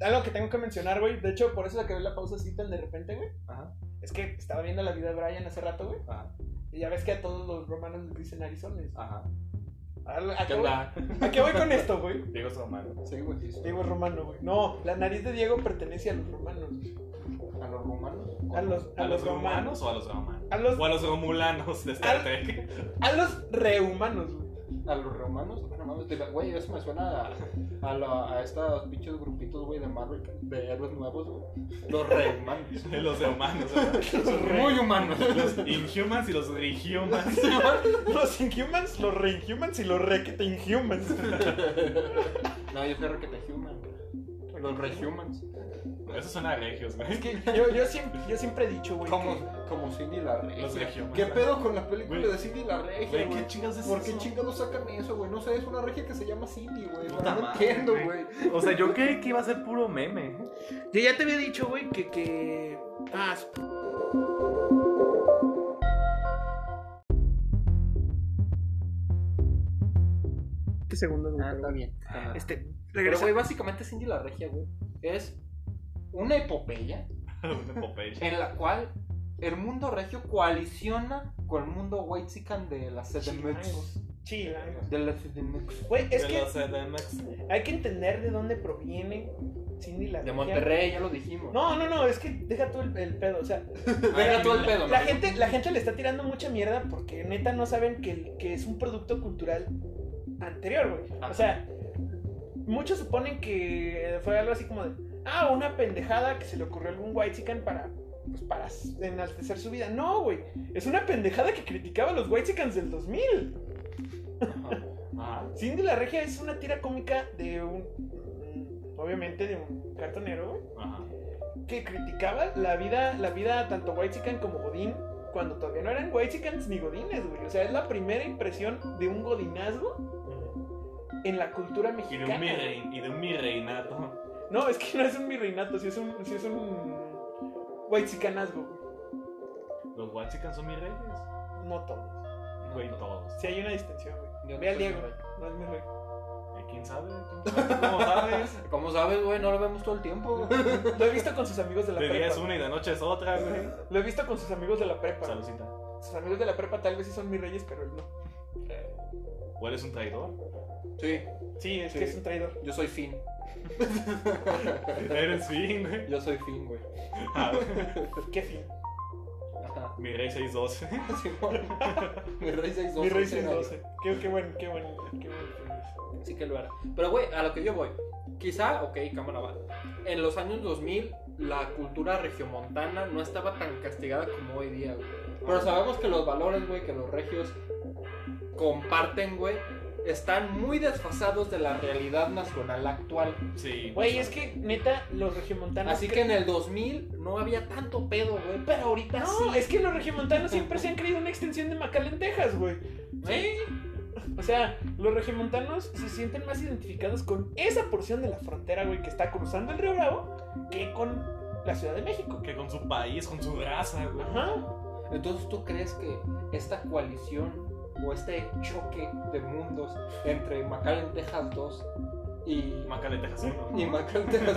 [SPEAKER 5] Algo que tengo que mencionar, güey. De hecho, por eso acabé la pausa así tan de repente, güey.
[SPEAKER 2] Ajá.
[SPEAKER 5] Es que estaba viendo la vida de Brian hace rato, güey.
[SPEAKER 2] Ajá.
[SPEAKER 5] Y ya ves que a todos los romanos les dicen Arizones.
[SPEAKER 2] Ajá.
[SPEAKER 5] ¿A
[SPEAKER 2] ¿Qué
[SPEAKER 5] qué voy,
[SPEAKER 2] onda?
[SPEAKER 5] a qué voy con esto, güey?
[SPEAKER 4] Diego es romano.
[SPEAKER 2] Sí, güey. sí, sí.
[SPEAKER 5] Diego es romano, güey. No, la nariz de Diego pertenece a los romanos.
[SPEAKER 2] A los romanos.
[SPEAKER 5] A los, a
[SPEAKER 4] ¿A
[SPEAKER 5] los
[SPEAKER 4] los
[SPEAKER 5] romanos.
[SPEAKER 4] romanos o a los romanos?
[SPEAKER 5] A los,
[SPEAKER 4] O a los romulanos de Star Trek.
[SPEAKER 5] a los rehumanos, güey.
[SPEAKER 2] A los romanos. no mames, de la- Güey, eso me suena a, a, la- a estos pinches grupitos, güey, de Marvel. De héroes nuevos, güey. Los rehumanos.
[SPEAKER 4] Los de humanos, ¿verdad?
[SPEAKER 2] Los muy humanos.
[SPEAKER 4] Los inhumans y los rehumans.
[SPEAKER 5] Los inhumans, los reinhumans y los requete inhumans.
[SPEAKER 2] No, yo soy requete human. güey. Los rehumans.
[SPEAKER 4] Eso suena a regios, güey.
[SPEAKER 5] Es que yo, yo, siempre, yo siempre he dicho, güey.
[SPEAKER 2] Como,
[SPEAKER 5] que-
[SPEAKER 2] como Cindy la
[SPEAKER 4] Los
[SPEAKER 2] Regia.
[SPEAKER 4] rehumans.
[SPEAKER 2] ¿Qué pedo con la película
[SPEAKER 4] Güey.
[SPEAKER 2] de Cindy la Regia,
[SPEAKER 4] Güey,
[SPEAKER 2] güey?
[SPEAKER 4] ¿qué chingados es
[SPEAKER 2] ¿Por qué
[SPEAKER 4] eso?
[SPEAKER 2] chingados sacan eso, güey? No sé, es una regia que se llama Cindy, güey.
[SPEAKER 4] Puta
[SPEAKER 2] No
[SPEAKER 4] madre,
[SPEAKER 2] entiendo,
[SPEAKER 4] güey.
[SPEAKER 2] güey.
[SPEAKER 4] O sea, yo creí que iba a ser puro meme.
[SPEAKER 3] Yo ya te había dicho, güey, que, que... Ah, ¿Qué segundos, güey?
[SPEAKER 2] Ah, está bien.
[SPEAKER 3] Este,
[SPEAKER 2] Pero,
[SPEAKER 3] regresa.
[SPEAKER 2] güey, básicamente Cindy la Regia, güey, es una epopeya
[SPEAKER 4] Una epopeya.
[SPEAKER 2] en la cual el mundo regio coaliciona con el mundo whitezican de la CDMX.
[SPEAKER 3] Chilangos.
[SPEAKER 2] De la CDMX.
[SPEAKER 3] Güey, es
[SPEAKER 4] De
[SPEAKER 3] que
[SPEAKER 4] los CDMX.
[SPEAKER 3] hay que entender de dónde proviene Sí, ni la
[SPEAKER 2] De
[SPEAKER 3] magia.
[SPEAKER 2] Monterrey, ya lo dijimos. Ah,
[SPEAKER 3] No, no, no, es que deja tú el, el pedo, o sea,
[SPEAKER 2] Venga tú el pedo,
[SPEAKER 3] la
[SPEAKER 2] ¿no?
[SPEAKER 3] gente, la gente le está tirando mucha mierda porque neta no saben que, que es un producto cultural anterior, güey. O sea, muchos suponen que fue algo así como de, ah, una pendejada que se le ocurrió a algún white para, pues, para enaltecer su vida. No, güey, es una pendejada que criticaba a los white del 2000.
[SPEAKER 2] Ajá.
[SPEAKER 3] Cindy la Regia es una tira cómica de un, mm, obviamente de un cartonero, güey
[SPEAKER 4] Ajá.
[SPEAKER 3] que criticaba la vida, la vida tanto Whitezican como Godín, cuando todavía no eran Whitezicans ni Godines, güey. O sea, es la primera impresión de un godinazgo en la cultura
[SPEAKER 4] Y de un mi,
[SPEAKER 3] mexicana.
[SPEAKER 4] rei- y de un mi reinato.
[SPEAKER 3] No, es que no es un virreinato, sí es un, sí es un Whitezicanazgo. güey.
[SPEAKER 4] Los Huachican son mis reyes.
[SPEAKER 3] No todos.
[SPEAKER 4] Güey, todos.
[SPEAKER 3] Sí hay una distinción, güey.
[SPEAKER 2] Yo no
[SPEAKER 3] Ve al
[SPEAKER 2] soy
[SPEAKER 3] Diego,
[SPEAKER 2] mi rey.
[SPEAKER 3] no es mi rey.
[SPEAKER 4] Eh, ¿Quién sabe? ¿Tú ¿Cómo sabes?
[SPEAKER 2] ¿Cómo sabes, güey? No lo vemos todo el tiempo. güey.
[SPEAKER 3] Lo he visto con sus amigos de la
[SPEAKER 4] De día es
[SPEAKER 3] prepa.
[SPEAKER 4] una y de noche es otra, güey.
[SPEAKER 3] Lo he visto con sus amigos de la prepa.
[SPEAKER 4] Salucita.
[SPEAKER 3] Sus amigos de la prepa tal vez sí son mis reyes, pero él no.
[SPEAKER 4] ¿O eres un traidor?
[SPEAKER 2] Sí,
[SPEAKER 3] Sí, es
[SPEAKER 2] Sí.
[SPEAKER 3] que es un traidor.
[SPEAKER 2] yo soy Finn.
[SPEAKER 4] Eres fin, güey.
[SPEAKER 2] yo soy Finn, güey.
[SPEAKER 4] Ah,
[SPEAKER 3] Qué fin.
[SPEAKER 2] Ajá.
[SPEAKER 4] Mi rey 612.
[SPEAKER 2] Simón. Mi rey 612.
[SPEAKER 3] Mi rey
[SPEAKER 2] era yo.
[SPEAKER 3] 612. Qué, qué buen, qué buen, qué buen fin es.
[SPEAKER 2] Sí que lo era. Pero, güey, a lo que yo voy. Quizá, ok, cámara va. En los años 2000, la cultura regiomontana no estaba tan castigada como hoy día, güey. Pero sabemos que los valores, güey, que los regios comparten, güey, están muy desfasados de la realidad nacional actual.
[SPEAKER 4] Sí.
[SPEAKER 3] Güey, es que neta, los regiomontanos.
[SPEAKER 2] Así que en el 2000 no había tanto pedo, güey. Pero ahorita
[SPEAKER 3] No,
[SPEAKER 2] sí.
[SPEAKER 3] es que los regiomontanos siempre se han creído una extensión de Macal en Texas, güey.
[SPEAKER 2] Sí.
[SPEAKER 3] O sea, los regiomontanos se sienten más identificados con esa porción de la frontera, güey, que está cruzando el Río Bravo, que con la Ciudad de México.
[SPEAKER 4] Que con su país, con su raza, güey.
[SPEAKER 3] Ajá.
[SPEAKER 2] Entonces, ¿tú crees que esta coalición o este choque de mundos entre Macal Texas 2 y,
[SPEAKER 4] Macale, Texas. ¿no?
[SPEAKER 2] y Macal Texas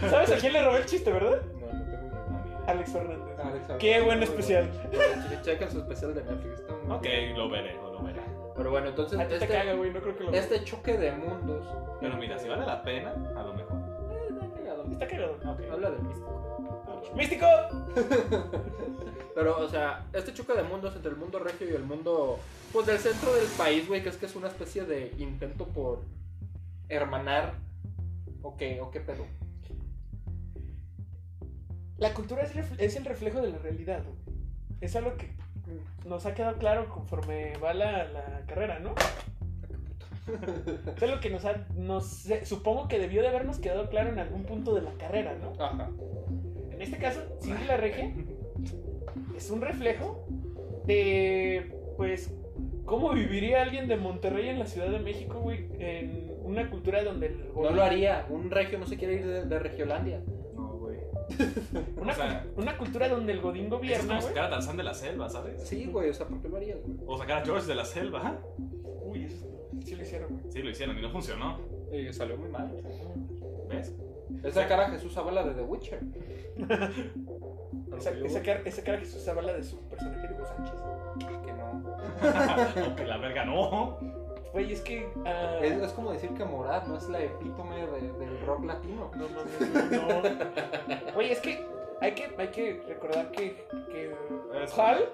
[SPEAKER 2] 1?
[SPEAKER 3] ¿Sabes a quién le robé el chiste, verdad?
[SPEAKER 2] No, no tengo ni idea.
[SPEAKER 3] Alex Fernández.
[SPEAKER 2] Alex Alvarez.
[SPEAKER 3] Qué buen
[SPEAKER 2] Muy
[SPEAKER 3] especial.
[SPEAKER 2] Ah, bueno. Che- Checa su especial de Netflix. Está muy
[SPEAKER 4] Ok,
[SPEAKER 2] bien.
[SPEAKER 4] lo veré, lo veré.
[SPEAKER 2] Pero bueno, entonces
[SPEAKER 3] A ti te
[SPEAKER 2] este,
[SPEAKER 3] caga, güey, no creo que lo veas.
[SPEAKER 2] este choque de mundos.
[SPEAKER 4] Pero mira, si vale la pena, a lo mejor.
[SPEAKER 2] Eh, está cagado.
[SPEAKER 3] Está cagado.
[SPEAKER 2] Habla este del místico.
[SPEAKER 3] ¡Místico!
[SPEAKER 2] Pero, o sea, este choque de mundos entre el mundo regio y el mundo. Pues del centro del país, güey, que es que es una especie de intento por hermanar. ¿O qué, o qué pedo?
[SPEAKER 3] La cultura es, ref- es el reflejo de la realidad, güey. Es algo que mm, nos ha quedado claro conforme va la, la carrera, ¿no? Es algo que nos ha... Nos, se- supongo que debió de habernos quedado claro en algún punto de la carrera, ¿no?
[SPEAKER 2] Ajá.
[SPEAKER 3] En este caso, Cindy la Regia es un reflejo de, pues, cómo viviría alguien de Monterrey en la Ciudad de México, güey, en una cultura donde... el
[SPEAKER 2] No
[SPEAKER 3] gobierno-
[SPEAKER 2] lo haría. Un regio no se quiere ir de, de Regiolandia.
[SPEAKER 4] No, güey.
[SPEAKER 3] Una,
[SPEAKER 4] O sea-
[SPEAKER 3] cul- una cultura donde el godín
[SPEAKER 4] Eso es
[SPEAKER 3] gobierna,
[SPEAKER 4] como
[SPEAKER 3] güey.
[SPEAKER 4] sacar a Tarzán de la selva, ¿sabes?
[SPEAKER 2] Sí, güey, o sea, ¿por qué lo harías, güey?
[SPEAKER 4] O sacar a George de la selva.
[SPEAKER 3] Uy, eso sí lo hicieron, güey.
[SPEAKER 4] Sí, lo hicieron y no funcionó.
[SPEAKER 2] Y salió muy mal.
[SPEAKER 4] ¿Ves?
[SPEAKER 2] Es sacar a Jesús Zavala de The Witcher.
[SPEAKER 3] Esa, esa, cara, esa cara que se usaba la de su personaje de Hugo Sánchez.
[SPEAKER 2] Que no.
[SPEAKER 4] Aunque la verga no.
[SPEAKER 3] Güey, es que. ah,
[SPEAKER 2] Es, es como decir que Morat no es la epítome de- del rock latino.
[SPEAKER 3] No mames, güey, no. Güey, es que hay que, hay que recordar que, que
[SPEAKER 4] Es-
[SPEAKER 3] Pues, Hal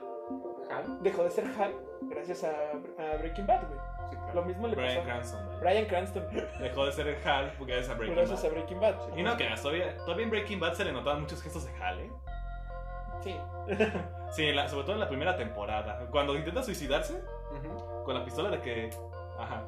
[SPEAKER 2] Hal,
[SPEAKER 3] dejó de ser Hal gracias a, a Breaking Bad, güey.
[SPEAKER 2] sí,
[SPEAKER 3] Lo
[SPEAKER 2] claro.
[SPEAKER 3] mismo le
[SPEAKER 4] Brian
[SPEAKER 3] pasó
[SPEAKER 4] Cranston,
[SPEAKER 3] a
[SPEAKER 4] güey.
[SPEAKER 3] Brian Cranston
[SPEAKER 4] Dejó de ser el Hal porque gracias a Breaking
[SPEAKER 3] gracias a
[SPEAKER 4] Bad.
[SPEAKER 3] Breaking Bad.
[SPEAKER 4] Y no creas, todavía, todavía en Breaking Bad se le notaban muchos gestos de Hal, ¿eh?
[SPEAKER 3] Sí.
[SPEAKER 4] Sí, en la- sobre todo en la primera temporada. Cuando intenta suicidarse
[SPEAKER 2] Ujú.
[SPEAKER 4] con la pistola de que. Ajá.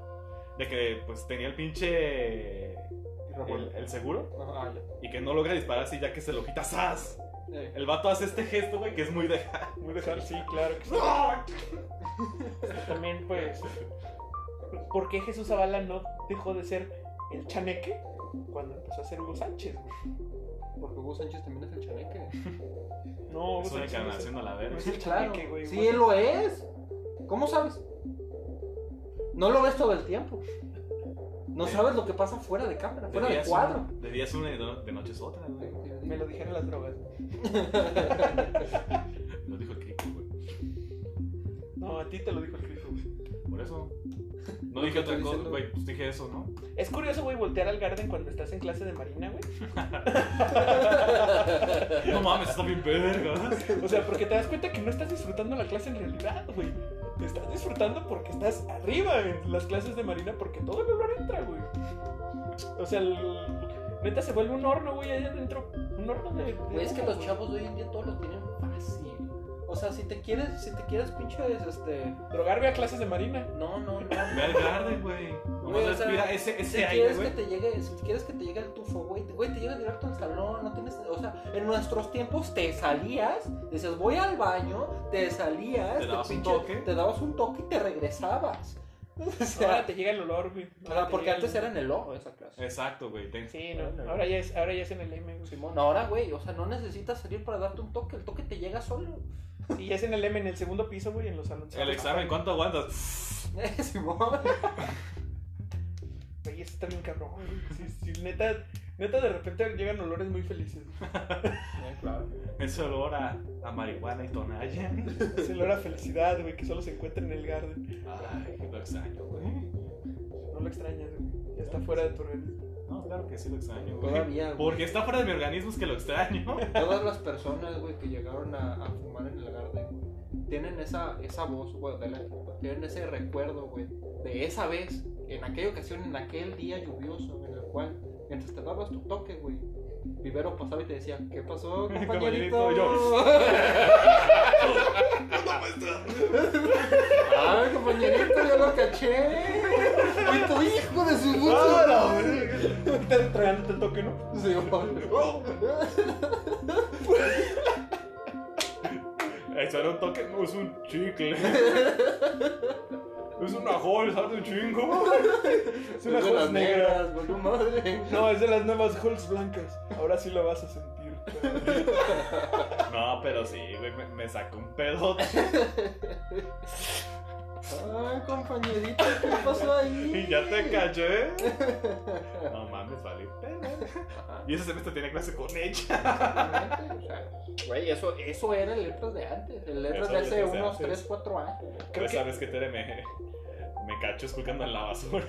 [SPEAKER 4] De que pues tenía el pinche.
[SPEAKER 2] Y
[SPEAKER 4] El,
[SPEAKER 2] revol-
[SPEAKER 4] el seguro.
[SPEAKER 2] Ah, ya.
[SPEAKER 4] Y que no logra dispararse ya que se lo quita ¡zas!
[SPEAKER 2] Eh,
[SPEAKER 4] El vato hace este gesto, güey, que es muy de Hal.
[SPEAKER 3] Muy de Hal, sí, claro que sí. También, pues. ¿Por qué Jesús Zavala no dejó de ser el chaneque cuando empezó a ser Hugo Sánchez, güey?
[SPEAKER 2] Porque Hugo Sánchez también es el chaneque.
[SPEAKER 3] No, Hugo
[SPEAKER 4] Es una
[SPEAKER 3] Sánchez no es el-
[SPEAKER 4] encarnación a la verga.
[SPEAKER 3] Sí,
[SPEAKER 2] Sí,
[SPEAKER 3] claro.
[SPEAKER 2] claro.
[SPEAKER 3] güey,
[SPEAKER 2] Sí,
[SPEAKER 3] Hugo
[SPEAKER 2] él lo es. ¿Cómo sabes? No lo ves todo el tiempo. No
[SPEAKER 4] Sí.
[SPEAKER 2] sabes lo que pasa fuera de cámara,
[SPEAKER 4] De
[SPEAKER 2] fuera
[SPEAKER 4] día
[SPEAKER 2] de
[SPEAKER 4] es
[SPEAKER 2] cuadro.
[SPEAKER 4] una- de día es una y de no- de noche es otra, güey.
[SPEAKER 3] Me lo dijeron las drogas.
[SPEAKER 4] Lo dijo el Kiko, güey.
[SPEAKER 3] No, a ti te lo dijo el Cristo.
[SPEAKER 4] Por eso. No dije otra
[SPEAKER 2] Estoy
[SPEAKER 4] cosa,
[SPEAKER 2] diciendo-
[SPEAKER 4] güey, pues dije eso, ¿no?
[SPEAKER 3] Es curioso, güey, voltear al Garden cuando estás en clase de marina, güey.
[SPEAKER 4] No mames, está bien verga.
[SPEAKER 3] O sea, porque te das cuenta que no estás disfrutando la clase en realidad, güey. Te estás disfrutando porque estás arriba en las clases de marina porque todo el olor entra, güey. O sea, el- neta se vuelve un horno, güey, ahí adentro. Un horno de. de
[SPEAKER 2] Güey, es que
[SPEAKER 3] humo,
[SPEAKER 2] los
[SPEAKER 3] güey.
[SPEAKER 2] chavos de hoy en día todo lo tienen fácil. O sea, si te quieres, si te quieres, pinches, este.
[SPEAKER 3] Drogar, ve a clases de marina.
[SPEAKER 2] No, no, no.
[SPEAKER 4] Ve al garden, güey.
[SPEAKER 2] Güey,
[SPEAKER 4] Nomás
[SPEAKER 2] o sea,
[SPEAKER 4] respira ese,
[SPEAKER 2] Si
[SPEAKER 4] ese aire,
[SPEAKER 2] quieres
[SPEAKER 4] güey.
[SPEAKER 2] que te llegue, si quieres que te llegue el tufo, güey, te- güey, te llega directo al salón, no tienes, o sea, en nuestros tiempos te salías, decías, voy al baño, te salías,
[SPEAKER 4] Te dabas un
[SPEAKER 2] pinche-
[SPEAKER 4] toque.
[SPEAKER 2] te dabas un toque y te regresabas. O sea,
[SPEAKER 3] Ahora te llega el olor, güey.
[SPEAKER 2] o
[SPEAKER 3] Ahora
[SPEAKER 2] sea,
[SPEAKER 3] te
[SPEAKER 2] porque
[SPEAKER 3] llega
[SPEAKER 2] antes
[SPEAKER 3] el-
[SPEAKER 2] era en el ojo esa clase.
[SPEAKER 4] Exacto, güey. ten-
[SPEAKER 3] Sí, no. Ahora ya es, ahora ya es en el M, güey.
[SPEAKER 2] Simón, ahora, güey, o sea, no necesitas salir para darte un toque, el toque te llega solo.
[SPEAKER 3] Sí, ya es en el M, en el segundo piso, güey, en los salones.
[SPEAKER 4] El examen, ¿cuánto aguantas?
[SPEAKER 2] Simón.
[SPEAKER 3] Güey, eso está bien cabrón, güey. Sí, sí, neta, neta, de repente llegan olores muy felices.
[SPEAKER 4] Ese olor a, a marihuana y tonalla.
[SPEAKER 3] Se olor a felicidad, güey, que solo se encuentra en el garden.
[SPEAKER 4] Ay, lo extraño, güey.
[SPEAKER 3] No lo extrañas, güey. Ya está fuera de tu organismo.
[SPEAKER 4] No, claro que sí lo extraño, güey.
[SPEAKER 2] Todavía, güey.
[SPEAKER 4] Porque está fuera de mi organismo es que lo extraño.
[SPEAKER 2] Todas las personas, güey, que llegaron a, a fumar en el garden, güey, tienen esa, esa voz, güey, de la- tienen ese recuerdo, güey, de esa vez, en aquella ocasión, en aquel día lluvioso, en el cual, mientras te dabas tu toque, güey, Vivero pasaba y te decía, ¿qué pasó, compañerito?
[SPEAKER 4] Compañerito, yo.
[SPEAKER 2] Ay, compañerito, yo lo caché. Y tu hijo de
[SPEAKER 3] Ah,
[SPEAKER 2] su puta.
[SPEAKER 3] Te tragándote el toque, ¿no?
[SPEAKER 2] Sí, güey.
[SPEAKER 4] Eso era un toque, no, es un chicle. Es una joya, sabe un chingo.
[SPEAKER 3] Es una holes negra.
[SPEAKER 2] negras, boludo, madre.
[SPEAKER 3] No, es de las nuevas holes blancas. Ahora sí lo vas a sentir. cabrón.
[SPEAKER 4] No, pero sí, güey, me, me sacó un pedote.
[SPEAKER 2] Ay, compañerito, ¿qué pasó ahí?
[SPEAKER 4] Y ya te caché. No mames, vale. Y ese semestre tenía clase con ella.
[SPEAKER 2] Exactamente, o sea, Güey, eso, eso era el letras de antes. El letras
[SPEAKER 4] Eso
[SPEAKER 2] de hace
[SPEAKER 4] letras de
[SPEAKER 2] unos
[SPEAKER 4] antes.
[SPEAKER 2] 3, 4 años.
[SPEAKER 4] Pero sabes que Tere me, me cacho esculcando en la basura.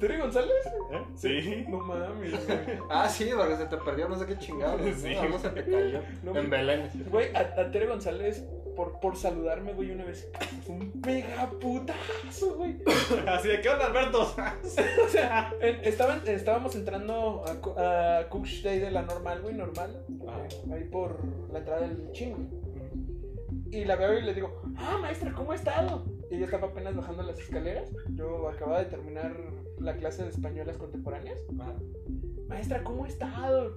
[SPEAKER 3] ¿Terry González?
[SPEAKER 4] ¿Eh? Sí.
[SPEAKER 3] No mames, güey.
[SPEAKER 2] Ah, sí, porque se te perdió, no sé qué chingado.
[SPEAKER 4] Sí.
[SPEAKER 2] No, no se te cayó.
[SPEAKER 3] No,
[SPEAKER 2] en Belén.
[SPEAKER 3] Güey, a, a Tere González, por, por saludarme, güey, una vez. Fue un pegaputazo, güey.
[SPEAKER 4] Así de, ¿qué onda, Alberto?
[SPEAKER 3] O sea, Eh, en- estaban, estábamos entrando a, Co- a Cook's Day de la normal, güey, normal.
[SPEAKER 4] Ah.
[SPEAKER 3] eh, Ahí por la entrada del chingo. Y la veo y le digo, ah, maestra, ¿cómo ha estado? Y ella estaba apenas bajando las escaleras. Yo acababa de terminar la clase de españolas contemporáneas.
[SPEAKER 4] Ajá.
[SPEAKER 3] Maestra, ¿cómo ha estado?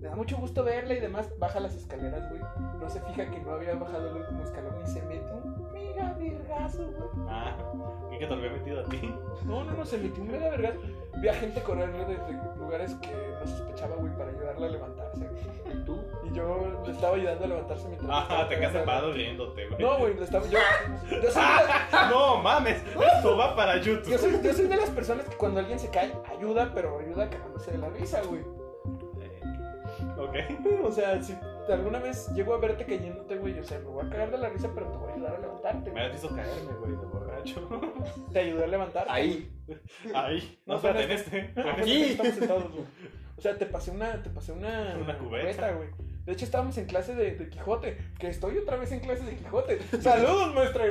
[SPEAKER 3] Me da mucho gusto verla y demás. Baja las escaleras, güey. No se fija que no había bajado el último escalón y se mete un mega vergazo, güey.
[SPEAKER 4] Ah, ¿qué que te lo había metido a ti?
[SPEAKER 3] No, no, no, se metió un mega vergazo. Vi a gente correr desde lugares que no sospechaba, güey, para ayudarla a levantarse.
[SPEAKER 2] ¿Y tú?
[SPEAKER 3] Y yo le estaba ayudando a levantarse mientras.
[SPEAKER 4] Ah,
[SPEAKER 3] estaba
[SPEAKER 4] te quedas
[SPEAKER 3] pegando la-
[SPEAKER 4] parado riéndote, güey. Ah,
[SPEAKER 3] No, güey, le estaba. Yo, yo, soy de, la-
[SPEAKER 4] No mames, esto va para YouTube.
[SPEAKER 3] yo soy- yo soy de las personas que cuando alguien se cae, ayuda, pero ayuda cagándose de la risa, güey.
[SPEAKER 4] Eh, Ok.
[SPEAKER 3] O sea, si alguna vez llego a verte cayéndote, güey, o sea, me voy a cagar de la risa, pero te voy a ayudar a levantarte.
[SPEAKER 4] Me has visto caerme, güey, de borracho.
[SPEAKER 3] Te ayudé a levantarte.
[SPEAKER 2] Ahí.
[SPEAKER 4] Ahí. No,
[SPEAKER 3] No, pero
[SPEAKER 4] espérate, en este.
[SPEAKER 3] Bueno,
[SPEAKER 4] Aquí.
[SPEAKER 3] aquí estamos sentados, güey. O sea, te pasé una, te pasé una,
[SPEAKER 4] Una cubeta.
[SPEAKER 3] güey. De hecho, estábamos en clase de, de Quijote, que estoy otra vez en clase de Quijote. Saludos, maestra.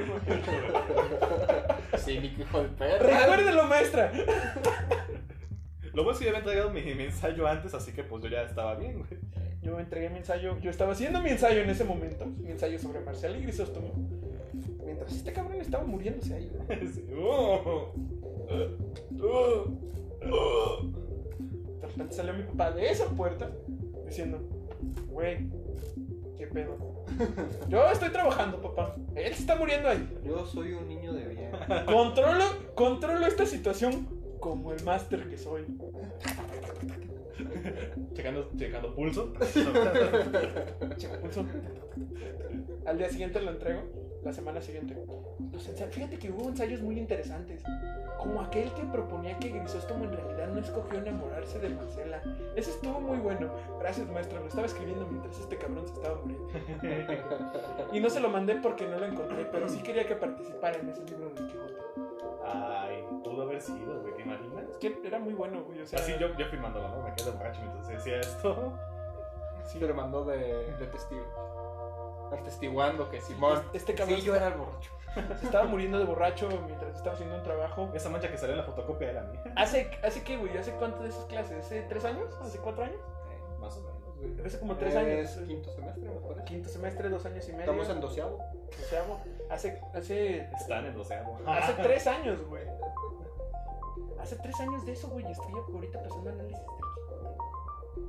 [SPEAKER 2] Sí, mi hijo de perra.
[SPEAKER 3] Recuérdelo, maestra.
[SPEAKER 4] Lo bueno es que yo había entregado mi, mi ensayo antes, así que pues yo ya estaba bien, güey.
[SPEAKER 3] Yo entregué mi ensayo, yo estaba haciendo mi ensayo en ese momento, mi ensayo sobre Marcelo y Grisóstomo. Mientras este cabrón estaba muriéndose ahí, güey.
[SPEAKER 4] Sí. Oh. Oh. Oh.
[SPEAKER 3] De repente salió mi papá de esa puerta diciendo, güey, qué pedo. Yo estoy trabajando, papá. Él se está muriendo ahí.
[SPEAKER 2] Yo soy un niño de bien.
[SPEAKER 3] Controlo, controlo esta situación como el máster que soy.
[SPEAKER 4] Checando, checando pulso.
[SPEAKER 3] Che, pulso. Al día siguiente lo entrego. la semana siguiente. Los ensa- fíjate que hubo ensayos muy interesantes, como aquel que proponía que Grisóstomo en realidad no escogió enamorarse de Marcela. Ese estuvo muy bueno. Gracias, maestro. Lo estaba escribiendo mientras este cabrón se estaba muriendo. Y no se lo mandé porque no lo encontré, pero sí quería que participara en ese libro del Quijote.
[SPEAKER 4] Ay, pudo haber sido, güey, ¿te imaginas?
[SPEAKER 3] Es que era muy bueno, güey. O sea,
[SPEAKER 4] Así yo, yo firmándolo, ¿no? Me quedé borracho mientras decía esto.
[SPEAKER 2] Sí, lo mandó de, de testigo. Atestiguando que Simón.
[SPEAKER 3] Este cabrón
[SPEAKER 2] Sí, yo era el borracho.
[SPEAKER 3] se estaba muriendo de borracho mientras estaba haciendo un trabajo.
[SPEAKER 4] Esa mancha que salió en la fotocopia era mía.
[SPEAKER 3] ¿Hace, hace qué, güey? ¿Hace cuánto de esas clases? ¿Hace tres años? ¿Hace cuatro años?
[SPEAKER 4] Eh, Más o menos, güey.
[SPEAKER 3] Hace como tres
[SPEAKER 2] Eh, Es
[SPEAKER 3] años.
[SPEAKER 2] quinto semestre, me parece.
[SPEAKER 3] Quinto semestre, dos años y medio.
[SPEAKER 2] Estamos en doceavo.
[SPEAKER 3] doceavo. Hace, hace,
[SPEAKER 4] Están en el océano.
[SPEAKER 3] hace tres años, güey. Hace tres años de eso, güey. Estoy ahorita pasando análisis del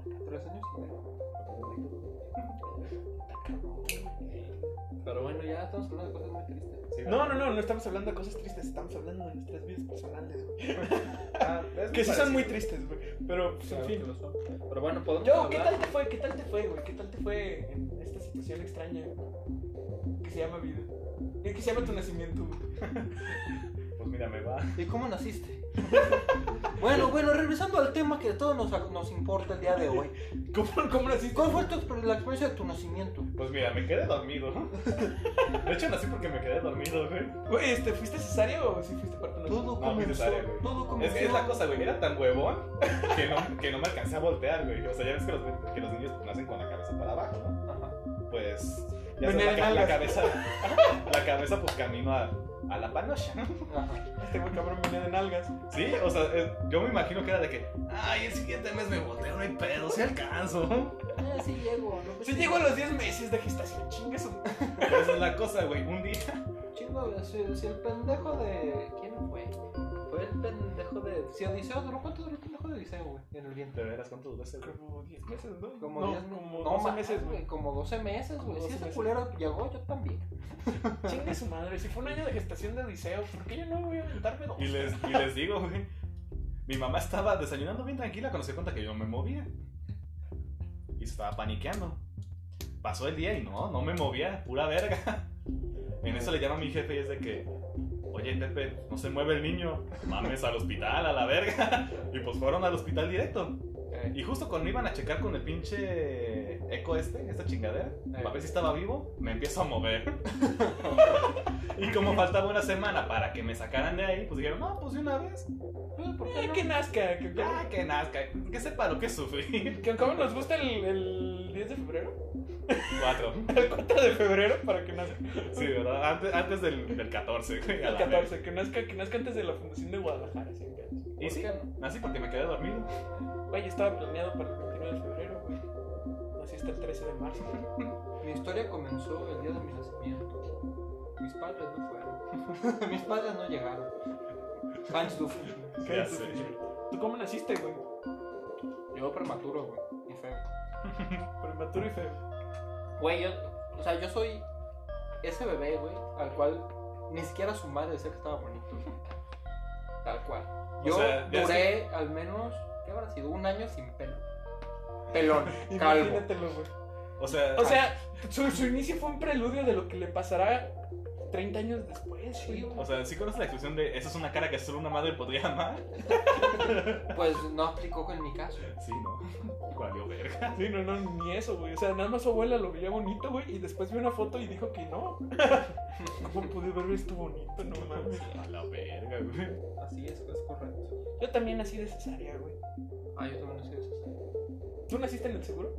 [SPEAKER 3] Quijote.
[SPEAKER 2] Tres años y medio. Pero bueno, ya estamos hablando de cosas muy tristes.
[SPEAKER 4] Sí,
[SPEAKER 3] No,
[SPEAKER 4] ¿verdad?
[SPEAKER 3] no, no, no estamos hablando de cosas tristes, estamos hablando de nuestras vidas personales, güey.
[SPEAKER 4] Ah, es
[SPEAKER 3] Que sí son
[SPEAKER 4] parecido.
[SPEAKER 3] muy tristes, güey. Pero, pues, en
[SPEAKER 2] Claro
[SPEAKER 3] fin.
[SPEAKER 2] que lo son. Pero bueno, podemos
[SPEAKER 3] Yo,
[SPEAKER 2] hablar-
[SPEAKER 3] ¿qué tal te fue? ¿Qué tal te fue, güey? ¿Qué tal te fue en esta situación extraña que se llama vida? Eh, Que se llama tu nacimiento, güey.
[SPEAKER 4] Pues mira, me va.
[SPEAKER 2] ¿Y cómo naciste? bueno, bueno, regresando al tema que a todos nos, nos importa el día de hoy.
[SPEAKER 3] ¿Cómo, cómo naciste?
[SPEAKER 2] ¿Cuál fue tu exper- la experiencia de tu nacimiento?
[SPEAKER 4] Pues mira, me quedé dormido. De hecho, nací porque me quedé dormido, güey.
[SPEAKER 3] Güey, este, ¿fuiste cesárea o sí fuiste parto natural?
[SPEAKER 2] Todo
[SPEAKER 4] No, muy
[SPEAKER 2] comenzó.
[SPEAKER 4] necesario, güey.
[SPEAKER 2] todo comenzó.
[SPEAKER 4] Es que es la cosa, güey. Era tan huevón que no, que no me alcancé a voltear, güey. O sea, ya ves que los, que los niños nacen con la cabeza para abajo, ¿no?
[SPEAKER 2] Ajá.
[SPEAKER 4] Pues. Ya
[SPEAKER 3] Venía
[SPEAKER 4] sabes, la, ca-
[SPEAKER 3] de
[SPEAKER 4] la
[SPEAKER 3] nalgas.
[SPEAKER 4] cabeza. La cabeza, pues camino a, a la panocha, ¿no?
[SPEAKER 2] Ajá.
[SPEAKER 3] Este güey cabrón venía de nalgas.
[SPEAKER 4] Sí, o sea, eh, yo me imagino que era de que. Ay, el siguiente mes me volteo, no hay pedo, sí alcanzo.
[SPEAKER 2] Eh, sí llego. ¿no?
[SPEAKER 3] Se llegó a los 10 meses de gestación, chingas.
[SPEAKER 4] Pero esa es la cosa, güey. Un día.
[SPEAKER 2] Chingo, si, si el pendejo de. ¿Quién fue? Fue el pendejo de. Si Odiseo duró, ¿cuánto duró el pendejo de Odiseo, güey? En el vientre.
[SPEAKER 4] De veras, ¿cuánto duró ese, güey?
[SPEAKER 3] Como 10 meses, ¿no?
[SPEAKER 2] Como
[SPEAKER 3] no,
[SPEAKER 2] 10
[SPEAKER 3] como
[SPEAKER 2] no,
[SPEAKER 3] 12
[SPEAKER 2] más,
[SPEAKER 3] meses, güey.
[SPEAKER 2] Como 12 meses, güey. Si
[SPEAKER 3] 12
[SPEAKER 2] ese
[SPEAKER 3] meses.
[SPEAKER 2] culero llegó, yo también.
[SPEAKER 3] Chingue su madre, si fue un año de gestación de Odiseo, ¿por qué yo no voy a aventarme dos?
[SPEAKER 4] Y les, y les digo, güey. Mi mamá estaba desayunando bien tranquila cuando se dio cuenta que yo me movía. Y se estaba paniqueando. Pasó el día y no, no me movía, pura verga. En eso le llama mi jefe y es de que, oye Pepe, no se mueve el niño, mames al hospital, a la verga. Y pues fueron al hospital directo. Y justo cuando iban a checar con el pinche eco este, esta chingadera,
[SPEAKER 3] Eh.
[SPEAKER 4] para ver si estaba vivo, me empiezo a mover. y como faltaba una semana para que me sacaran de ahí, pues dijeron, no, pues de una vez,
[SPEAKER 2] Eh, ¿Por qué
[SPEAKER 3] Eh,
[SPEAKER 2] no?
[SPEAKER 3] que nazca, que,
[SPEAKER 4] ya que nazca, que sepa lo que sufrí.
[SPEAKER 3] que como nos gusta el, el 10 de febrero.
[SPEAKER 4] Cuatro.
[SPEAKER 3] El 4 de febrero para que nazca.
[SPEAKER 4] Sí, ¿verdad? Antes, antes del, del 14, güey. a
[SPEAKER 3] El
[SPEAKER 4] la
[SPEAKER 3] 14, que nazca, que nazca antes de la fundación de Guadalajara, sí, güey.
[SPEAKER 4] verga. Y sí, así porque me quedé dormido.
[SPEAKER 3] Güey, estaba planeado para el 29 de febrero, güey. Así hasta el 13 de marzo.
[SPEAKER 2] Mi historia comenzó el día de mi nacimiento. Mis padres no fueron. Mis padres no llegaron. Hans Duffy.
[SPEAKER 4] Ya sé.
[SPEAKER 3] ¿Tú cómo naciste, güey?
[SPEAKER 2] Llegó prematuro, güey. Y feo.
[SPEAKER 3] Prematuro y feo.
[SPEAKER 2] Güey, yo. O sea, yo soy ese bebé, güey, al cual ni siquiera su madre decía que estaba bonito. Tal cual.
[SPEAKER 4] O
[SPEAKER 2] Yo
[SPEAKER 4] sea, ya
[SPEAKER 2] duré al menos. ¿Qué habrá sido? Un año sin pelo. Pelón, calvo.
[SPEAKER 3] Imagínatelo, güey.
[SPEAKER 4] O sea,
[SPEAKER 3] O sea, su, su inicio fue un preludio de lo que le pasará 30 años después,
[SPEAKER 2] Sí,
[SPEAKER 3] güey.
[SPEAKER 2] güey.
[SPEAKER 4] ah, o sea, ¿sí conoces la expresión de esa es una cara que solo una madre podría amar?
[SPEAKER 2] Pues no aplicó en mi caso.
[SPEAKER 4] Sí, ¿no? Valió verga.
[SPEAKER 3] Sí, no, no, ni eso, güey. O sea, nada más su abuela lo veía bonito, güey. Y después vio una foto y dijo que no. ¿Cómo pude ver esto bonito? No mames.
[SPEAKER 4] A la verga, güey.
[SPEAKER 2] Así es, es correcto.
[SPEAKER 3] Yo también nací de cesárea, güey.
[SPEAKER 2] Ah, yo también soy eso.
[SPEAKER 3] ¿Tú naciste en el seguro?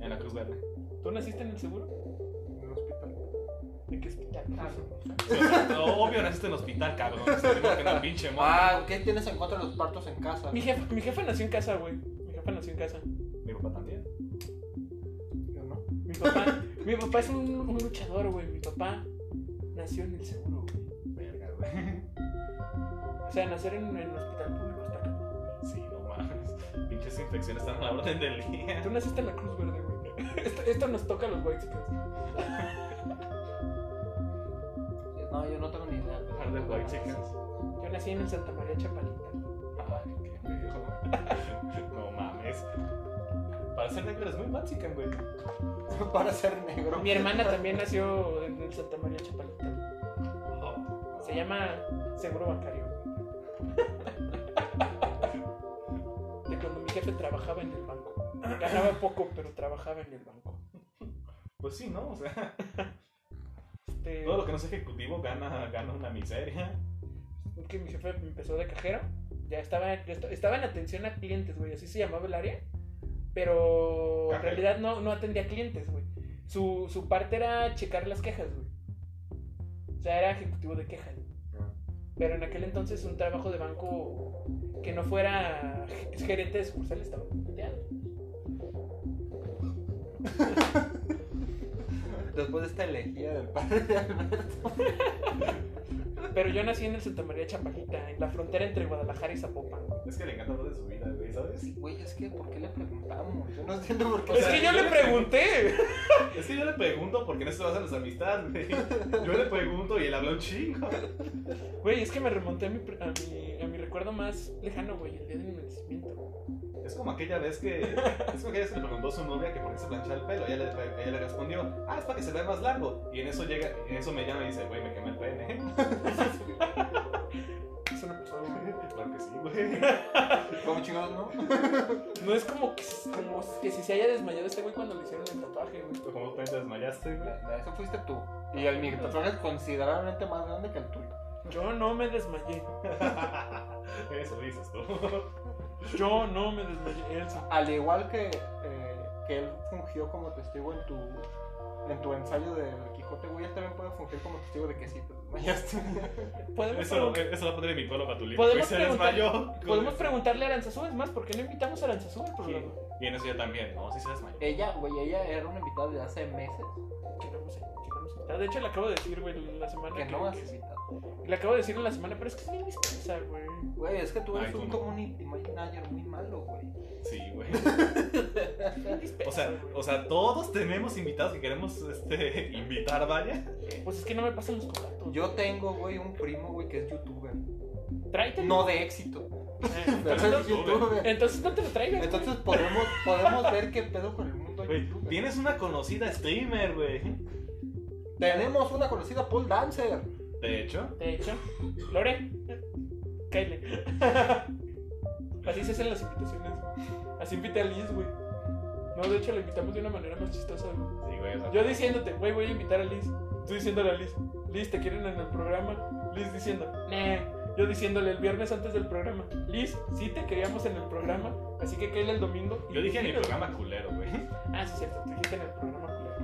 [SPEAKER 4] En la Cruz Verde.
[SPEAKER 3] ¿Tú naciste en el seguro?
[SPEAKER 2] En el hospital.
[SPEAKER 3] ¿De qué hospital?
[SPEAKER 2] Ah,
[SPEAKER 4] Sí, o sea, obvio naciste en el hospital, cabrón. O sea, digo que no, pinche mono.
[SPEAKER 2] ah, ¿qué tienes en contra de los partos en casa?
[SPEAKER 3] Mi jefa, mi jefa nació en casa, güey. Mi jefa nació en casa.
[SPEAKER 4] Mi papá también.
[SPEAKER 2] Yo no.
[SPEAKER 3] Mi papá, mi papá es un, un luchador, güey. Mi papá nació en el seguro, güey.
[SPEAKER 4] Verga, güey.
[SPEAKER 3] O sea, nacer en, en un hospital público está acá.
[SPEAKER 4] Sí, no mames. Pinches infecciones están a la orden del día.
[SPEAKER 3] Tú naciste en la Cruz Verde, güey. Esto, esto nos toca a los pues. White
[SPEAKER 2] No, yo no tengo ni idea.
[SPEAKER 4] Par de white chickens.
[SPEAKER 3] Yo nací en el Santa
[SPEAKER 4] Ah,
[SPEAKER 3] María Chapalita.
[SPEAKER 4] Ay, qué feo. No mames. Para para ser negro eres muy maxican, güey.
[SPEAKER 2] Para ser negro.
[SPEAKER 3] Mi hermana también nació en el Santa María Chapalita. Se llama Seguro Bancario. De cuando mi jefe trabajaba en el banco. Ganaba poco, pero trabajaba en el banco.
[SPEAKER 4] Pues sí, ¿no? O sea,
[SPEAKER 3] Este,
[SPEAKER 4] todo lo que no es ejecutivo gana, gana una miseria.
[SPEAKER 3] que mi jefe empezó de cajero. Ya estaba, ya est- estaba en atención a clientes, güey. Así se llamaba el área. Pero en
[SPEAKER 4] Cajero.
[SPEAKER 3] realidad no, no atendía clientes, güey. Su, su parte era checar las quejas, güey. O sea, era ejecutivo de quejas. Pero en aquel entonces un trabajo de banco que no fuera g- gerente de sucursal estaba puteado.
[SPEAKER 2] Después de esta elegía del padre de Alberto.
[SPEAKER 3] Pero yo nací en el Santa María Chapalita, en la frontera entre Guadalajara y Zapopan.
[SPEAKER 4] Es que le encanta hablar de su vida, güey, ¿sabes?
[SPEAKER 2] Güey, es que, ¿por qué le preguntamos? Yo no entiendo por qué.
[SPEAKER 3] Es que yo le pregunté.
[SPEAKER 4] Es que yo le pregunto porque en eso se basan las amistades, güey. Yo le pregunto y él habla un chingo.
[SPEAKER 3] Güey, es que me remonté a mi, pre- a mi, a mi recuerdo más lejano, güey, el día de mi nacimiento.
[SPEAKER 4] Es como aquella vez que. Es como aquella vez que le preguntó a su novia que por qué se plancha el pelo. Ella le, ella le respondió, ah, es para que se vea más largo. Y en eso llega, en eso me llama y dice, güey, me quemé el pene.
[SPEAKER 3] Eso no pasó, güey.
[SPEAKER 4] Claro que sí, güey.
[SPEAKER 2] ¿Cómo chingados no?
[SPEAKER 3] No es como que, como que si se haya desmayado este güey cuando le hicieron el tatuaje, güey.
[SPEAKER 4] ¿Cómo te desmayaste, güey?
[SPEAKER 2] Eso fuiste tú. Y el mi tatuaje es considerablemente más grande que el tuyo.
[SPEAKER 3] Yo no me desmayé.
[SPEAKER 4] Eso dices tú.
[SPEAKER 3] Yo no me desmayé. Él sí.
[SPEAKER 2] Al igual que, eh, que él fungió como testigo en tu, en tu ensayo del Quijote, güey, él también puede fungir como testigo de que sí te desmayaste.
[SPEAKER 3] ¿Podemos,
[SPEAKER 4] Eso, eh, lo-
[SPEAKER 3] pregun-
[SPEAKER 4] eso lo pondré en mi pueblo para tu libro.
[SPEAKER 3] ¿Podemos
[SPEAKER 4] Y se
[SPEAKER 3] preguntar-
[SPEAKER 4] desmayó.
[SPEAKER 3] podemos preguntarle a Aranzazú, es más, ¿por qué no invitamos a Aranzazú al programa?
[SPEAKER 4] Y en eso yo también, no, sí se desmayó.
[SPEAKER 2] ella, güey, ella era una invitada de hace meses
[SPEAKER 3] Que no sé, que no sé. De hecho, le acabo de decir, güey, la semana
[SPEAKER 2] que
[SPEAKER 3] que-
[SPEAKER 2] no has
[SPEAKER 3] que-
[SPEAKER 2] invitado.
[SPEAKER 3] Le acabo de decir en la semana, pero es que es mi excusa, güey.
[SPEAKER 2] Güey, es que tú eres
[SPEAKER 4] Ay,
[SPEAKER 2] un
[SPEAKER 4] tú no.
[SPEAKER 2] community manager muy malo, güey.
[SPEAKER 4] Sí, güey.
[SPEAKER 3] Mi dispensa,
[SPEAKER 4] O sea,
[SPEAKER 3] güey.
[SPEAKER 4] o sea, todos tenemos invitados que queremos este, invitar, vaya.
[SPEAKER 3] Pues es que no me pasan los contactos.
[SPEAKER 2] Yo tengo, güey, un primo, güey, que es youtuber.
[SPEAKER 3] Tráete.
[SPEAKER 2] No de éxito,
[SPEAKER 3] Ah,
[SPEAKER 2] pero es youtuber.
[SPEAKER 3] Entonces no te lo traigas. güey.
[SPEAKER 2] Entonces podemos, podemos ver qué pedo con el mundo
[SPEAKER 4] Güey,
[SPEAKER 2] youtuber.
[SPEAKER 4] tienes una conocida streamer, güey.
[SPEAKER 2] Tenemos una conocida Paul Dancer.
[SPEAKER 4] De hecho,
[SPEAKER 3] De hecho, Lore, cállate. Así se hacen las invitaciones. güey. Así invita a Liz, güey. No, de hecho, la invitamos de una manera más chistosa, güey.
[SPEAKER 4] sí, güey. o sea,
[SPEAKER 3] Yo diciéndote, güey, voy a invitar a Liz. Tú diciéndole a Liz, Liz, te quieren en el programa. Liz diciendo, nah. Yo diciéndole el viernes antes del programa, Liz, sí te queríamos en el programa, así que cállate el domingo.
[SPEAKER 4] yo dije en mi
[SPEAKER 3] Liz,
[SPEAKER 4] programa culero, güey.
[SPEAKER 3] Ah, sí, cierto, tú dijiste en el programa culero.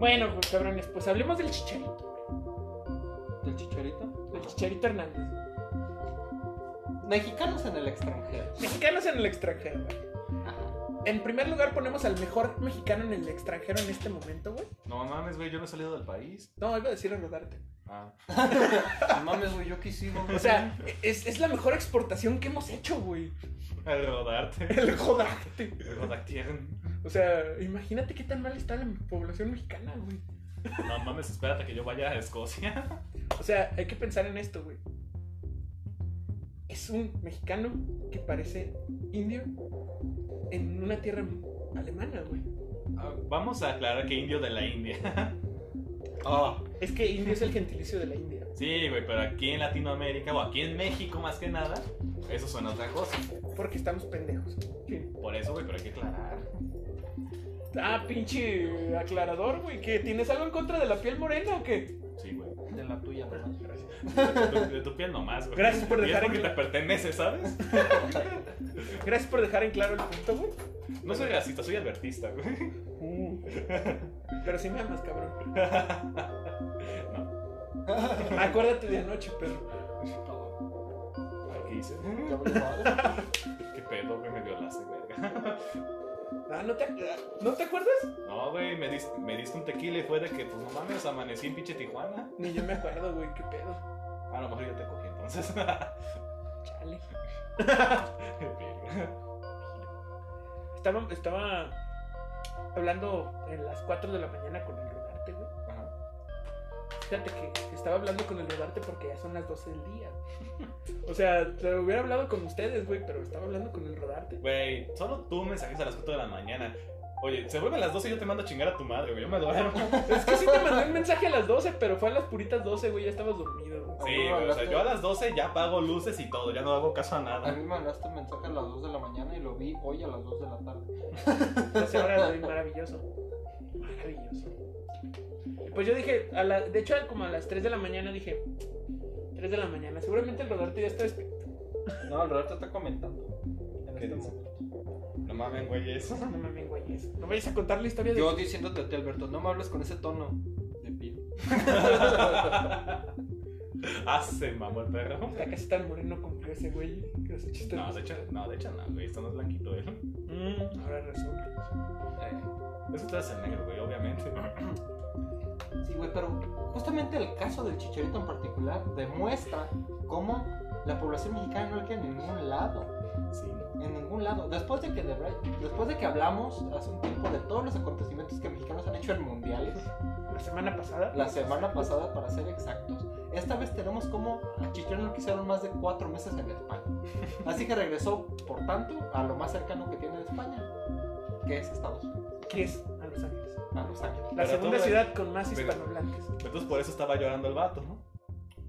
[SPEAKER 3] Bueno, pues, cabrones, pues hablemos del chicharito.
[SPEAKER 2] ¿El chicharito?
[SPEAKER 3] Del chicharito Hernández.
[SPEAKER 2] Mexicanos en el extranjero.
[SPEAKER 3] Mexicanos en el extranjero, güey. En primer lugar ponemos al mejor mexicano en el extranjero en este momento, güey.
[SPEAKER 4] No mames, güey, yo no he salido del país.
[SPEAKER 3] No, iba a decir rodarte.
[SPEAKER 4] Ah,
[SPEAKER 2] No mames, güey, yo quisiera.
[SPEAKER 3] O sea, es, es la mejor exportación que hemos hecho, güey.
[SPEAKER 4] el rodarte.
[SPEAKER 3] El jodarte.
[SPEAKER 4] El rodactiern.
[SPEAKER 3] O sea, imagínate qué tan mal está la población mexicana, güey.
[SPEAKER 4] No mames, espérate que yo vaya a Escocia.
[SPEAKER 3] O sea, hay que pensar en esto, güey. Es un mexicano que parece indio en una tierra alemana, güey.
[SPEAKER 4] Ah, Vamos a aclarar que indio de la India.
[SPEAKER 3] Es que indio es el gentilicio de la India.
[SPEAKER 4] Sí, güey, pero aquí en Latinoamérica o aquí en México más que nada, eso suena otra cosa.
[SPEAKER 3] Porque estamos pendejos. Fin.
[SPEAKER 4] Por eso, güey, pero hay que aclarar.
[SPEAKER 3] Ah, pinche aclarador, güey. ¿Que tienes algo en contra de la piel morena o qué?
[SPEAKER 4] Sí, güey.
[SPEAKER 2] De la tuya, ¿verdad?
[SPEAKER 4] De tu, de tu piel nomás, güey.
[SPEAKER 3] Gracias por
[SPEAKER 4] Y es
[SPEAKER 3] dejar en
[SPEAKER 4] porque
[SPEAKER 3] cla-
[SPEAKER 4] te pertenece, ¿sabes?
[SPEAKER 3] Gracias por dejar en claro el punto, güey.
[SPEAKER 4] No soy racista, soy albertista, güey.
[SPEAKER 3] Pero sí me amas, cabrón.
[SPEAKER 4] No,
[SPEAKER 3] Acuérdate de anoche, perro.
[SPEAKER 4] ¿qué hice? ¿Qué pedo, güey? Me violaste, verga.
[SPEAKER 3] Ah, ¿no te, ¿no te acuerdas?
[SPEAKER 4] No, güey, me, dis- me diste un tequila y fue de que, pues no mames, amanecí en pinche Tijuana.
[SPEAKER 3] Ni yo me acuerdo, güey. ¿Qué pedo?
[SPEAKER 4] A lo mejor yo te cogí entonces.
[SPEAKER 3] Chale.
[SPEAKER 4] Verga.
[SPEAKER 3] Estaba, estaba hablando en las 4 de la mañana con el Rodarte, güey.
[SPEAKER 4] Ajá.
[SPEAKER 3] Fíjate que estaba hablando con el rodarte porque ya son las 12 del día. O sea, te hubiera hablado con ustedes, güey, pero estaba hablando con el rodarte.
[SPEAKER 4] Güey, solo tú me mensajes a las 4 de la mañana. Oye, se vuelven las 12 y yo te mando a chingar a tu madre, güey. Yo me duermo.
[SPEAKER 3] Es que sí te mandé un mensaje a las 12, pero fue a las puritas 12, güey, ya estabas dormido, güey.
[SPEAKER 4] Sí, güey. O sea, yo a las 12 ya apago luces y todo. Ya no hago caso a
[SPEAKER 2] A
[SPEAKER 4] nada.
[SPEAKER 2] mí me mandaste un mensaje a las 2 de la mañana y lo vi hoy a las 2 de la tarde.
[SPEAKER 3] Hace horas, güey, maravilloso. Maravilloso. Pues yo dije, a la- de hecho, como a las 3 de la mañana dije, 3 de la mañana, seguramente el rodarte ya está despierto.
[SPEAKER 2] No, el Roberto está comentando. En
[SPEAKER 4] ¿Qué
[SPEAKER 2] este
[SPEAKER 4] dice?
[SPEAKER 2] momento.
[SPEAKER 4] No mames, güey, eso.
[SPEAKER 3] No mames, güey, es- no vayas a contar la historia de...
[SPEAKER 2] Yo diciéndote a ti, Alberto, no me hables con ese tono de piel.
[SPEAKER 4] Hace mamá Ah, el perro.
[SPEAKER 3] Está casi tan moreno como yo ese güey. que hace chistes
[SPEAKER 4] No, de
[SPEAKER 3] de-
[SPEAKER 4] hecho, no, de hecho, no, güey. Esto no es blanquito, ¿eh? güey.
[SPEAKER 3] Mm, ahora resulta.
[SPEAKER 2] Eh,
[SPEAKER 4] Eso te hace negro, güey, obviamente.
[SPEAKER 2] Sí, güey, pero justamente el caso del chicharito en particular demuestra cómo la población mexicana no le queda en ningún lado.
[SPEAKER 4] Sí, no.
[SPEAKER 2] En ningún lado. Después de que, de verdad- después de que hablamos hace un tiempo de todos los acontecimientos que mexicanos han hecho en mundiales,
[SPEAKER 3] La semana pasada.
[SPEAKER 2] la semana pasada para ser exactos, esta vez tenemos como a Chicharito lo quisieron más de cuatro meses en España. Así que regresó, por tanto, a lo más cercano que tiene de España, que es Estados Unidos,
[SPEAKER 3] que es a Los Ángeles.
[SPEAKER 2] a Los Ángeles.
[SPEAKER 3] La
[SPEAKER 4] Pero
[SPEAKER 3] segunda
[SPEAKER 4] todo-
[SPEAKER 3] ciudad con más
[SPEAKER 4] Pero-
[SPEAKER 3] hispanohablantes.
[SPEAKER 4] Entonces por eso estaba llorando el vato, ¿no?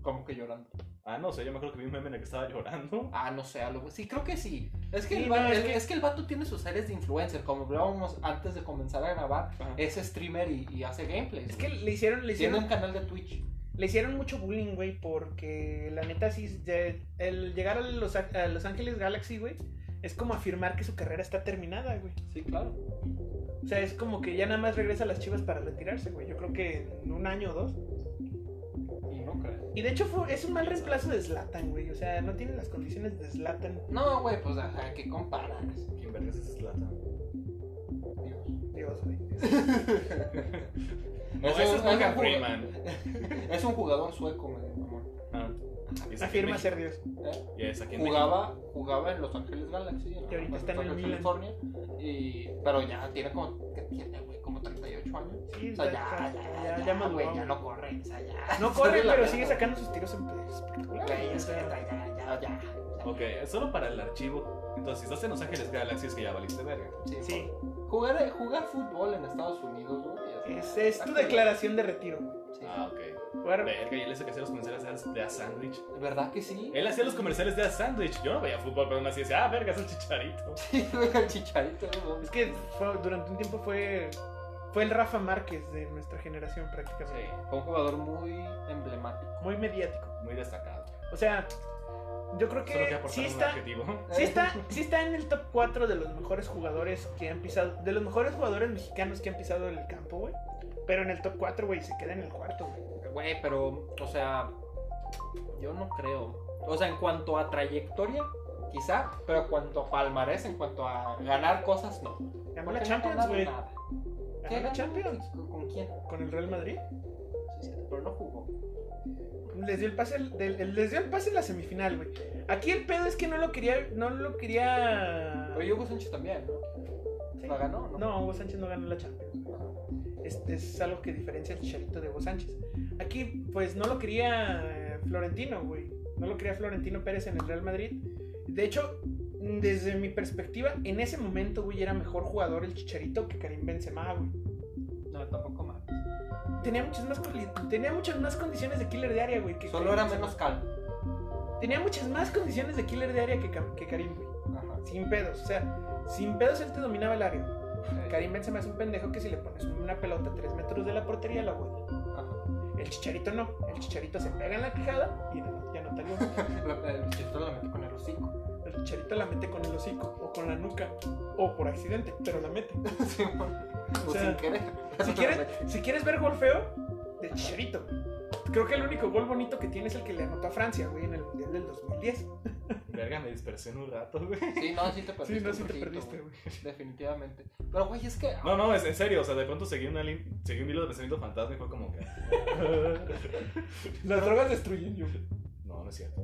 [SPEAKER 2] Como que llorando.
[SPEAKER 4] Ah, no, o sea, yo me acuerdo que vi un meme en el que estaba llorando.
[SPEAKER 2] Ah, no sé, algo. Sí, creo que sí. Es que,
[SPEAKER 3] Sí,
[SPEAKER 2] el, va-
[SPEAKER 3] no, es
[SPEAKER 2] el-
[SPEAKER 3] que-
[SPEAKER 2] es que el vato tiene sus áreas de influencer. Como hablábamos antes de comenzar a grabar,
[SPEAKER 4] Ajá.
[SPEAKER 2] es streamer y, y hace gameplays.
[SPEAKER 3] Es que
[SPEAKER 2] güey.
[SPEAKER 3] le hicieron, le
[SPEAKER 2] tiene
[SPEAKER 3] hicieron,
[SPEAKER 2] un canal de Twitch.
[SPEAKER 3] le hicieron mucho bullying, güey, porque la neta sí, de- el llegar a Los, Á- a Los Ángeles Galaxy, güey, es como afirmar que su carrera está terminada, güey.
[SPEAKER 2] Sí, claro.
[SPEAKER 3] O sea, es como que ya nada más regresa a las chivas para retirarse, güey. Yo creo que en un año o dos.
[SPEAKER 2] Y no creo.
[SPEAKER 3] Y de hecho fue, es un mal reemplazo de Zlatan, güey. O sea, no tiene las condiciones de Zlatan.
[SPEAKER 2] No, güey, pues ajá, que comparas.
[SPEAKER 4] ¿Quién vergas es Slata?
[SPEAKER 2] Dios.
[SPEAKER 3] Dios, güey.
[SPEAKER 4] No,
[SPEAKER 2] Eso
[SPEAKER 4] ese es
[SPEAKER 2] es
[SPEAKER 4] Morgan
[SPEAKER 2] algo-
[SPEAKER 4] Freeman.
[SPEAKER 2] Es un jugador sueco, me dijo, amor.
[SPEAKER 4] Ah. Y es aquí en
[SPEAKER 3] Afirma
[SPEAKER 4] México.
[SPEAKER 3] ser Dios.
[SPEAKER 4] Y es aquí en
[SPEAKER 2] Jugaba, jugaba en Los Ángeles Galaxy.
[SPEAKER 3] Y ahorita está en
[SPEAKER 2] Los
[SPEAKER 3] el
[SPEAKER 2] Ángeles,
[SPEAKER 3] Milan.
[SPEAKER 2] California. Y, pero ya tiene como, ¿qué tiene, güey? Como 38 años.
[SPEAKER 3] Sí,
[SPEAKER 2] O sea,
[SPEAKER 3] está-
[SPEAKER 2] ya,
[SPEAKER 3] está-
[SPEAKER 2] ya, ya,
[SPEAKER 3] ya-
[SPEAKER 2] ya,
[SPEAKER 3] ya maduró,
[SPEAKER 2] güey, ya
[SPEAKER 3] güey.
[SPEAKER 2] no corre, o sea, ya.
[SPEAKER 3] No corre,
[SPEAKER 2] Está de la
[SPEAKER 3] pero
[SPEAKER 2] verga.
[SPEAKER 3] sigue sacando sus tiros en espectaculares.
[SPEAKER 2] Güey,
[SPEAKER 3] o
[SPEAKER 2] es que
[SPEAKER 3] sea.
[SPEAKER 2] ya, ya, ya, ya.
[SPEAKER 4] México. Ok, solo para el archivo. Entonces, si estás en Los Ángeles Galaxy es que ya valiste verga.
[SPEAKER 2] Sí.
[SPEAKER 3] Sí,
[SPEAKER 2] Jugar, jugar fútbol en Estados Unidos, güey. o sea,
[SPEAKER 3] es, es tu
[SPEAKER 2] aquí-
[SPEAKER 3] declaración de retiro. güey.
[SPEAKER 2] Sí.
[SPEAKER 4] Ah, ok.
[SPEAKER 3] Jugar-
[SPEAKER 4] Verga, y él es el que hacía los comerciales de A Sandwich.
[SPEAKER 2] ¿Verdad que sí?
[SPEAKER 4] Él hacía los comerciales de A Sandwich. Yo no veía fútbol, pero aún así decía, ah, verga, es el chicharito.
[SPEAKER 2] Sí, güey, el chicharito, no mames.
[SPEAKER 3] Es que fue- durante un tiempo fue fue el Rafa Márquez de nuestra generación prácticamente.
[SPEAKER 2] Fue un jugador muy emblemático.
[SPEAKER 3] Muy mediático.
[SPEAKER 4] Muy destacado.
[SPEAKER 3] O sea, yo creo
[SPEAKER 4] Solo que
[SPEAKER 3] que
[SPEAKER 4] aportar
[SPEAKER 3] sí
[SPEAKER 4] un
[SPEAKER 3] está,
[SPEAKER 4] adjetivo.
[SPEAKER 3] sí está sí está en el top 4 de los mejores jugadores que han pisado, de los mejores jugadores mexicanos que han pisado en el campo, güey. Pero en el top 4, güey, se queda en el cuarto, güey.
[SPEAKER 2] Güey, pero, o sea, yo no creo. O sea, en cuanto a trayectoria, quizá, pero en cuanto a palmarés, en cuanto a ganar cosas, no.
[SPEAKER 3] Ganó
[SPEAKER 2] Porque
[SPEAKER 3] la
[SPEAKER 2] no
[SPEAKER 3] Champions,
[SPEAKER 2] ganó
[SPEAKER 3] güey.
[SPEAKER 2] nada. ¿Qué
[SPEAKER 3] Ganó la
[SPEAKER 2] ganó?
[SPEAKER 3] Champions
[SPEAKER 2] ¿Con- ¿Con quién?
[SPEAKER 3] con el Real Madrid.
[SPEAKER 2] Sí, sí, Pero no jugó.
[SPEAKER 3] Les dio el pase, el- del- el- les dio el pase en la semifinal, güey. Aquí el pedo es que no lo quería, no lo quería.
[SPEAKER 2] Pero Hugo Sánchez también, ¿no?
[SPEAKER 3] Ah. Sí.
[SPEAKER 2] ¿La ganó o no?
[SPEAKER 3] No, Hugo Sánchez no ganó la Champions. güey. Este es algo que diferencia el Chicharito de Hugo Sánchez. Aquí, pues, no lo quería eh, Florentino, güey. No lo quería Florentino Pérez en el Real Madrid. De hecho, desde mi perspectiva, en ese momento, güey, era mejor jugador el Chicharito que Karim Benzema, güey.
[SPEAKER 2] No, tampoco más.
[SPEAKER 3] Tenía muchas más, coli- tenía muchas más condiciones de killer de área, güey. que
[SPEAKER 2] Solo
[SPEAKER 3] Karim
[SPEAKER 2] era
[SPEAKER 3] Benzema.
[SPEAKER 2] menos calmo.
[SPEAKER 3] Tenía muchas más condiciones de killer de área que, Ka- que Karim, güey.
[SPEAKER 2] Ajá.
[SPEAKER 3] Sin pedos, o sea, sin pedos él te dominaba el área. Karim Benzema es un pendejo que si le pones una pelota a 3 metros de la portería la vuelve.
[SPEAKER 2] Ajá.
[SPEAKER 3] El chicharito no. El chicharito se pega en la quijada y no- ya no te algo.
[SPEAKER 2] La- El chicharito la metió con el hocico.
[SPEAKER 3] El chicharito la mete con el hocico o con la nuca o por accidente, pero la mete.
[SPEAKER 2] Sí, o
[SPEAKER 3] sea,
[SPEAKER 2] sin querer.
[SPEAKER 3] Si quieres, si quieres ver gol feo, del chicharito. Creo que el único gol bonito que tiene es el que le anotó a Francia, güey, en el Mundial del 2010.
[SPEAKER 4] Verga, me dispersé en un rato, güey.
[SPEAKER 2] Sí, no, sí te perdiste.
[SPEAKER 3] Sí, no,
[SPEAKER 2] un
[SPEAKER 3] sí te
[SPEAKER 2] poquito,
[SPEAKER 3] perdiste, güey.
[SPEAKER 2] Definitivamente. Pero, güey, es que.
[SPEAKER 4] No, no, es en serio, o sea, de pronto seguí, una lin- seguí un hilo de pensamiento fantasma y fue como que...
[SPEAKER 3] Las drogas destruyen, yo.
[SPEAKER 4] No, no es cierto.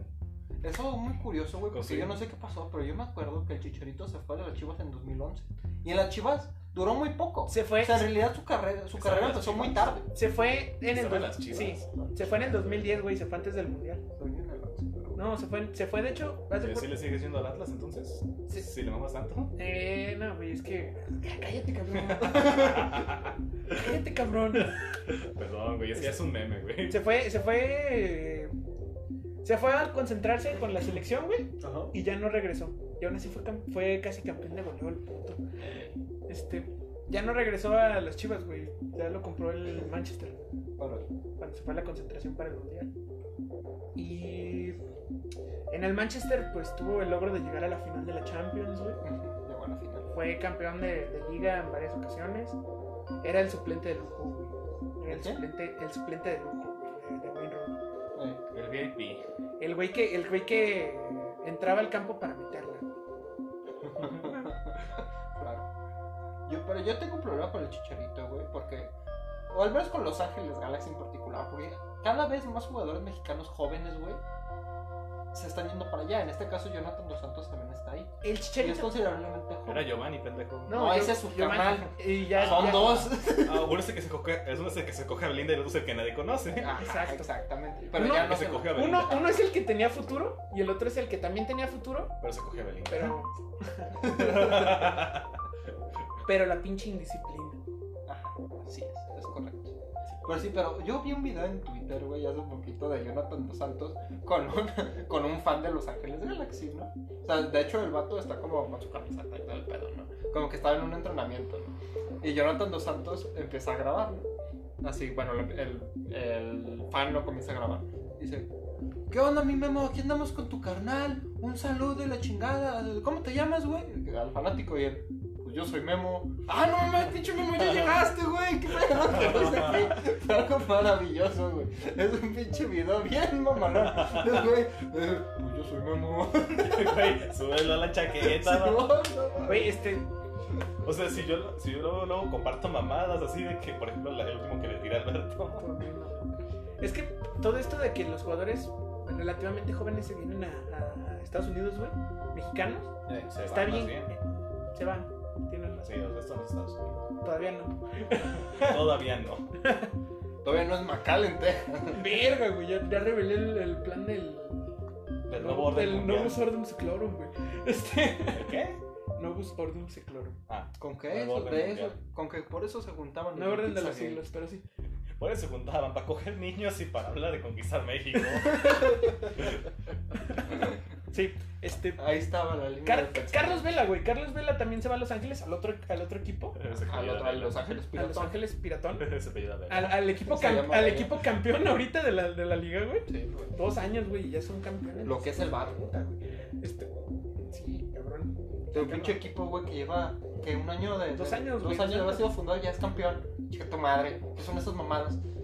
[SPEAKER 2] Eso es muy curioso, güey, porque
[SPEAKER 4] Sí.
[SPEAKER 2] yo no sé qué pasó, pero yo me acuerdo que el Chicharito se fue de las Chivas en 2011. Y en las Chivas duró muy poco.
[SPEAKER 3] Se fue-
[SPEAKER 2] O sea, en realidad su carrera, su
[SPEAKER 4] Estaba
[SPEAKER 2] carrera
[SPEAKER 4] en las
[SPEAKER 2] empezó muy
[SPEAKER 4] chivas.
[SPEAKER 2] tarde.
[SPEAKER 3] Se fue en el.
[SPEAKER 4] Estaba en
[SPEAKER 3] dos-
[SPEAKER 4] las chivas.
[SPEAKER 3] Sí, se fue en el 2010, güey. Se fue antes del mundial. No, se fue, se fue de hecho. haz de
[SPEAKER 4] ¿Pero Eh, sí
[SPEAKER 3] cuenta-
[SPEAKER 4] le sigue siendo al Atlas entonces?
[SPEAKER 3] Sí.
[SPEAKER 4] Si le mamas tanto.
[SPEAKER 3] Eh, no, güey, es que.
[SPEAKER 2] Ya, cállate, cabrón.
[SPEAKER 3] Cállate, cabrón.
[SPEAKER 4] Perdón, güey, es que es un meme, güey.
[SPEAKER 3] Se fue, se fue. eh, Se fue a concentrarse con la selección, güey.
[SPEAKER 5] Ajá.
[SPEAKER 3] Y ya no regresó. Y aún así fue, cam- fue casi campeón de goleo el puto. Este. Ya no regresó a las chivas, güey. Ya lo compró el Manchester. Cuando se fue a la concentración para el mundial. Y. En el Manchester, pues tuvo el logro de llegar a la final de la Champions, güey.
[SPEAKER 2] Llegó a la final.
[SPEAKER 3] Fue campeón de, de liga en varias ocasiones. Era el suplente de lujo, güey. Era el
[SPEAKER 2] ¿El qué?
[SPEAKER 3] suplente, el suplente de lujo, güey, de, de Wayne Rooney.
[SPEAKER 2] Eh,
[SPEAKER 4] El VIP.
[SPEAKER 3] El güey que, el güey que entraba al campo para meterla.
[SPEAKER 2] Claro. Yo, pero yo tengo un problema con el chicharito, güey, porque. O al menos con Los Ángeles Galaxy en particular, porque cada vez más jugadores mexicanos jóvenes, güey, se están yendo para allá. En este caso, Jonathan Dos Santos también está ahí.
[SPEAKER 3] El
[SPEAKER 2] Y es
[SPEAKER 3] chicharito.
[SPEAKER 2] considerablemente
[SPEAKER 4] Era
[SPEAKER 2] joven.
[SPEAKER 4] Giovanni, pendejo.
[SPEAKER 2] no,
[SPEAKER 3] yo-
[SPEAKER 2] ese es su
[SPEAKER 3] yo
[SPEAKER 2] canal.
[SPEAKER 3] manejo. Y ya,
[SPEAKER 2] Son
[SPEAKER 3] ya-
[SPEAKER 2] dos.
[SPEAKER 4] Ah, uno es el que se coge, es uno es el que se coge a Belinda y el otro es el que nadie conoce.
[SPEAKER 2] Ajá,
[SPEAKER 3] Exacto.
[SPEAKER 2] Exactamente. Pero
[SPEAKER 3] Uno
[SPEAKER 2] ya
[SPEAKER 4] que
[SPEAKER 2] no
[SPEAKER 4] se
[SPEAKER 2] se
[SPEAKER 4] coge a Belinda.
[SPEAKER 3] Uno, uno es el que tenía futuro y el otro es el que también tenía futuro,
[SPEAKER 4] Ah, Pero se coge a Belinda.
[SPEAKER 3] pero, pero la pinche indisciplina.
[SPEAKER 2] Ajá, así es, es correcto. Pero sí, pero yo vi un video en Twitter, güey, hace un poquito de Jonathan Dos Santos con un, con un fan de Los Ángeles Galaxy, ¿no? O sea, de hecho el vato está como con su camiseta y todo el pedo, ¿no? Como que estaba en un entrenamiento, ¿no? Y Jonathan Dos Santos empieza a grabar, ¿no? Así, bueno, el, el- el fan lo comienza a grabar. Dice, ¿qué onda, mi memo? Aquí andamos con tu carnal. Un saludo y la chingada. ¿Cómo te llamas, güey? Al fanático y él. Pues yo soy Memo. Ah, no mames, pinche Memo, ya llegaste, güey. Qué pedo, te ves aquí. Fue algo maravilloso, güey. Es un pinche video bien mamalón. Es, güey, eh, pues yo soy Memo.
[SPEAKER 4] Güey, súbelo a la chaqueta, ¿no?
[SPEAKER 3] Güey, este,
[SPEAKER 4] O sea, si yo, lo- si yo luego, luego comparto mamadas así de que, por ejemplo, la- el último que le tiré a Alberto.
[SPEAKER 3] es que todo esto de que los jugadores relativamente jóvenes se vienen a, a Estados Unidos, güey, mexicanos,
[SPEAKER 4] Se
[SPEAKER 3] Eh, está
[SPEAKER 4] va, más
[SPEAKER 3] bien, Eh, se van, tienes razón,
[SPEAKER 4] Sí, esto no está
[SPEAKER 3] todavía no.
[SPEAKER 4] Todavía no.
[SPEAKER 2] Todavía no es Macalente.
[SPEAKER 3] Verga, güey, ya, ya revelé el, el plan del...
[SPEAKER 4] Del nuevo orden
[SPEAKER 3] del
[SPEAKER 4] mundial.
[SPEAKER 3] Novus Ordum Seclorum, güey. Este...
[SPEAKER 4] ¿El qué?
[SPEAKER 3] Novus Ordum Seclorum.
[SPEAKER 4] Ah,
[SPEAKER 2] ¿Con qué eso?
[SPEAKER 4] Nuevo orden
[SPEAKER 2] De eso.
[SPEAKER 4] mundial.
[SPEAKER 2] Con que por eso se juntaban.
[SPEAKER 3] No
[SPEAKER 2] en
[SPEAKER 3] orden de
[SPEAKER 2] Pizza
[SPEAKER 3] los
[SPEAKER 2] Gate.
[SPEAKER 3] siglos, pero sí.
[SPEAKER 4] por eso se juntaban, para coger niños y para hablar de conquistar México.
[SPEAKER 3] Sí, este...
[SPEAKER 2] Ahí estaba la línea.
[SPEAKER 3] Car-
[SPEAKER 2] de pensamiento.
[SPEAKER 3] Carlos Vela, güey. Carlos Vela también se va a Los Ángeles, al otro, al otro equipo.
[SPEAKER 4] Se
[SPEAKER 2] Al otro, a Los Ángeles
[SPEAKER 3] A Los
[SPEAKER 2] Eh, Piratón.
[SPEAKER 3] Ángeles Piratón.
[SPEAKER 4] Se apellida
[SPEAKER 2] Ah.
[SPEAKER 4] Vela.
[SPEAKER 3] Al, al equipo,
[SPEAKER 2] Se
[SPEAKER 3] cam-
[SPEAKER 2] llama
[SPEAKER 3] al
[SPEAKER 2] Vela.
[SPEAKER 3] equipo campeón ahorita de la, de la liga, güey.
[SPEAKER 2] Sí, güey.
[SPEAKER 3] Dos años, güey, y ya son campeones.
[SPEAKER 2] Lo que es el bar.
[SPEAKER 3] Puta, güey. Este... Sí, cabrón.
[SPEAKER 2] De un pinche equipo, güey, que lleva que un año de.
[SPEAKER 3] Dos
[SPEAKER 2] de-
[SPEAKER 3] años,
[SPEAKER 2] Dos
[SPEAKER 3] güey,
[SPEAKER 2] años de
[SPEAKER 3] dos
[SPEAKER 2] haber
[SPEAKER 3] años.
[SPEAKER 2] sido fundado ya es campeón. Chica tu madre. ¿Qué son esas mamadas? No,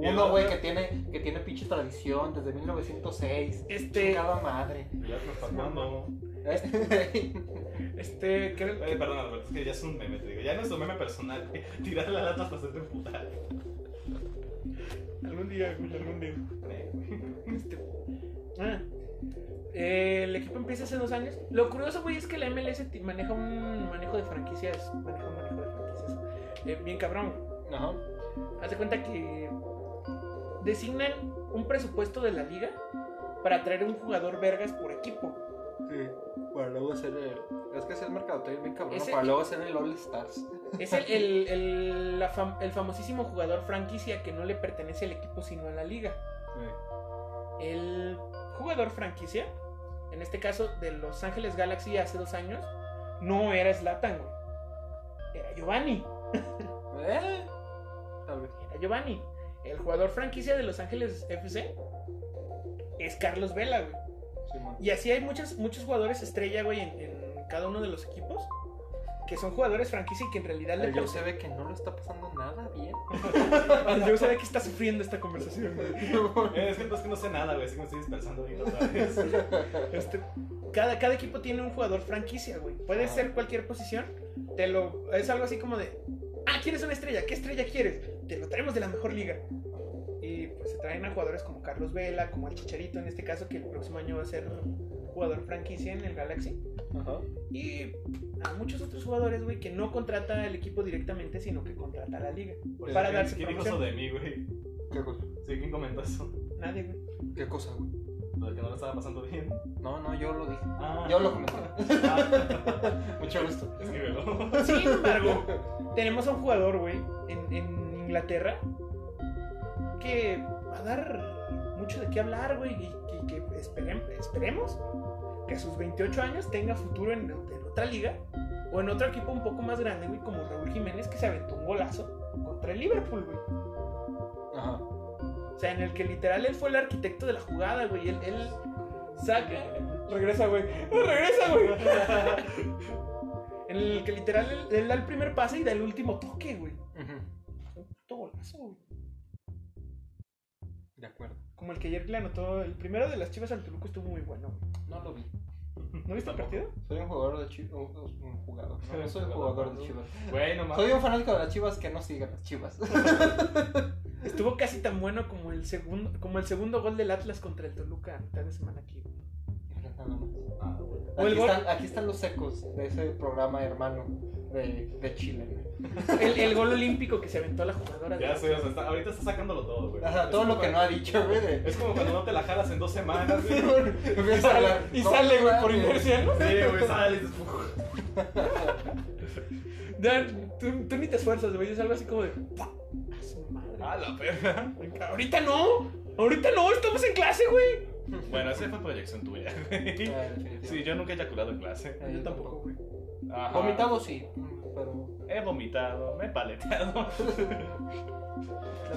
[SPEAKER 4] Y el
[SPEAKER 2] Uno, güey,
[SPEAKER 4] otro-
[SPEAKER 2] que tiene, que tiene pinche tradición desde 1906.
[SPEAKER 3] Este...
[SPEAKER 2] Chingada madre.
[SPEAKER 4] Ya está formando.
[SPEAKER 3] Este... creo
[SPEAKER 4] Eh,
[SPEAKER 3] que-
[SPEAKER 4] perdón, Alberto, es que ya es un meme, te digo. Ya no es un meme personal, güey. Tirarle la lata hasta hacerte emputar.
[SPEAKER 3] Algún día, güey, algún día.
[SPEAKER 4] Eh, güey.
[SPEAKER 3] Este, ah, eh, el equipo empieza hace dos años. Lo curioso, güey, es que la MLS ti- maneja un manejo de franquicias. Maneja un manejo de franquicias. eh, bien cabrón.
[SPEAKER 2] Ajá.
[SPEAKER 3] Haz de cuenta que designan un presupuesto de la liga para traer un jugador vergas por equipo.
[SPEAKER 2] Sí. Para luego hacer el. Es que es el mercado bien cabrón.
[SPEAKER 3] Ese-
[SPEAKER 2] Para luego hacer el All Stars.
[SPEAKER 3] Es el, el- el- la fam- el famosísimo jugador franquicia que no le pertenece al equipo sino a la liga. El jugador franquicia, en este caso de Los Ángeles Galaxy hace dos años, no era Zlatan, güey. Era Giovanni.
[SPEAKER 2] ¿Eh? Tal vez.
[SPEAKER 3] Era Giovanni. El jugador franquicia de Los Ángeles FC es Carlos Vela, güey.
[SPEAKER 2] Simón.
[SPEAKER 3] Y así hay muchas, muchos jugadores estrella, güey, en, en cada uno de los equipos. Que son jugadores franquicia y que en realidad le
[SPEAKER 2] El yo se ve que no le está pasando nada bien.
[SPEAKER 3] Yo sé que está sufriendo esta conversación, güey.
[SPEAKER 4] Eh, es que pues que no sé nada, güey. Así que me estoy dispersando ahorita otra vez.
[SPEAKER 3] Este, cada, cada equipo tiene un jugador franquicia, güey. Puede
[SPEAKER 2] Ajá.
[SPEAKER 3] ser cualquier posición. Te lo, es algo así como de, ah, ¿quieres una estrella? ¿Qué estrella quieres? Te lo traemos de la mejor liga. Y pues se traen a jugadores como Carlos Vela, como el Chicharito, en este caso, que el próximo año va a ser jugador franquicia en el Galaxy.
[SPEAKER 5] Ajá.
[SPEAKER 3] y a muchos otros jugadores, güey, que no contrata el equipo directamente, sino que contrata a la liga.
[SPEAKER 4] Oye,
[SPEAKER 3] para
[SPEAKER 4] ¿quién-
[SPEAKER 3] darse
[SPEAKER 4] ¿Quién dijo eso
[SPEAKER 3] promoción.
[SPEAKER 4] de mí, güey?
[SPEAKER 2] ¿Qué cosa?
[SPEAKER 4] Sí, ¿quién comentó eso?
[SPEAKER 3] Nadie, güey.
[SPEAKER 2] ¿Qué cosa, güey?
[SPEAKER 4] Lo de que no lo estaba pasando bien.
[SPEAKER 2] No, no, yo lo dije.
[SPEAKER 4] Ah.
[SPEAKER 2] Yo lo comenté.
[SPEAKER 4] Ah,
[SPEAKER 2] Mucho gusto.
[SPEAKER 4] Escríbelo.
[SPEAKER 3] Sin embargo, tenemos a un jugador, güey, en, en Inglaterra que va a dar mucho de qué hablar, güey, y, y que esperem- esperemos que a sus 28 años tenga futuro en, en otra liga o en otro equipo un poco más grande, güey, como Raúl Jiménez, que se aventó un golazo contra el Liverpool, güey.
[SPEAKER 2] Ajá.
[SPEAKER 3] O sea, en el que literal él fue el arquitecto de la jugada, güey. Él, él saca. Regresa, güey. Regresa, güey. en el que literal él, él da el primer pase y da el último toque, güey.
[SPEAKER 2] Ujú.
[SPEAKER 3] Un puto golazo, güey.
[SPEAKER 2] De acuerdo.
[SPEAKER 3] Como el que ayer le anotó. El primero de las chivas al Toluca estuvo muy bueno, güey.
[SPEAKER 2] No lo vi.
[SPEAKER 3] ¿No viste el partido?
[SPEAKER 2] Soy un jugador de chivas. Un jugador. No,
[SPEAKER 4] Soy un
[SPEAKER 2] no soy un
[SPEAKER 4] jugador.
[SPEAKER 2] jugador de chivas.
[SPEAKER 4] Güey, no mames.
[SPEAKER 2] Soy un fanático de las chivas que no sigue a las chivas.
[SPEAKER 3] Estuvo casi tan bueno como el segundo, como el segundo gol del Atlas contra el Toluca a mitad de semana aquí. güey.
[SPEAKER 2] Nada más.
[SPEAKER 4] Ah, güey.
[SPEAKER 3] O el
[SPEAKER 2] Aquí
[SPEAKER 3] gol-
[SPEAKER 2] están, aquí están los secos de ese programa hermano de, de Chile.
[SPEAKER 3] El, el gol olímpico que se aventó la jugadora. de
[SPEAKER 4] Ya sé, o sea, está- ahorita está sacándolo todo, güey.
[SPEAKER 2] O sea, todo lo que no ha dicho, güey. de-
[SPEAKER 4] Es como cuando no te la jalas en dos semanas, güey.
[SPEAKER 2] Empieza a hablar.
[SPEAKER 3] Y
[SPEAKER 2] No,
[SPEAKER 3] sale, güey, por
[SPEAKER 2] mames.
[SPEAKER 3] inercia, ¿no?
[SPEAKER 4] Sí, güey, sales.
[SPEAKER 3] Dan, tú, tú ni te esfuerzas, güey. Es algo así como de. ¡pua! ¡A su madre!
[SPEAKER 4] Ah, la perra.
[SPEAKER 3] Ahorita no. Ahorita no. Estamos en clase, güey.
[SPEAKER 4] Bueno, esa fue proyección tuya, güey.
[SPEAKER 2] Ah, definitivo.
[SPEAKER 4] Sí, yo nunca he eyaculado en clase.
[SPEAKER 2] Ah, yo tampoco.
[SPEAKER 3] güey.
[SPEAKER 4] Ajá.
[SPEAKER 2] Vomitado sí, pero.
[SPEAKER 4] He vomitado, me he paleteado.
[SPEAKER 3] La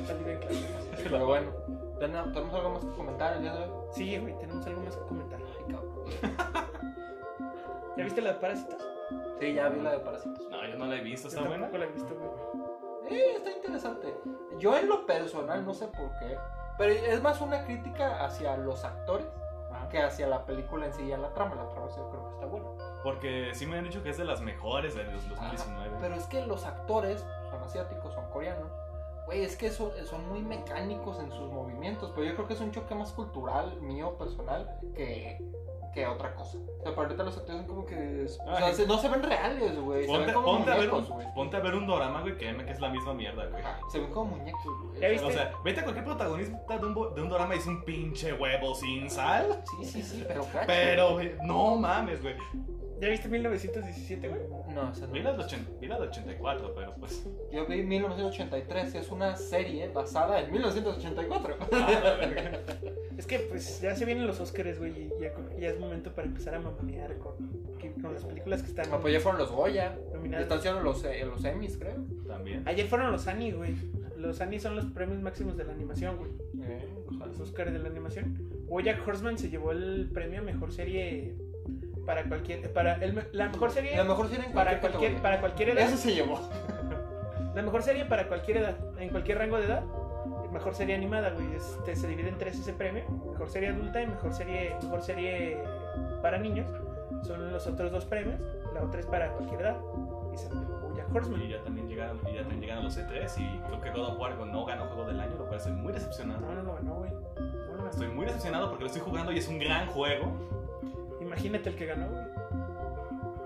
[SPEAKER 3] salida en clase.
[SPEAKER 2] Pero bueno. ¿Tenemos tenemos algo más que comentar el día de hoy?
[SPEAKER 3] Sí, güey. Tenemos algo más que comentar.
[SPEAKER 2] Ay, cabrón.
[SPEAKER 3] ¿Ya viste la de Parásitos?
[SPEAKER 2] Sí, ya vi la de Parásitos.
[SPEAKER 4] No, yo no la he visto,
[SPEAKER 3] Yo
[SPEAKER 4] está buena.
[SPEAKER 3] tampoco la he visto, güey.
[SPEAKER 2] Eh, está interesante. Yo en lo personal no sé por qué, pero es más una crítica hacia los actores
[SPEAKER 4] Ajá.
[SPEAKER 2] que hacia la película en sí y a la trama. La trama sí creo que está buena.
[SPEAKER 4] Porque sí me han dicho que es de las mejores del 2019.
[SPEAKER 2] Ah, Pero es que los actores son asiáticos, son coreanos. Güey, es que son, son muy mecánicos en sus movimientos, pero yo creo que es un choque más cultural mío, personal, que, que otra cosa. O sea, para ahorita los actores son como que... es- o sea,
[SPEAKER 4] Ay.
[SPEAKER 2] se- no se ven reales, güey. Se
[SPEAKER 4] Ponte,
[SPEAKER 2] ven como
[SPEAKER 4] ponte a ver
[SPEAKER 2] muñecos, güey.
[SPEAKER 4] un, ponte a ver un dorama, güey, créeme que es la misma mierda, güey.
[SPEAKER 2] Ajá, Se ven como muñecos,
[SPEAKER 3] ¿Ya
[SPEAKER 2] güey.
[SPEAKER 3] viste?
[SPEAKER 4] O sea, vete a cualquier protagonista de un, bo- de un dorama y es un pinche huevo sin sal.
[SPEAKER 2] Sí, sí, sí, pero cacho.
[SPEAKER 4] Pero, güey, no mames, güey.
[SPEAKER 3] ¿Ya viste 1917, güey?
[SPEAKER 2] No, o sea,
[SPEAKER 4] Vi
[SPEAKER 2] no.
[SPEAKER 4] la de 80 vi la de 84, pero pues.
[SPEAKER 2] Yo vi 1983, es una serie basada en 1984.
[SPEAKER 4] ah, la verga.
[SPEAKER 3] Es que, pues, ya se vienen los Oscars, güey. Y ya, como que ya es momento para empezar a mamanear con, que- con las películas que están
[SPEAKER 2] No, pues ya fueron los Goya.
[SPEAKER 3] nominadas.
[SPEAKER 2] Están haciendo los, eh, los Emmys, creo.
[SPEAKER 4] También.
[SPEAKER 3] Ayer fueron los Annie, güey. Los Annie son los premios máximos de la animación, güey. los Oscars de la animación. O Jack Horseman se llevó el premio a mejor serie para cualquier para el me- la mejor serie
[SPEAKER 2] La mejor serie en
[SPEAKER 3] para
[SPEAKER 2] categoría.
[SPEAKER 3] cualquier para cualquier edad.
[SPEAKER 2] Eso se llevó.
[SPEAKER 3] La mejor serie para cualquier edad, en cualquier rango de edad. Mejor serie animada, güey, este, se divide en tres ese premio, mejor serie adulta y mejor serie mejor serie para niños. Son los otros dos premios, la otra es para cualquier edad. Y se lo llevó Bojack
[SPEAKER 4] Y
[SPEAKER 3] Horseman.
[SPEAKER 4] ya también llegaron, y ya también llegaron los E3 y creo que God of War no ganó juego del año, lo cual estoy muy decepcionado.
[SPEAKER 3] No, no lo ganó, güey. No lo ganó.
[SPEAKER 4] Estoy muy decepcionado porque lo estoy jugando y es un gran juego.
[SPEAKER 3] Imagínate el que ganó, güey.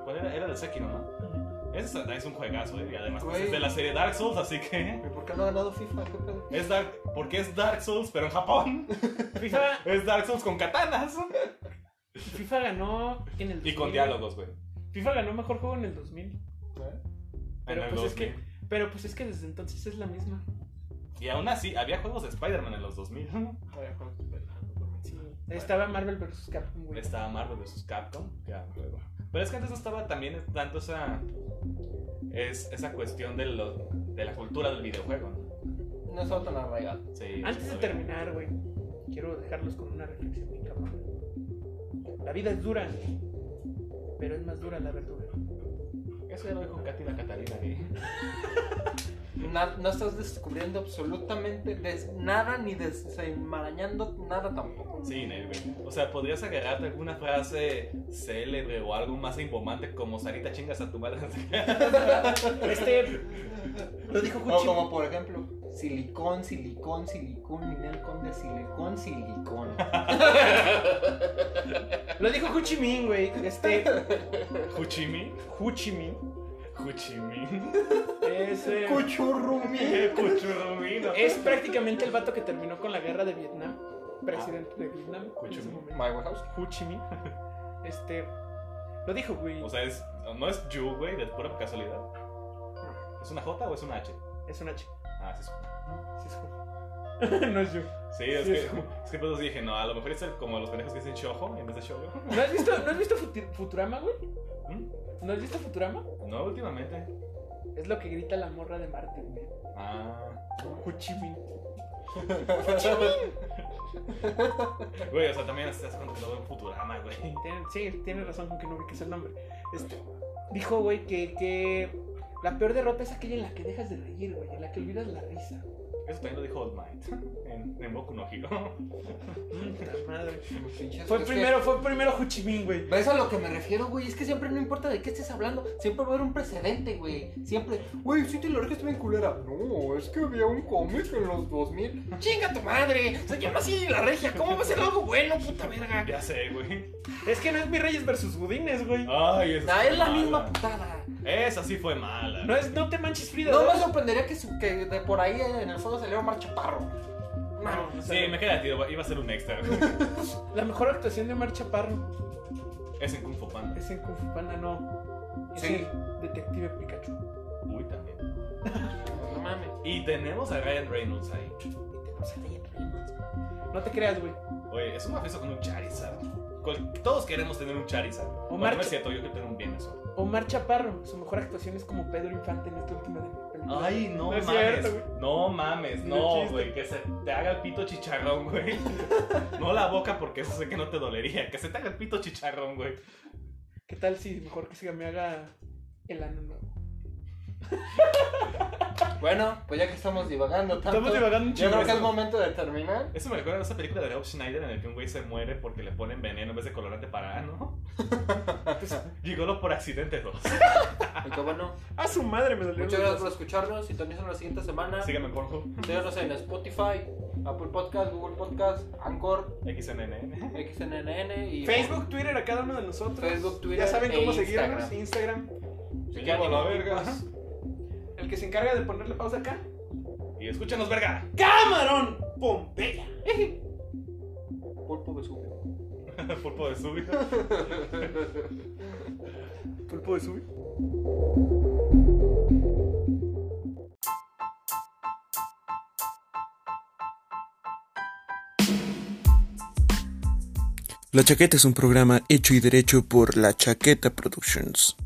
[SPEAKER 4] ¿Cuál era? Era el Sekiro, ¿no? Ese es- es un juegazo, ¿eh? Y además pues,
[SPEAKER 2] Güey.
[SPEAKER 4] es de la serie Dark Souls, así que.
[SPEAKER 2] ¿Por qué no ha ganado FIFA? ¿Qué pedo?
[SPEAKER 4] Es Dark. Porque es Dark Souls, pero en Japón.
[SPEAKER 3] FIFA,
[SPEAKER 4] Es Dark Souls con katanas.
[SPEAKER 3] FIFA ganó en el
[SPEAKER 4] Y con
[SPEAKER 3] 2000.
[SPEAKER 4] diálogos, güey.
[SPEAKER 3] FIFA ganó mejor juego en el 2000. Pero
[SPEAKER 4] En el
[SPEAKER 3] pues es que
[SPEAKER 4] 2000.
[SPEAKER 3] pero pues es que desde entonces es la misma.
[SPEAKER 4] Y aún así, había juegos de Spider-Man en los 2000.
[SPEAKER 3] Sí. Estaba Marvel vs Capcom, güey.
[SPEAKER 4] Estaba Marvel vs. Capcom, ya luego. Pero es que antes no estaba también tanto esa, es, esa cuestión de, lo- de la cultura del videojuego. ¿no?
[SPEAKER 2] No estaba tan arraigado.
[SPEAKER 4] Sí,
[SPEAKER 3] Antes de
[SPEAKER 4] todavía.
[SPEAKER 3] terminar, güey, quiero dejarlos con una reflexión bien cabrona. La vida es dura, pero es más dura la verdura.
[SPEAKER 4] Eso ya lo dijo Katy la Catalina. ¿eh?
[SPEAKER 2] Na- no estás descubriendo absolutamente des- nada ni desenmarañando nada tampoco.
[SPEAKER 4] Sí, Nel, güey. O sea, podrías agarrarte alguna frase célebre o algo más embomante como Sarita chingas a tu madre.
[SPEAKER 3] Este. Lo dijo
[SPEAKER 2] O
[SPEAKER 3] Gucci.
[SPEAKER 2] como por ejemplo, Silicón, silicón, silicón, Ninel Conde, silicón, silicón.
[SPEAKER 3] Lo dijo Huchimín, güey. Este.
[SPEAKER 4] Huchimi.
[SPEAKER 3] Huchimín.
[SPEAKER 4] Huchimi.
[SPEAKER 3] Es, eh,
[SPEAKER 2] Cuchurrumi.
[SPEAKER 4] Cuchurrumino.
[SPEAKER 3] es prácticamente el vato que terminó con la guerra de Vietnam. Presidente de Vietnam. en ese
[SPEAKER 4] Huchimín.
[SPEAKER 3] momento.
[SPEAKER 2] My House.
[SPEAKER 3] Huchimín. Este. Lo dijo, güey.
[SPEAKER 4] O sea, es, no es Yu, güey, de pura casualidad. ¿Es una J o es una H?
[SPEAKER 3] Es un H.
[SPEAKER 4] Ah, sí, es
[SPEAKER 3] Sí, es Ju. no es yo.
[SPEAKER 4] Sí, es
[SPEAKER 3] Sí,
[SPEAKER 4] que,
[SPEAKER 3] es como-
[SPEAKER 4] es que pues dije, no, a lo mejor es el- como los pendejos que dicen shojo en vez de shogo.
[SPEAKER 3] ¿No has visto, ¿no has visto Futi- Futurama, güey?
[SPEAKER 4] ¿Mm?
[SPEAKER 3] ¿No has visto Futurama?
[SPEAKER 4] No, últimamente.
[SPEAKER 3] Es lo que grita la morra de Marte, güey.
[SPEAKER 4] Ah.
[SPEAKER 3] Huchimín.
[SPEAKER 4] Güey, o sea, también estás con que lo veo en Futurama, güey.
[SPEAKER 3] Tiene- sí, tienes razón con que no ubiques el nombre. Este, dijo, güey, que, que la peor derrota es aquella en la que dejas de reír, güey, en la que olvidas la risa.
[SPEAKER 4] Eso también lo dijo Old Might en, en Boku no Hero.
[SPEAKER 3] Puta madre.
[SPEAKER 2] Pinches-
[SPEAKER 3] Fue
[SPEAKER 2] es que-
[SPEAKER 3] primero, fue primero Huchimín, güey.
[SPEAKER 2] ¿Ves a lo que me refiero, güey? Es que siempre no importa de qué estés hablando, siempre va a haber un precedente, güey. Siempre, güey, Cintia la oreja está bien culera. No, es que había un cómic en los 2000. ¡Chinga tu madre! Se llama así la regia, ¿cómo va a ser algo bueno, puta verga?
[SPEAKER 4] Ya sé, güey.
[SPEAKER 3] Es que no es mi Reyes versus Godines, güey.
[SPEAKER 4] Ay, esa
[SPEAKER 2] Ah,
[SPEAKER 4] sí
[SPEAKER 2] es la
[SPEAKER 4] fue
[SPEAKER 2] misma
[SPEAKER 4] mala.
[SPEAKER 2] putada.
[SPEAKER 4] Esa sí fue mala.
[SPEAKER 3] No es, no te manches Frida.
[SPEAKER 2] No
[SPEAKER 3] ¿verdad?
[SPEAKER 2] me sorprendería que, su- que de por ahí en el fondo saliera Omar Chaparro.
[SPEAKER 3] No,
[SPEAKER 2] Mano,
[SPEAKER 3] o sea,
[SPEAKER 4] Sí, me queda tío, iba a ser un extra. güey.
[SPEAKER 3] La mejor actuación de Omar Chaparro
[SPEAKER 4] es en Kung Fu Panda.
[SPEAKER 3] es en Kung Fu Panda, no. Es
[SPEAKER 2] Sí.
[SPEAKER 3] el Detective Pikachu.
[SPEAKER 4] Uy, también.
[SPEAKER 2] no mames.
[SPEAKER 4] Y tenemos a Ryan Reynolds ahí.
[SPEAKER 3] No te creas, güey.
[SPEAKER 4] Oye, es un mafioso con un Charizard. Cual- Todos queremos tener un Charizard.
[SPEAKER 3] Omar
[SPEAKER 4] Omar no es
[SPEAKER 3] Ch-
[SPEAKER 4] cierto, yo quiero tener un bien eso.
[SPEAKER 3] Omar Chaparro, su mejor actuación es como Pedro Infante en esta última de película.
[SPEAKER 4] Ay, no,
[SPEAKER 3] No es
[SPEAKER 4] mames.
[SPEAKER 3] cierto, güey.
[SPEAKER 4] no mames,
[SPEAKER 3] Ni de
[SPEAKER 4] no,
[SPEAKER 3] chiste.
[SPEAKER 4] güey. Que se te haga el pito chicharrón, güey. No la boca porque eso sé que no te dolería. Que se te haga el pito chicharrón, güey.
[SPEAKER 3] ¿Qué tal si mejor que se me haga el ano nuevo?
[SPEAKER 2] Bueno, pues ya que estamos divagando tanto,
[SPEAKER 3] Estamos divagando un
[SPEAKER 2] yo
[SPEAKER 3] chingo.
[SPEAKER 2] creo que es
[SPEAKER 3] esto.
[SPEAKER 2] momento de terminar.
[SPEAKER 4] Eso me recuerda a esa película de Rob Schneider en el que un güey se muere porque le ponen veneno en vez de colorante para ah, ano. Gigolo por accidente 2.
[SPEAKER 2] Y que bueno,
[SPEAKER 3] A su madre me dolió.
[SPEAKER 2] muchas gracias por escucharnos. Sintonízanos la siguiente semana.
[SPEAKER 4] Síganme en Pornhub,
[SPEAKER 2] Síganos en Spotify, Apple Podcast, Google Podcast, Anchor,
[SPEAKER 4] XNN.
[SPEAKER 2] XNNN y
[SPEAKER 3] Facebook, Twitter a cada uno de nosotros.
[SPEAKER 2] Facebook, Twitter
[SPEAKER 3] Ya saben
[SPEAKER 2] e
[SPEAKER 3] cómo
[SPEAKER 2] Instagram.
[SPEAKER 3] seguirnos. Instagram.
[SPEAKER 4] Se
[SPEAKER 2] quedan
[SPEAKER 4] llama la verga.
[SPEAKER 3] El que se encarga de ponerle pausa acá.
[SPEAKER 4] Y escúchanos, verga.
[SPEAKER 3] ¡Camarón Pompeya!
[SPEAKER 2] Pulpo Vesubio.
[SPEAKER 4] Pulpo de súbito.
[SPEAKER 3] Pulpo de subir.
[SPEAKER 7] La Chaqueta es un programa hecho y derecho por La Chaqueta Productions.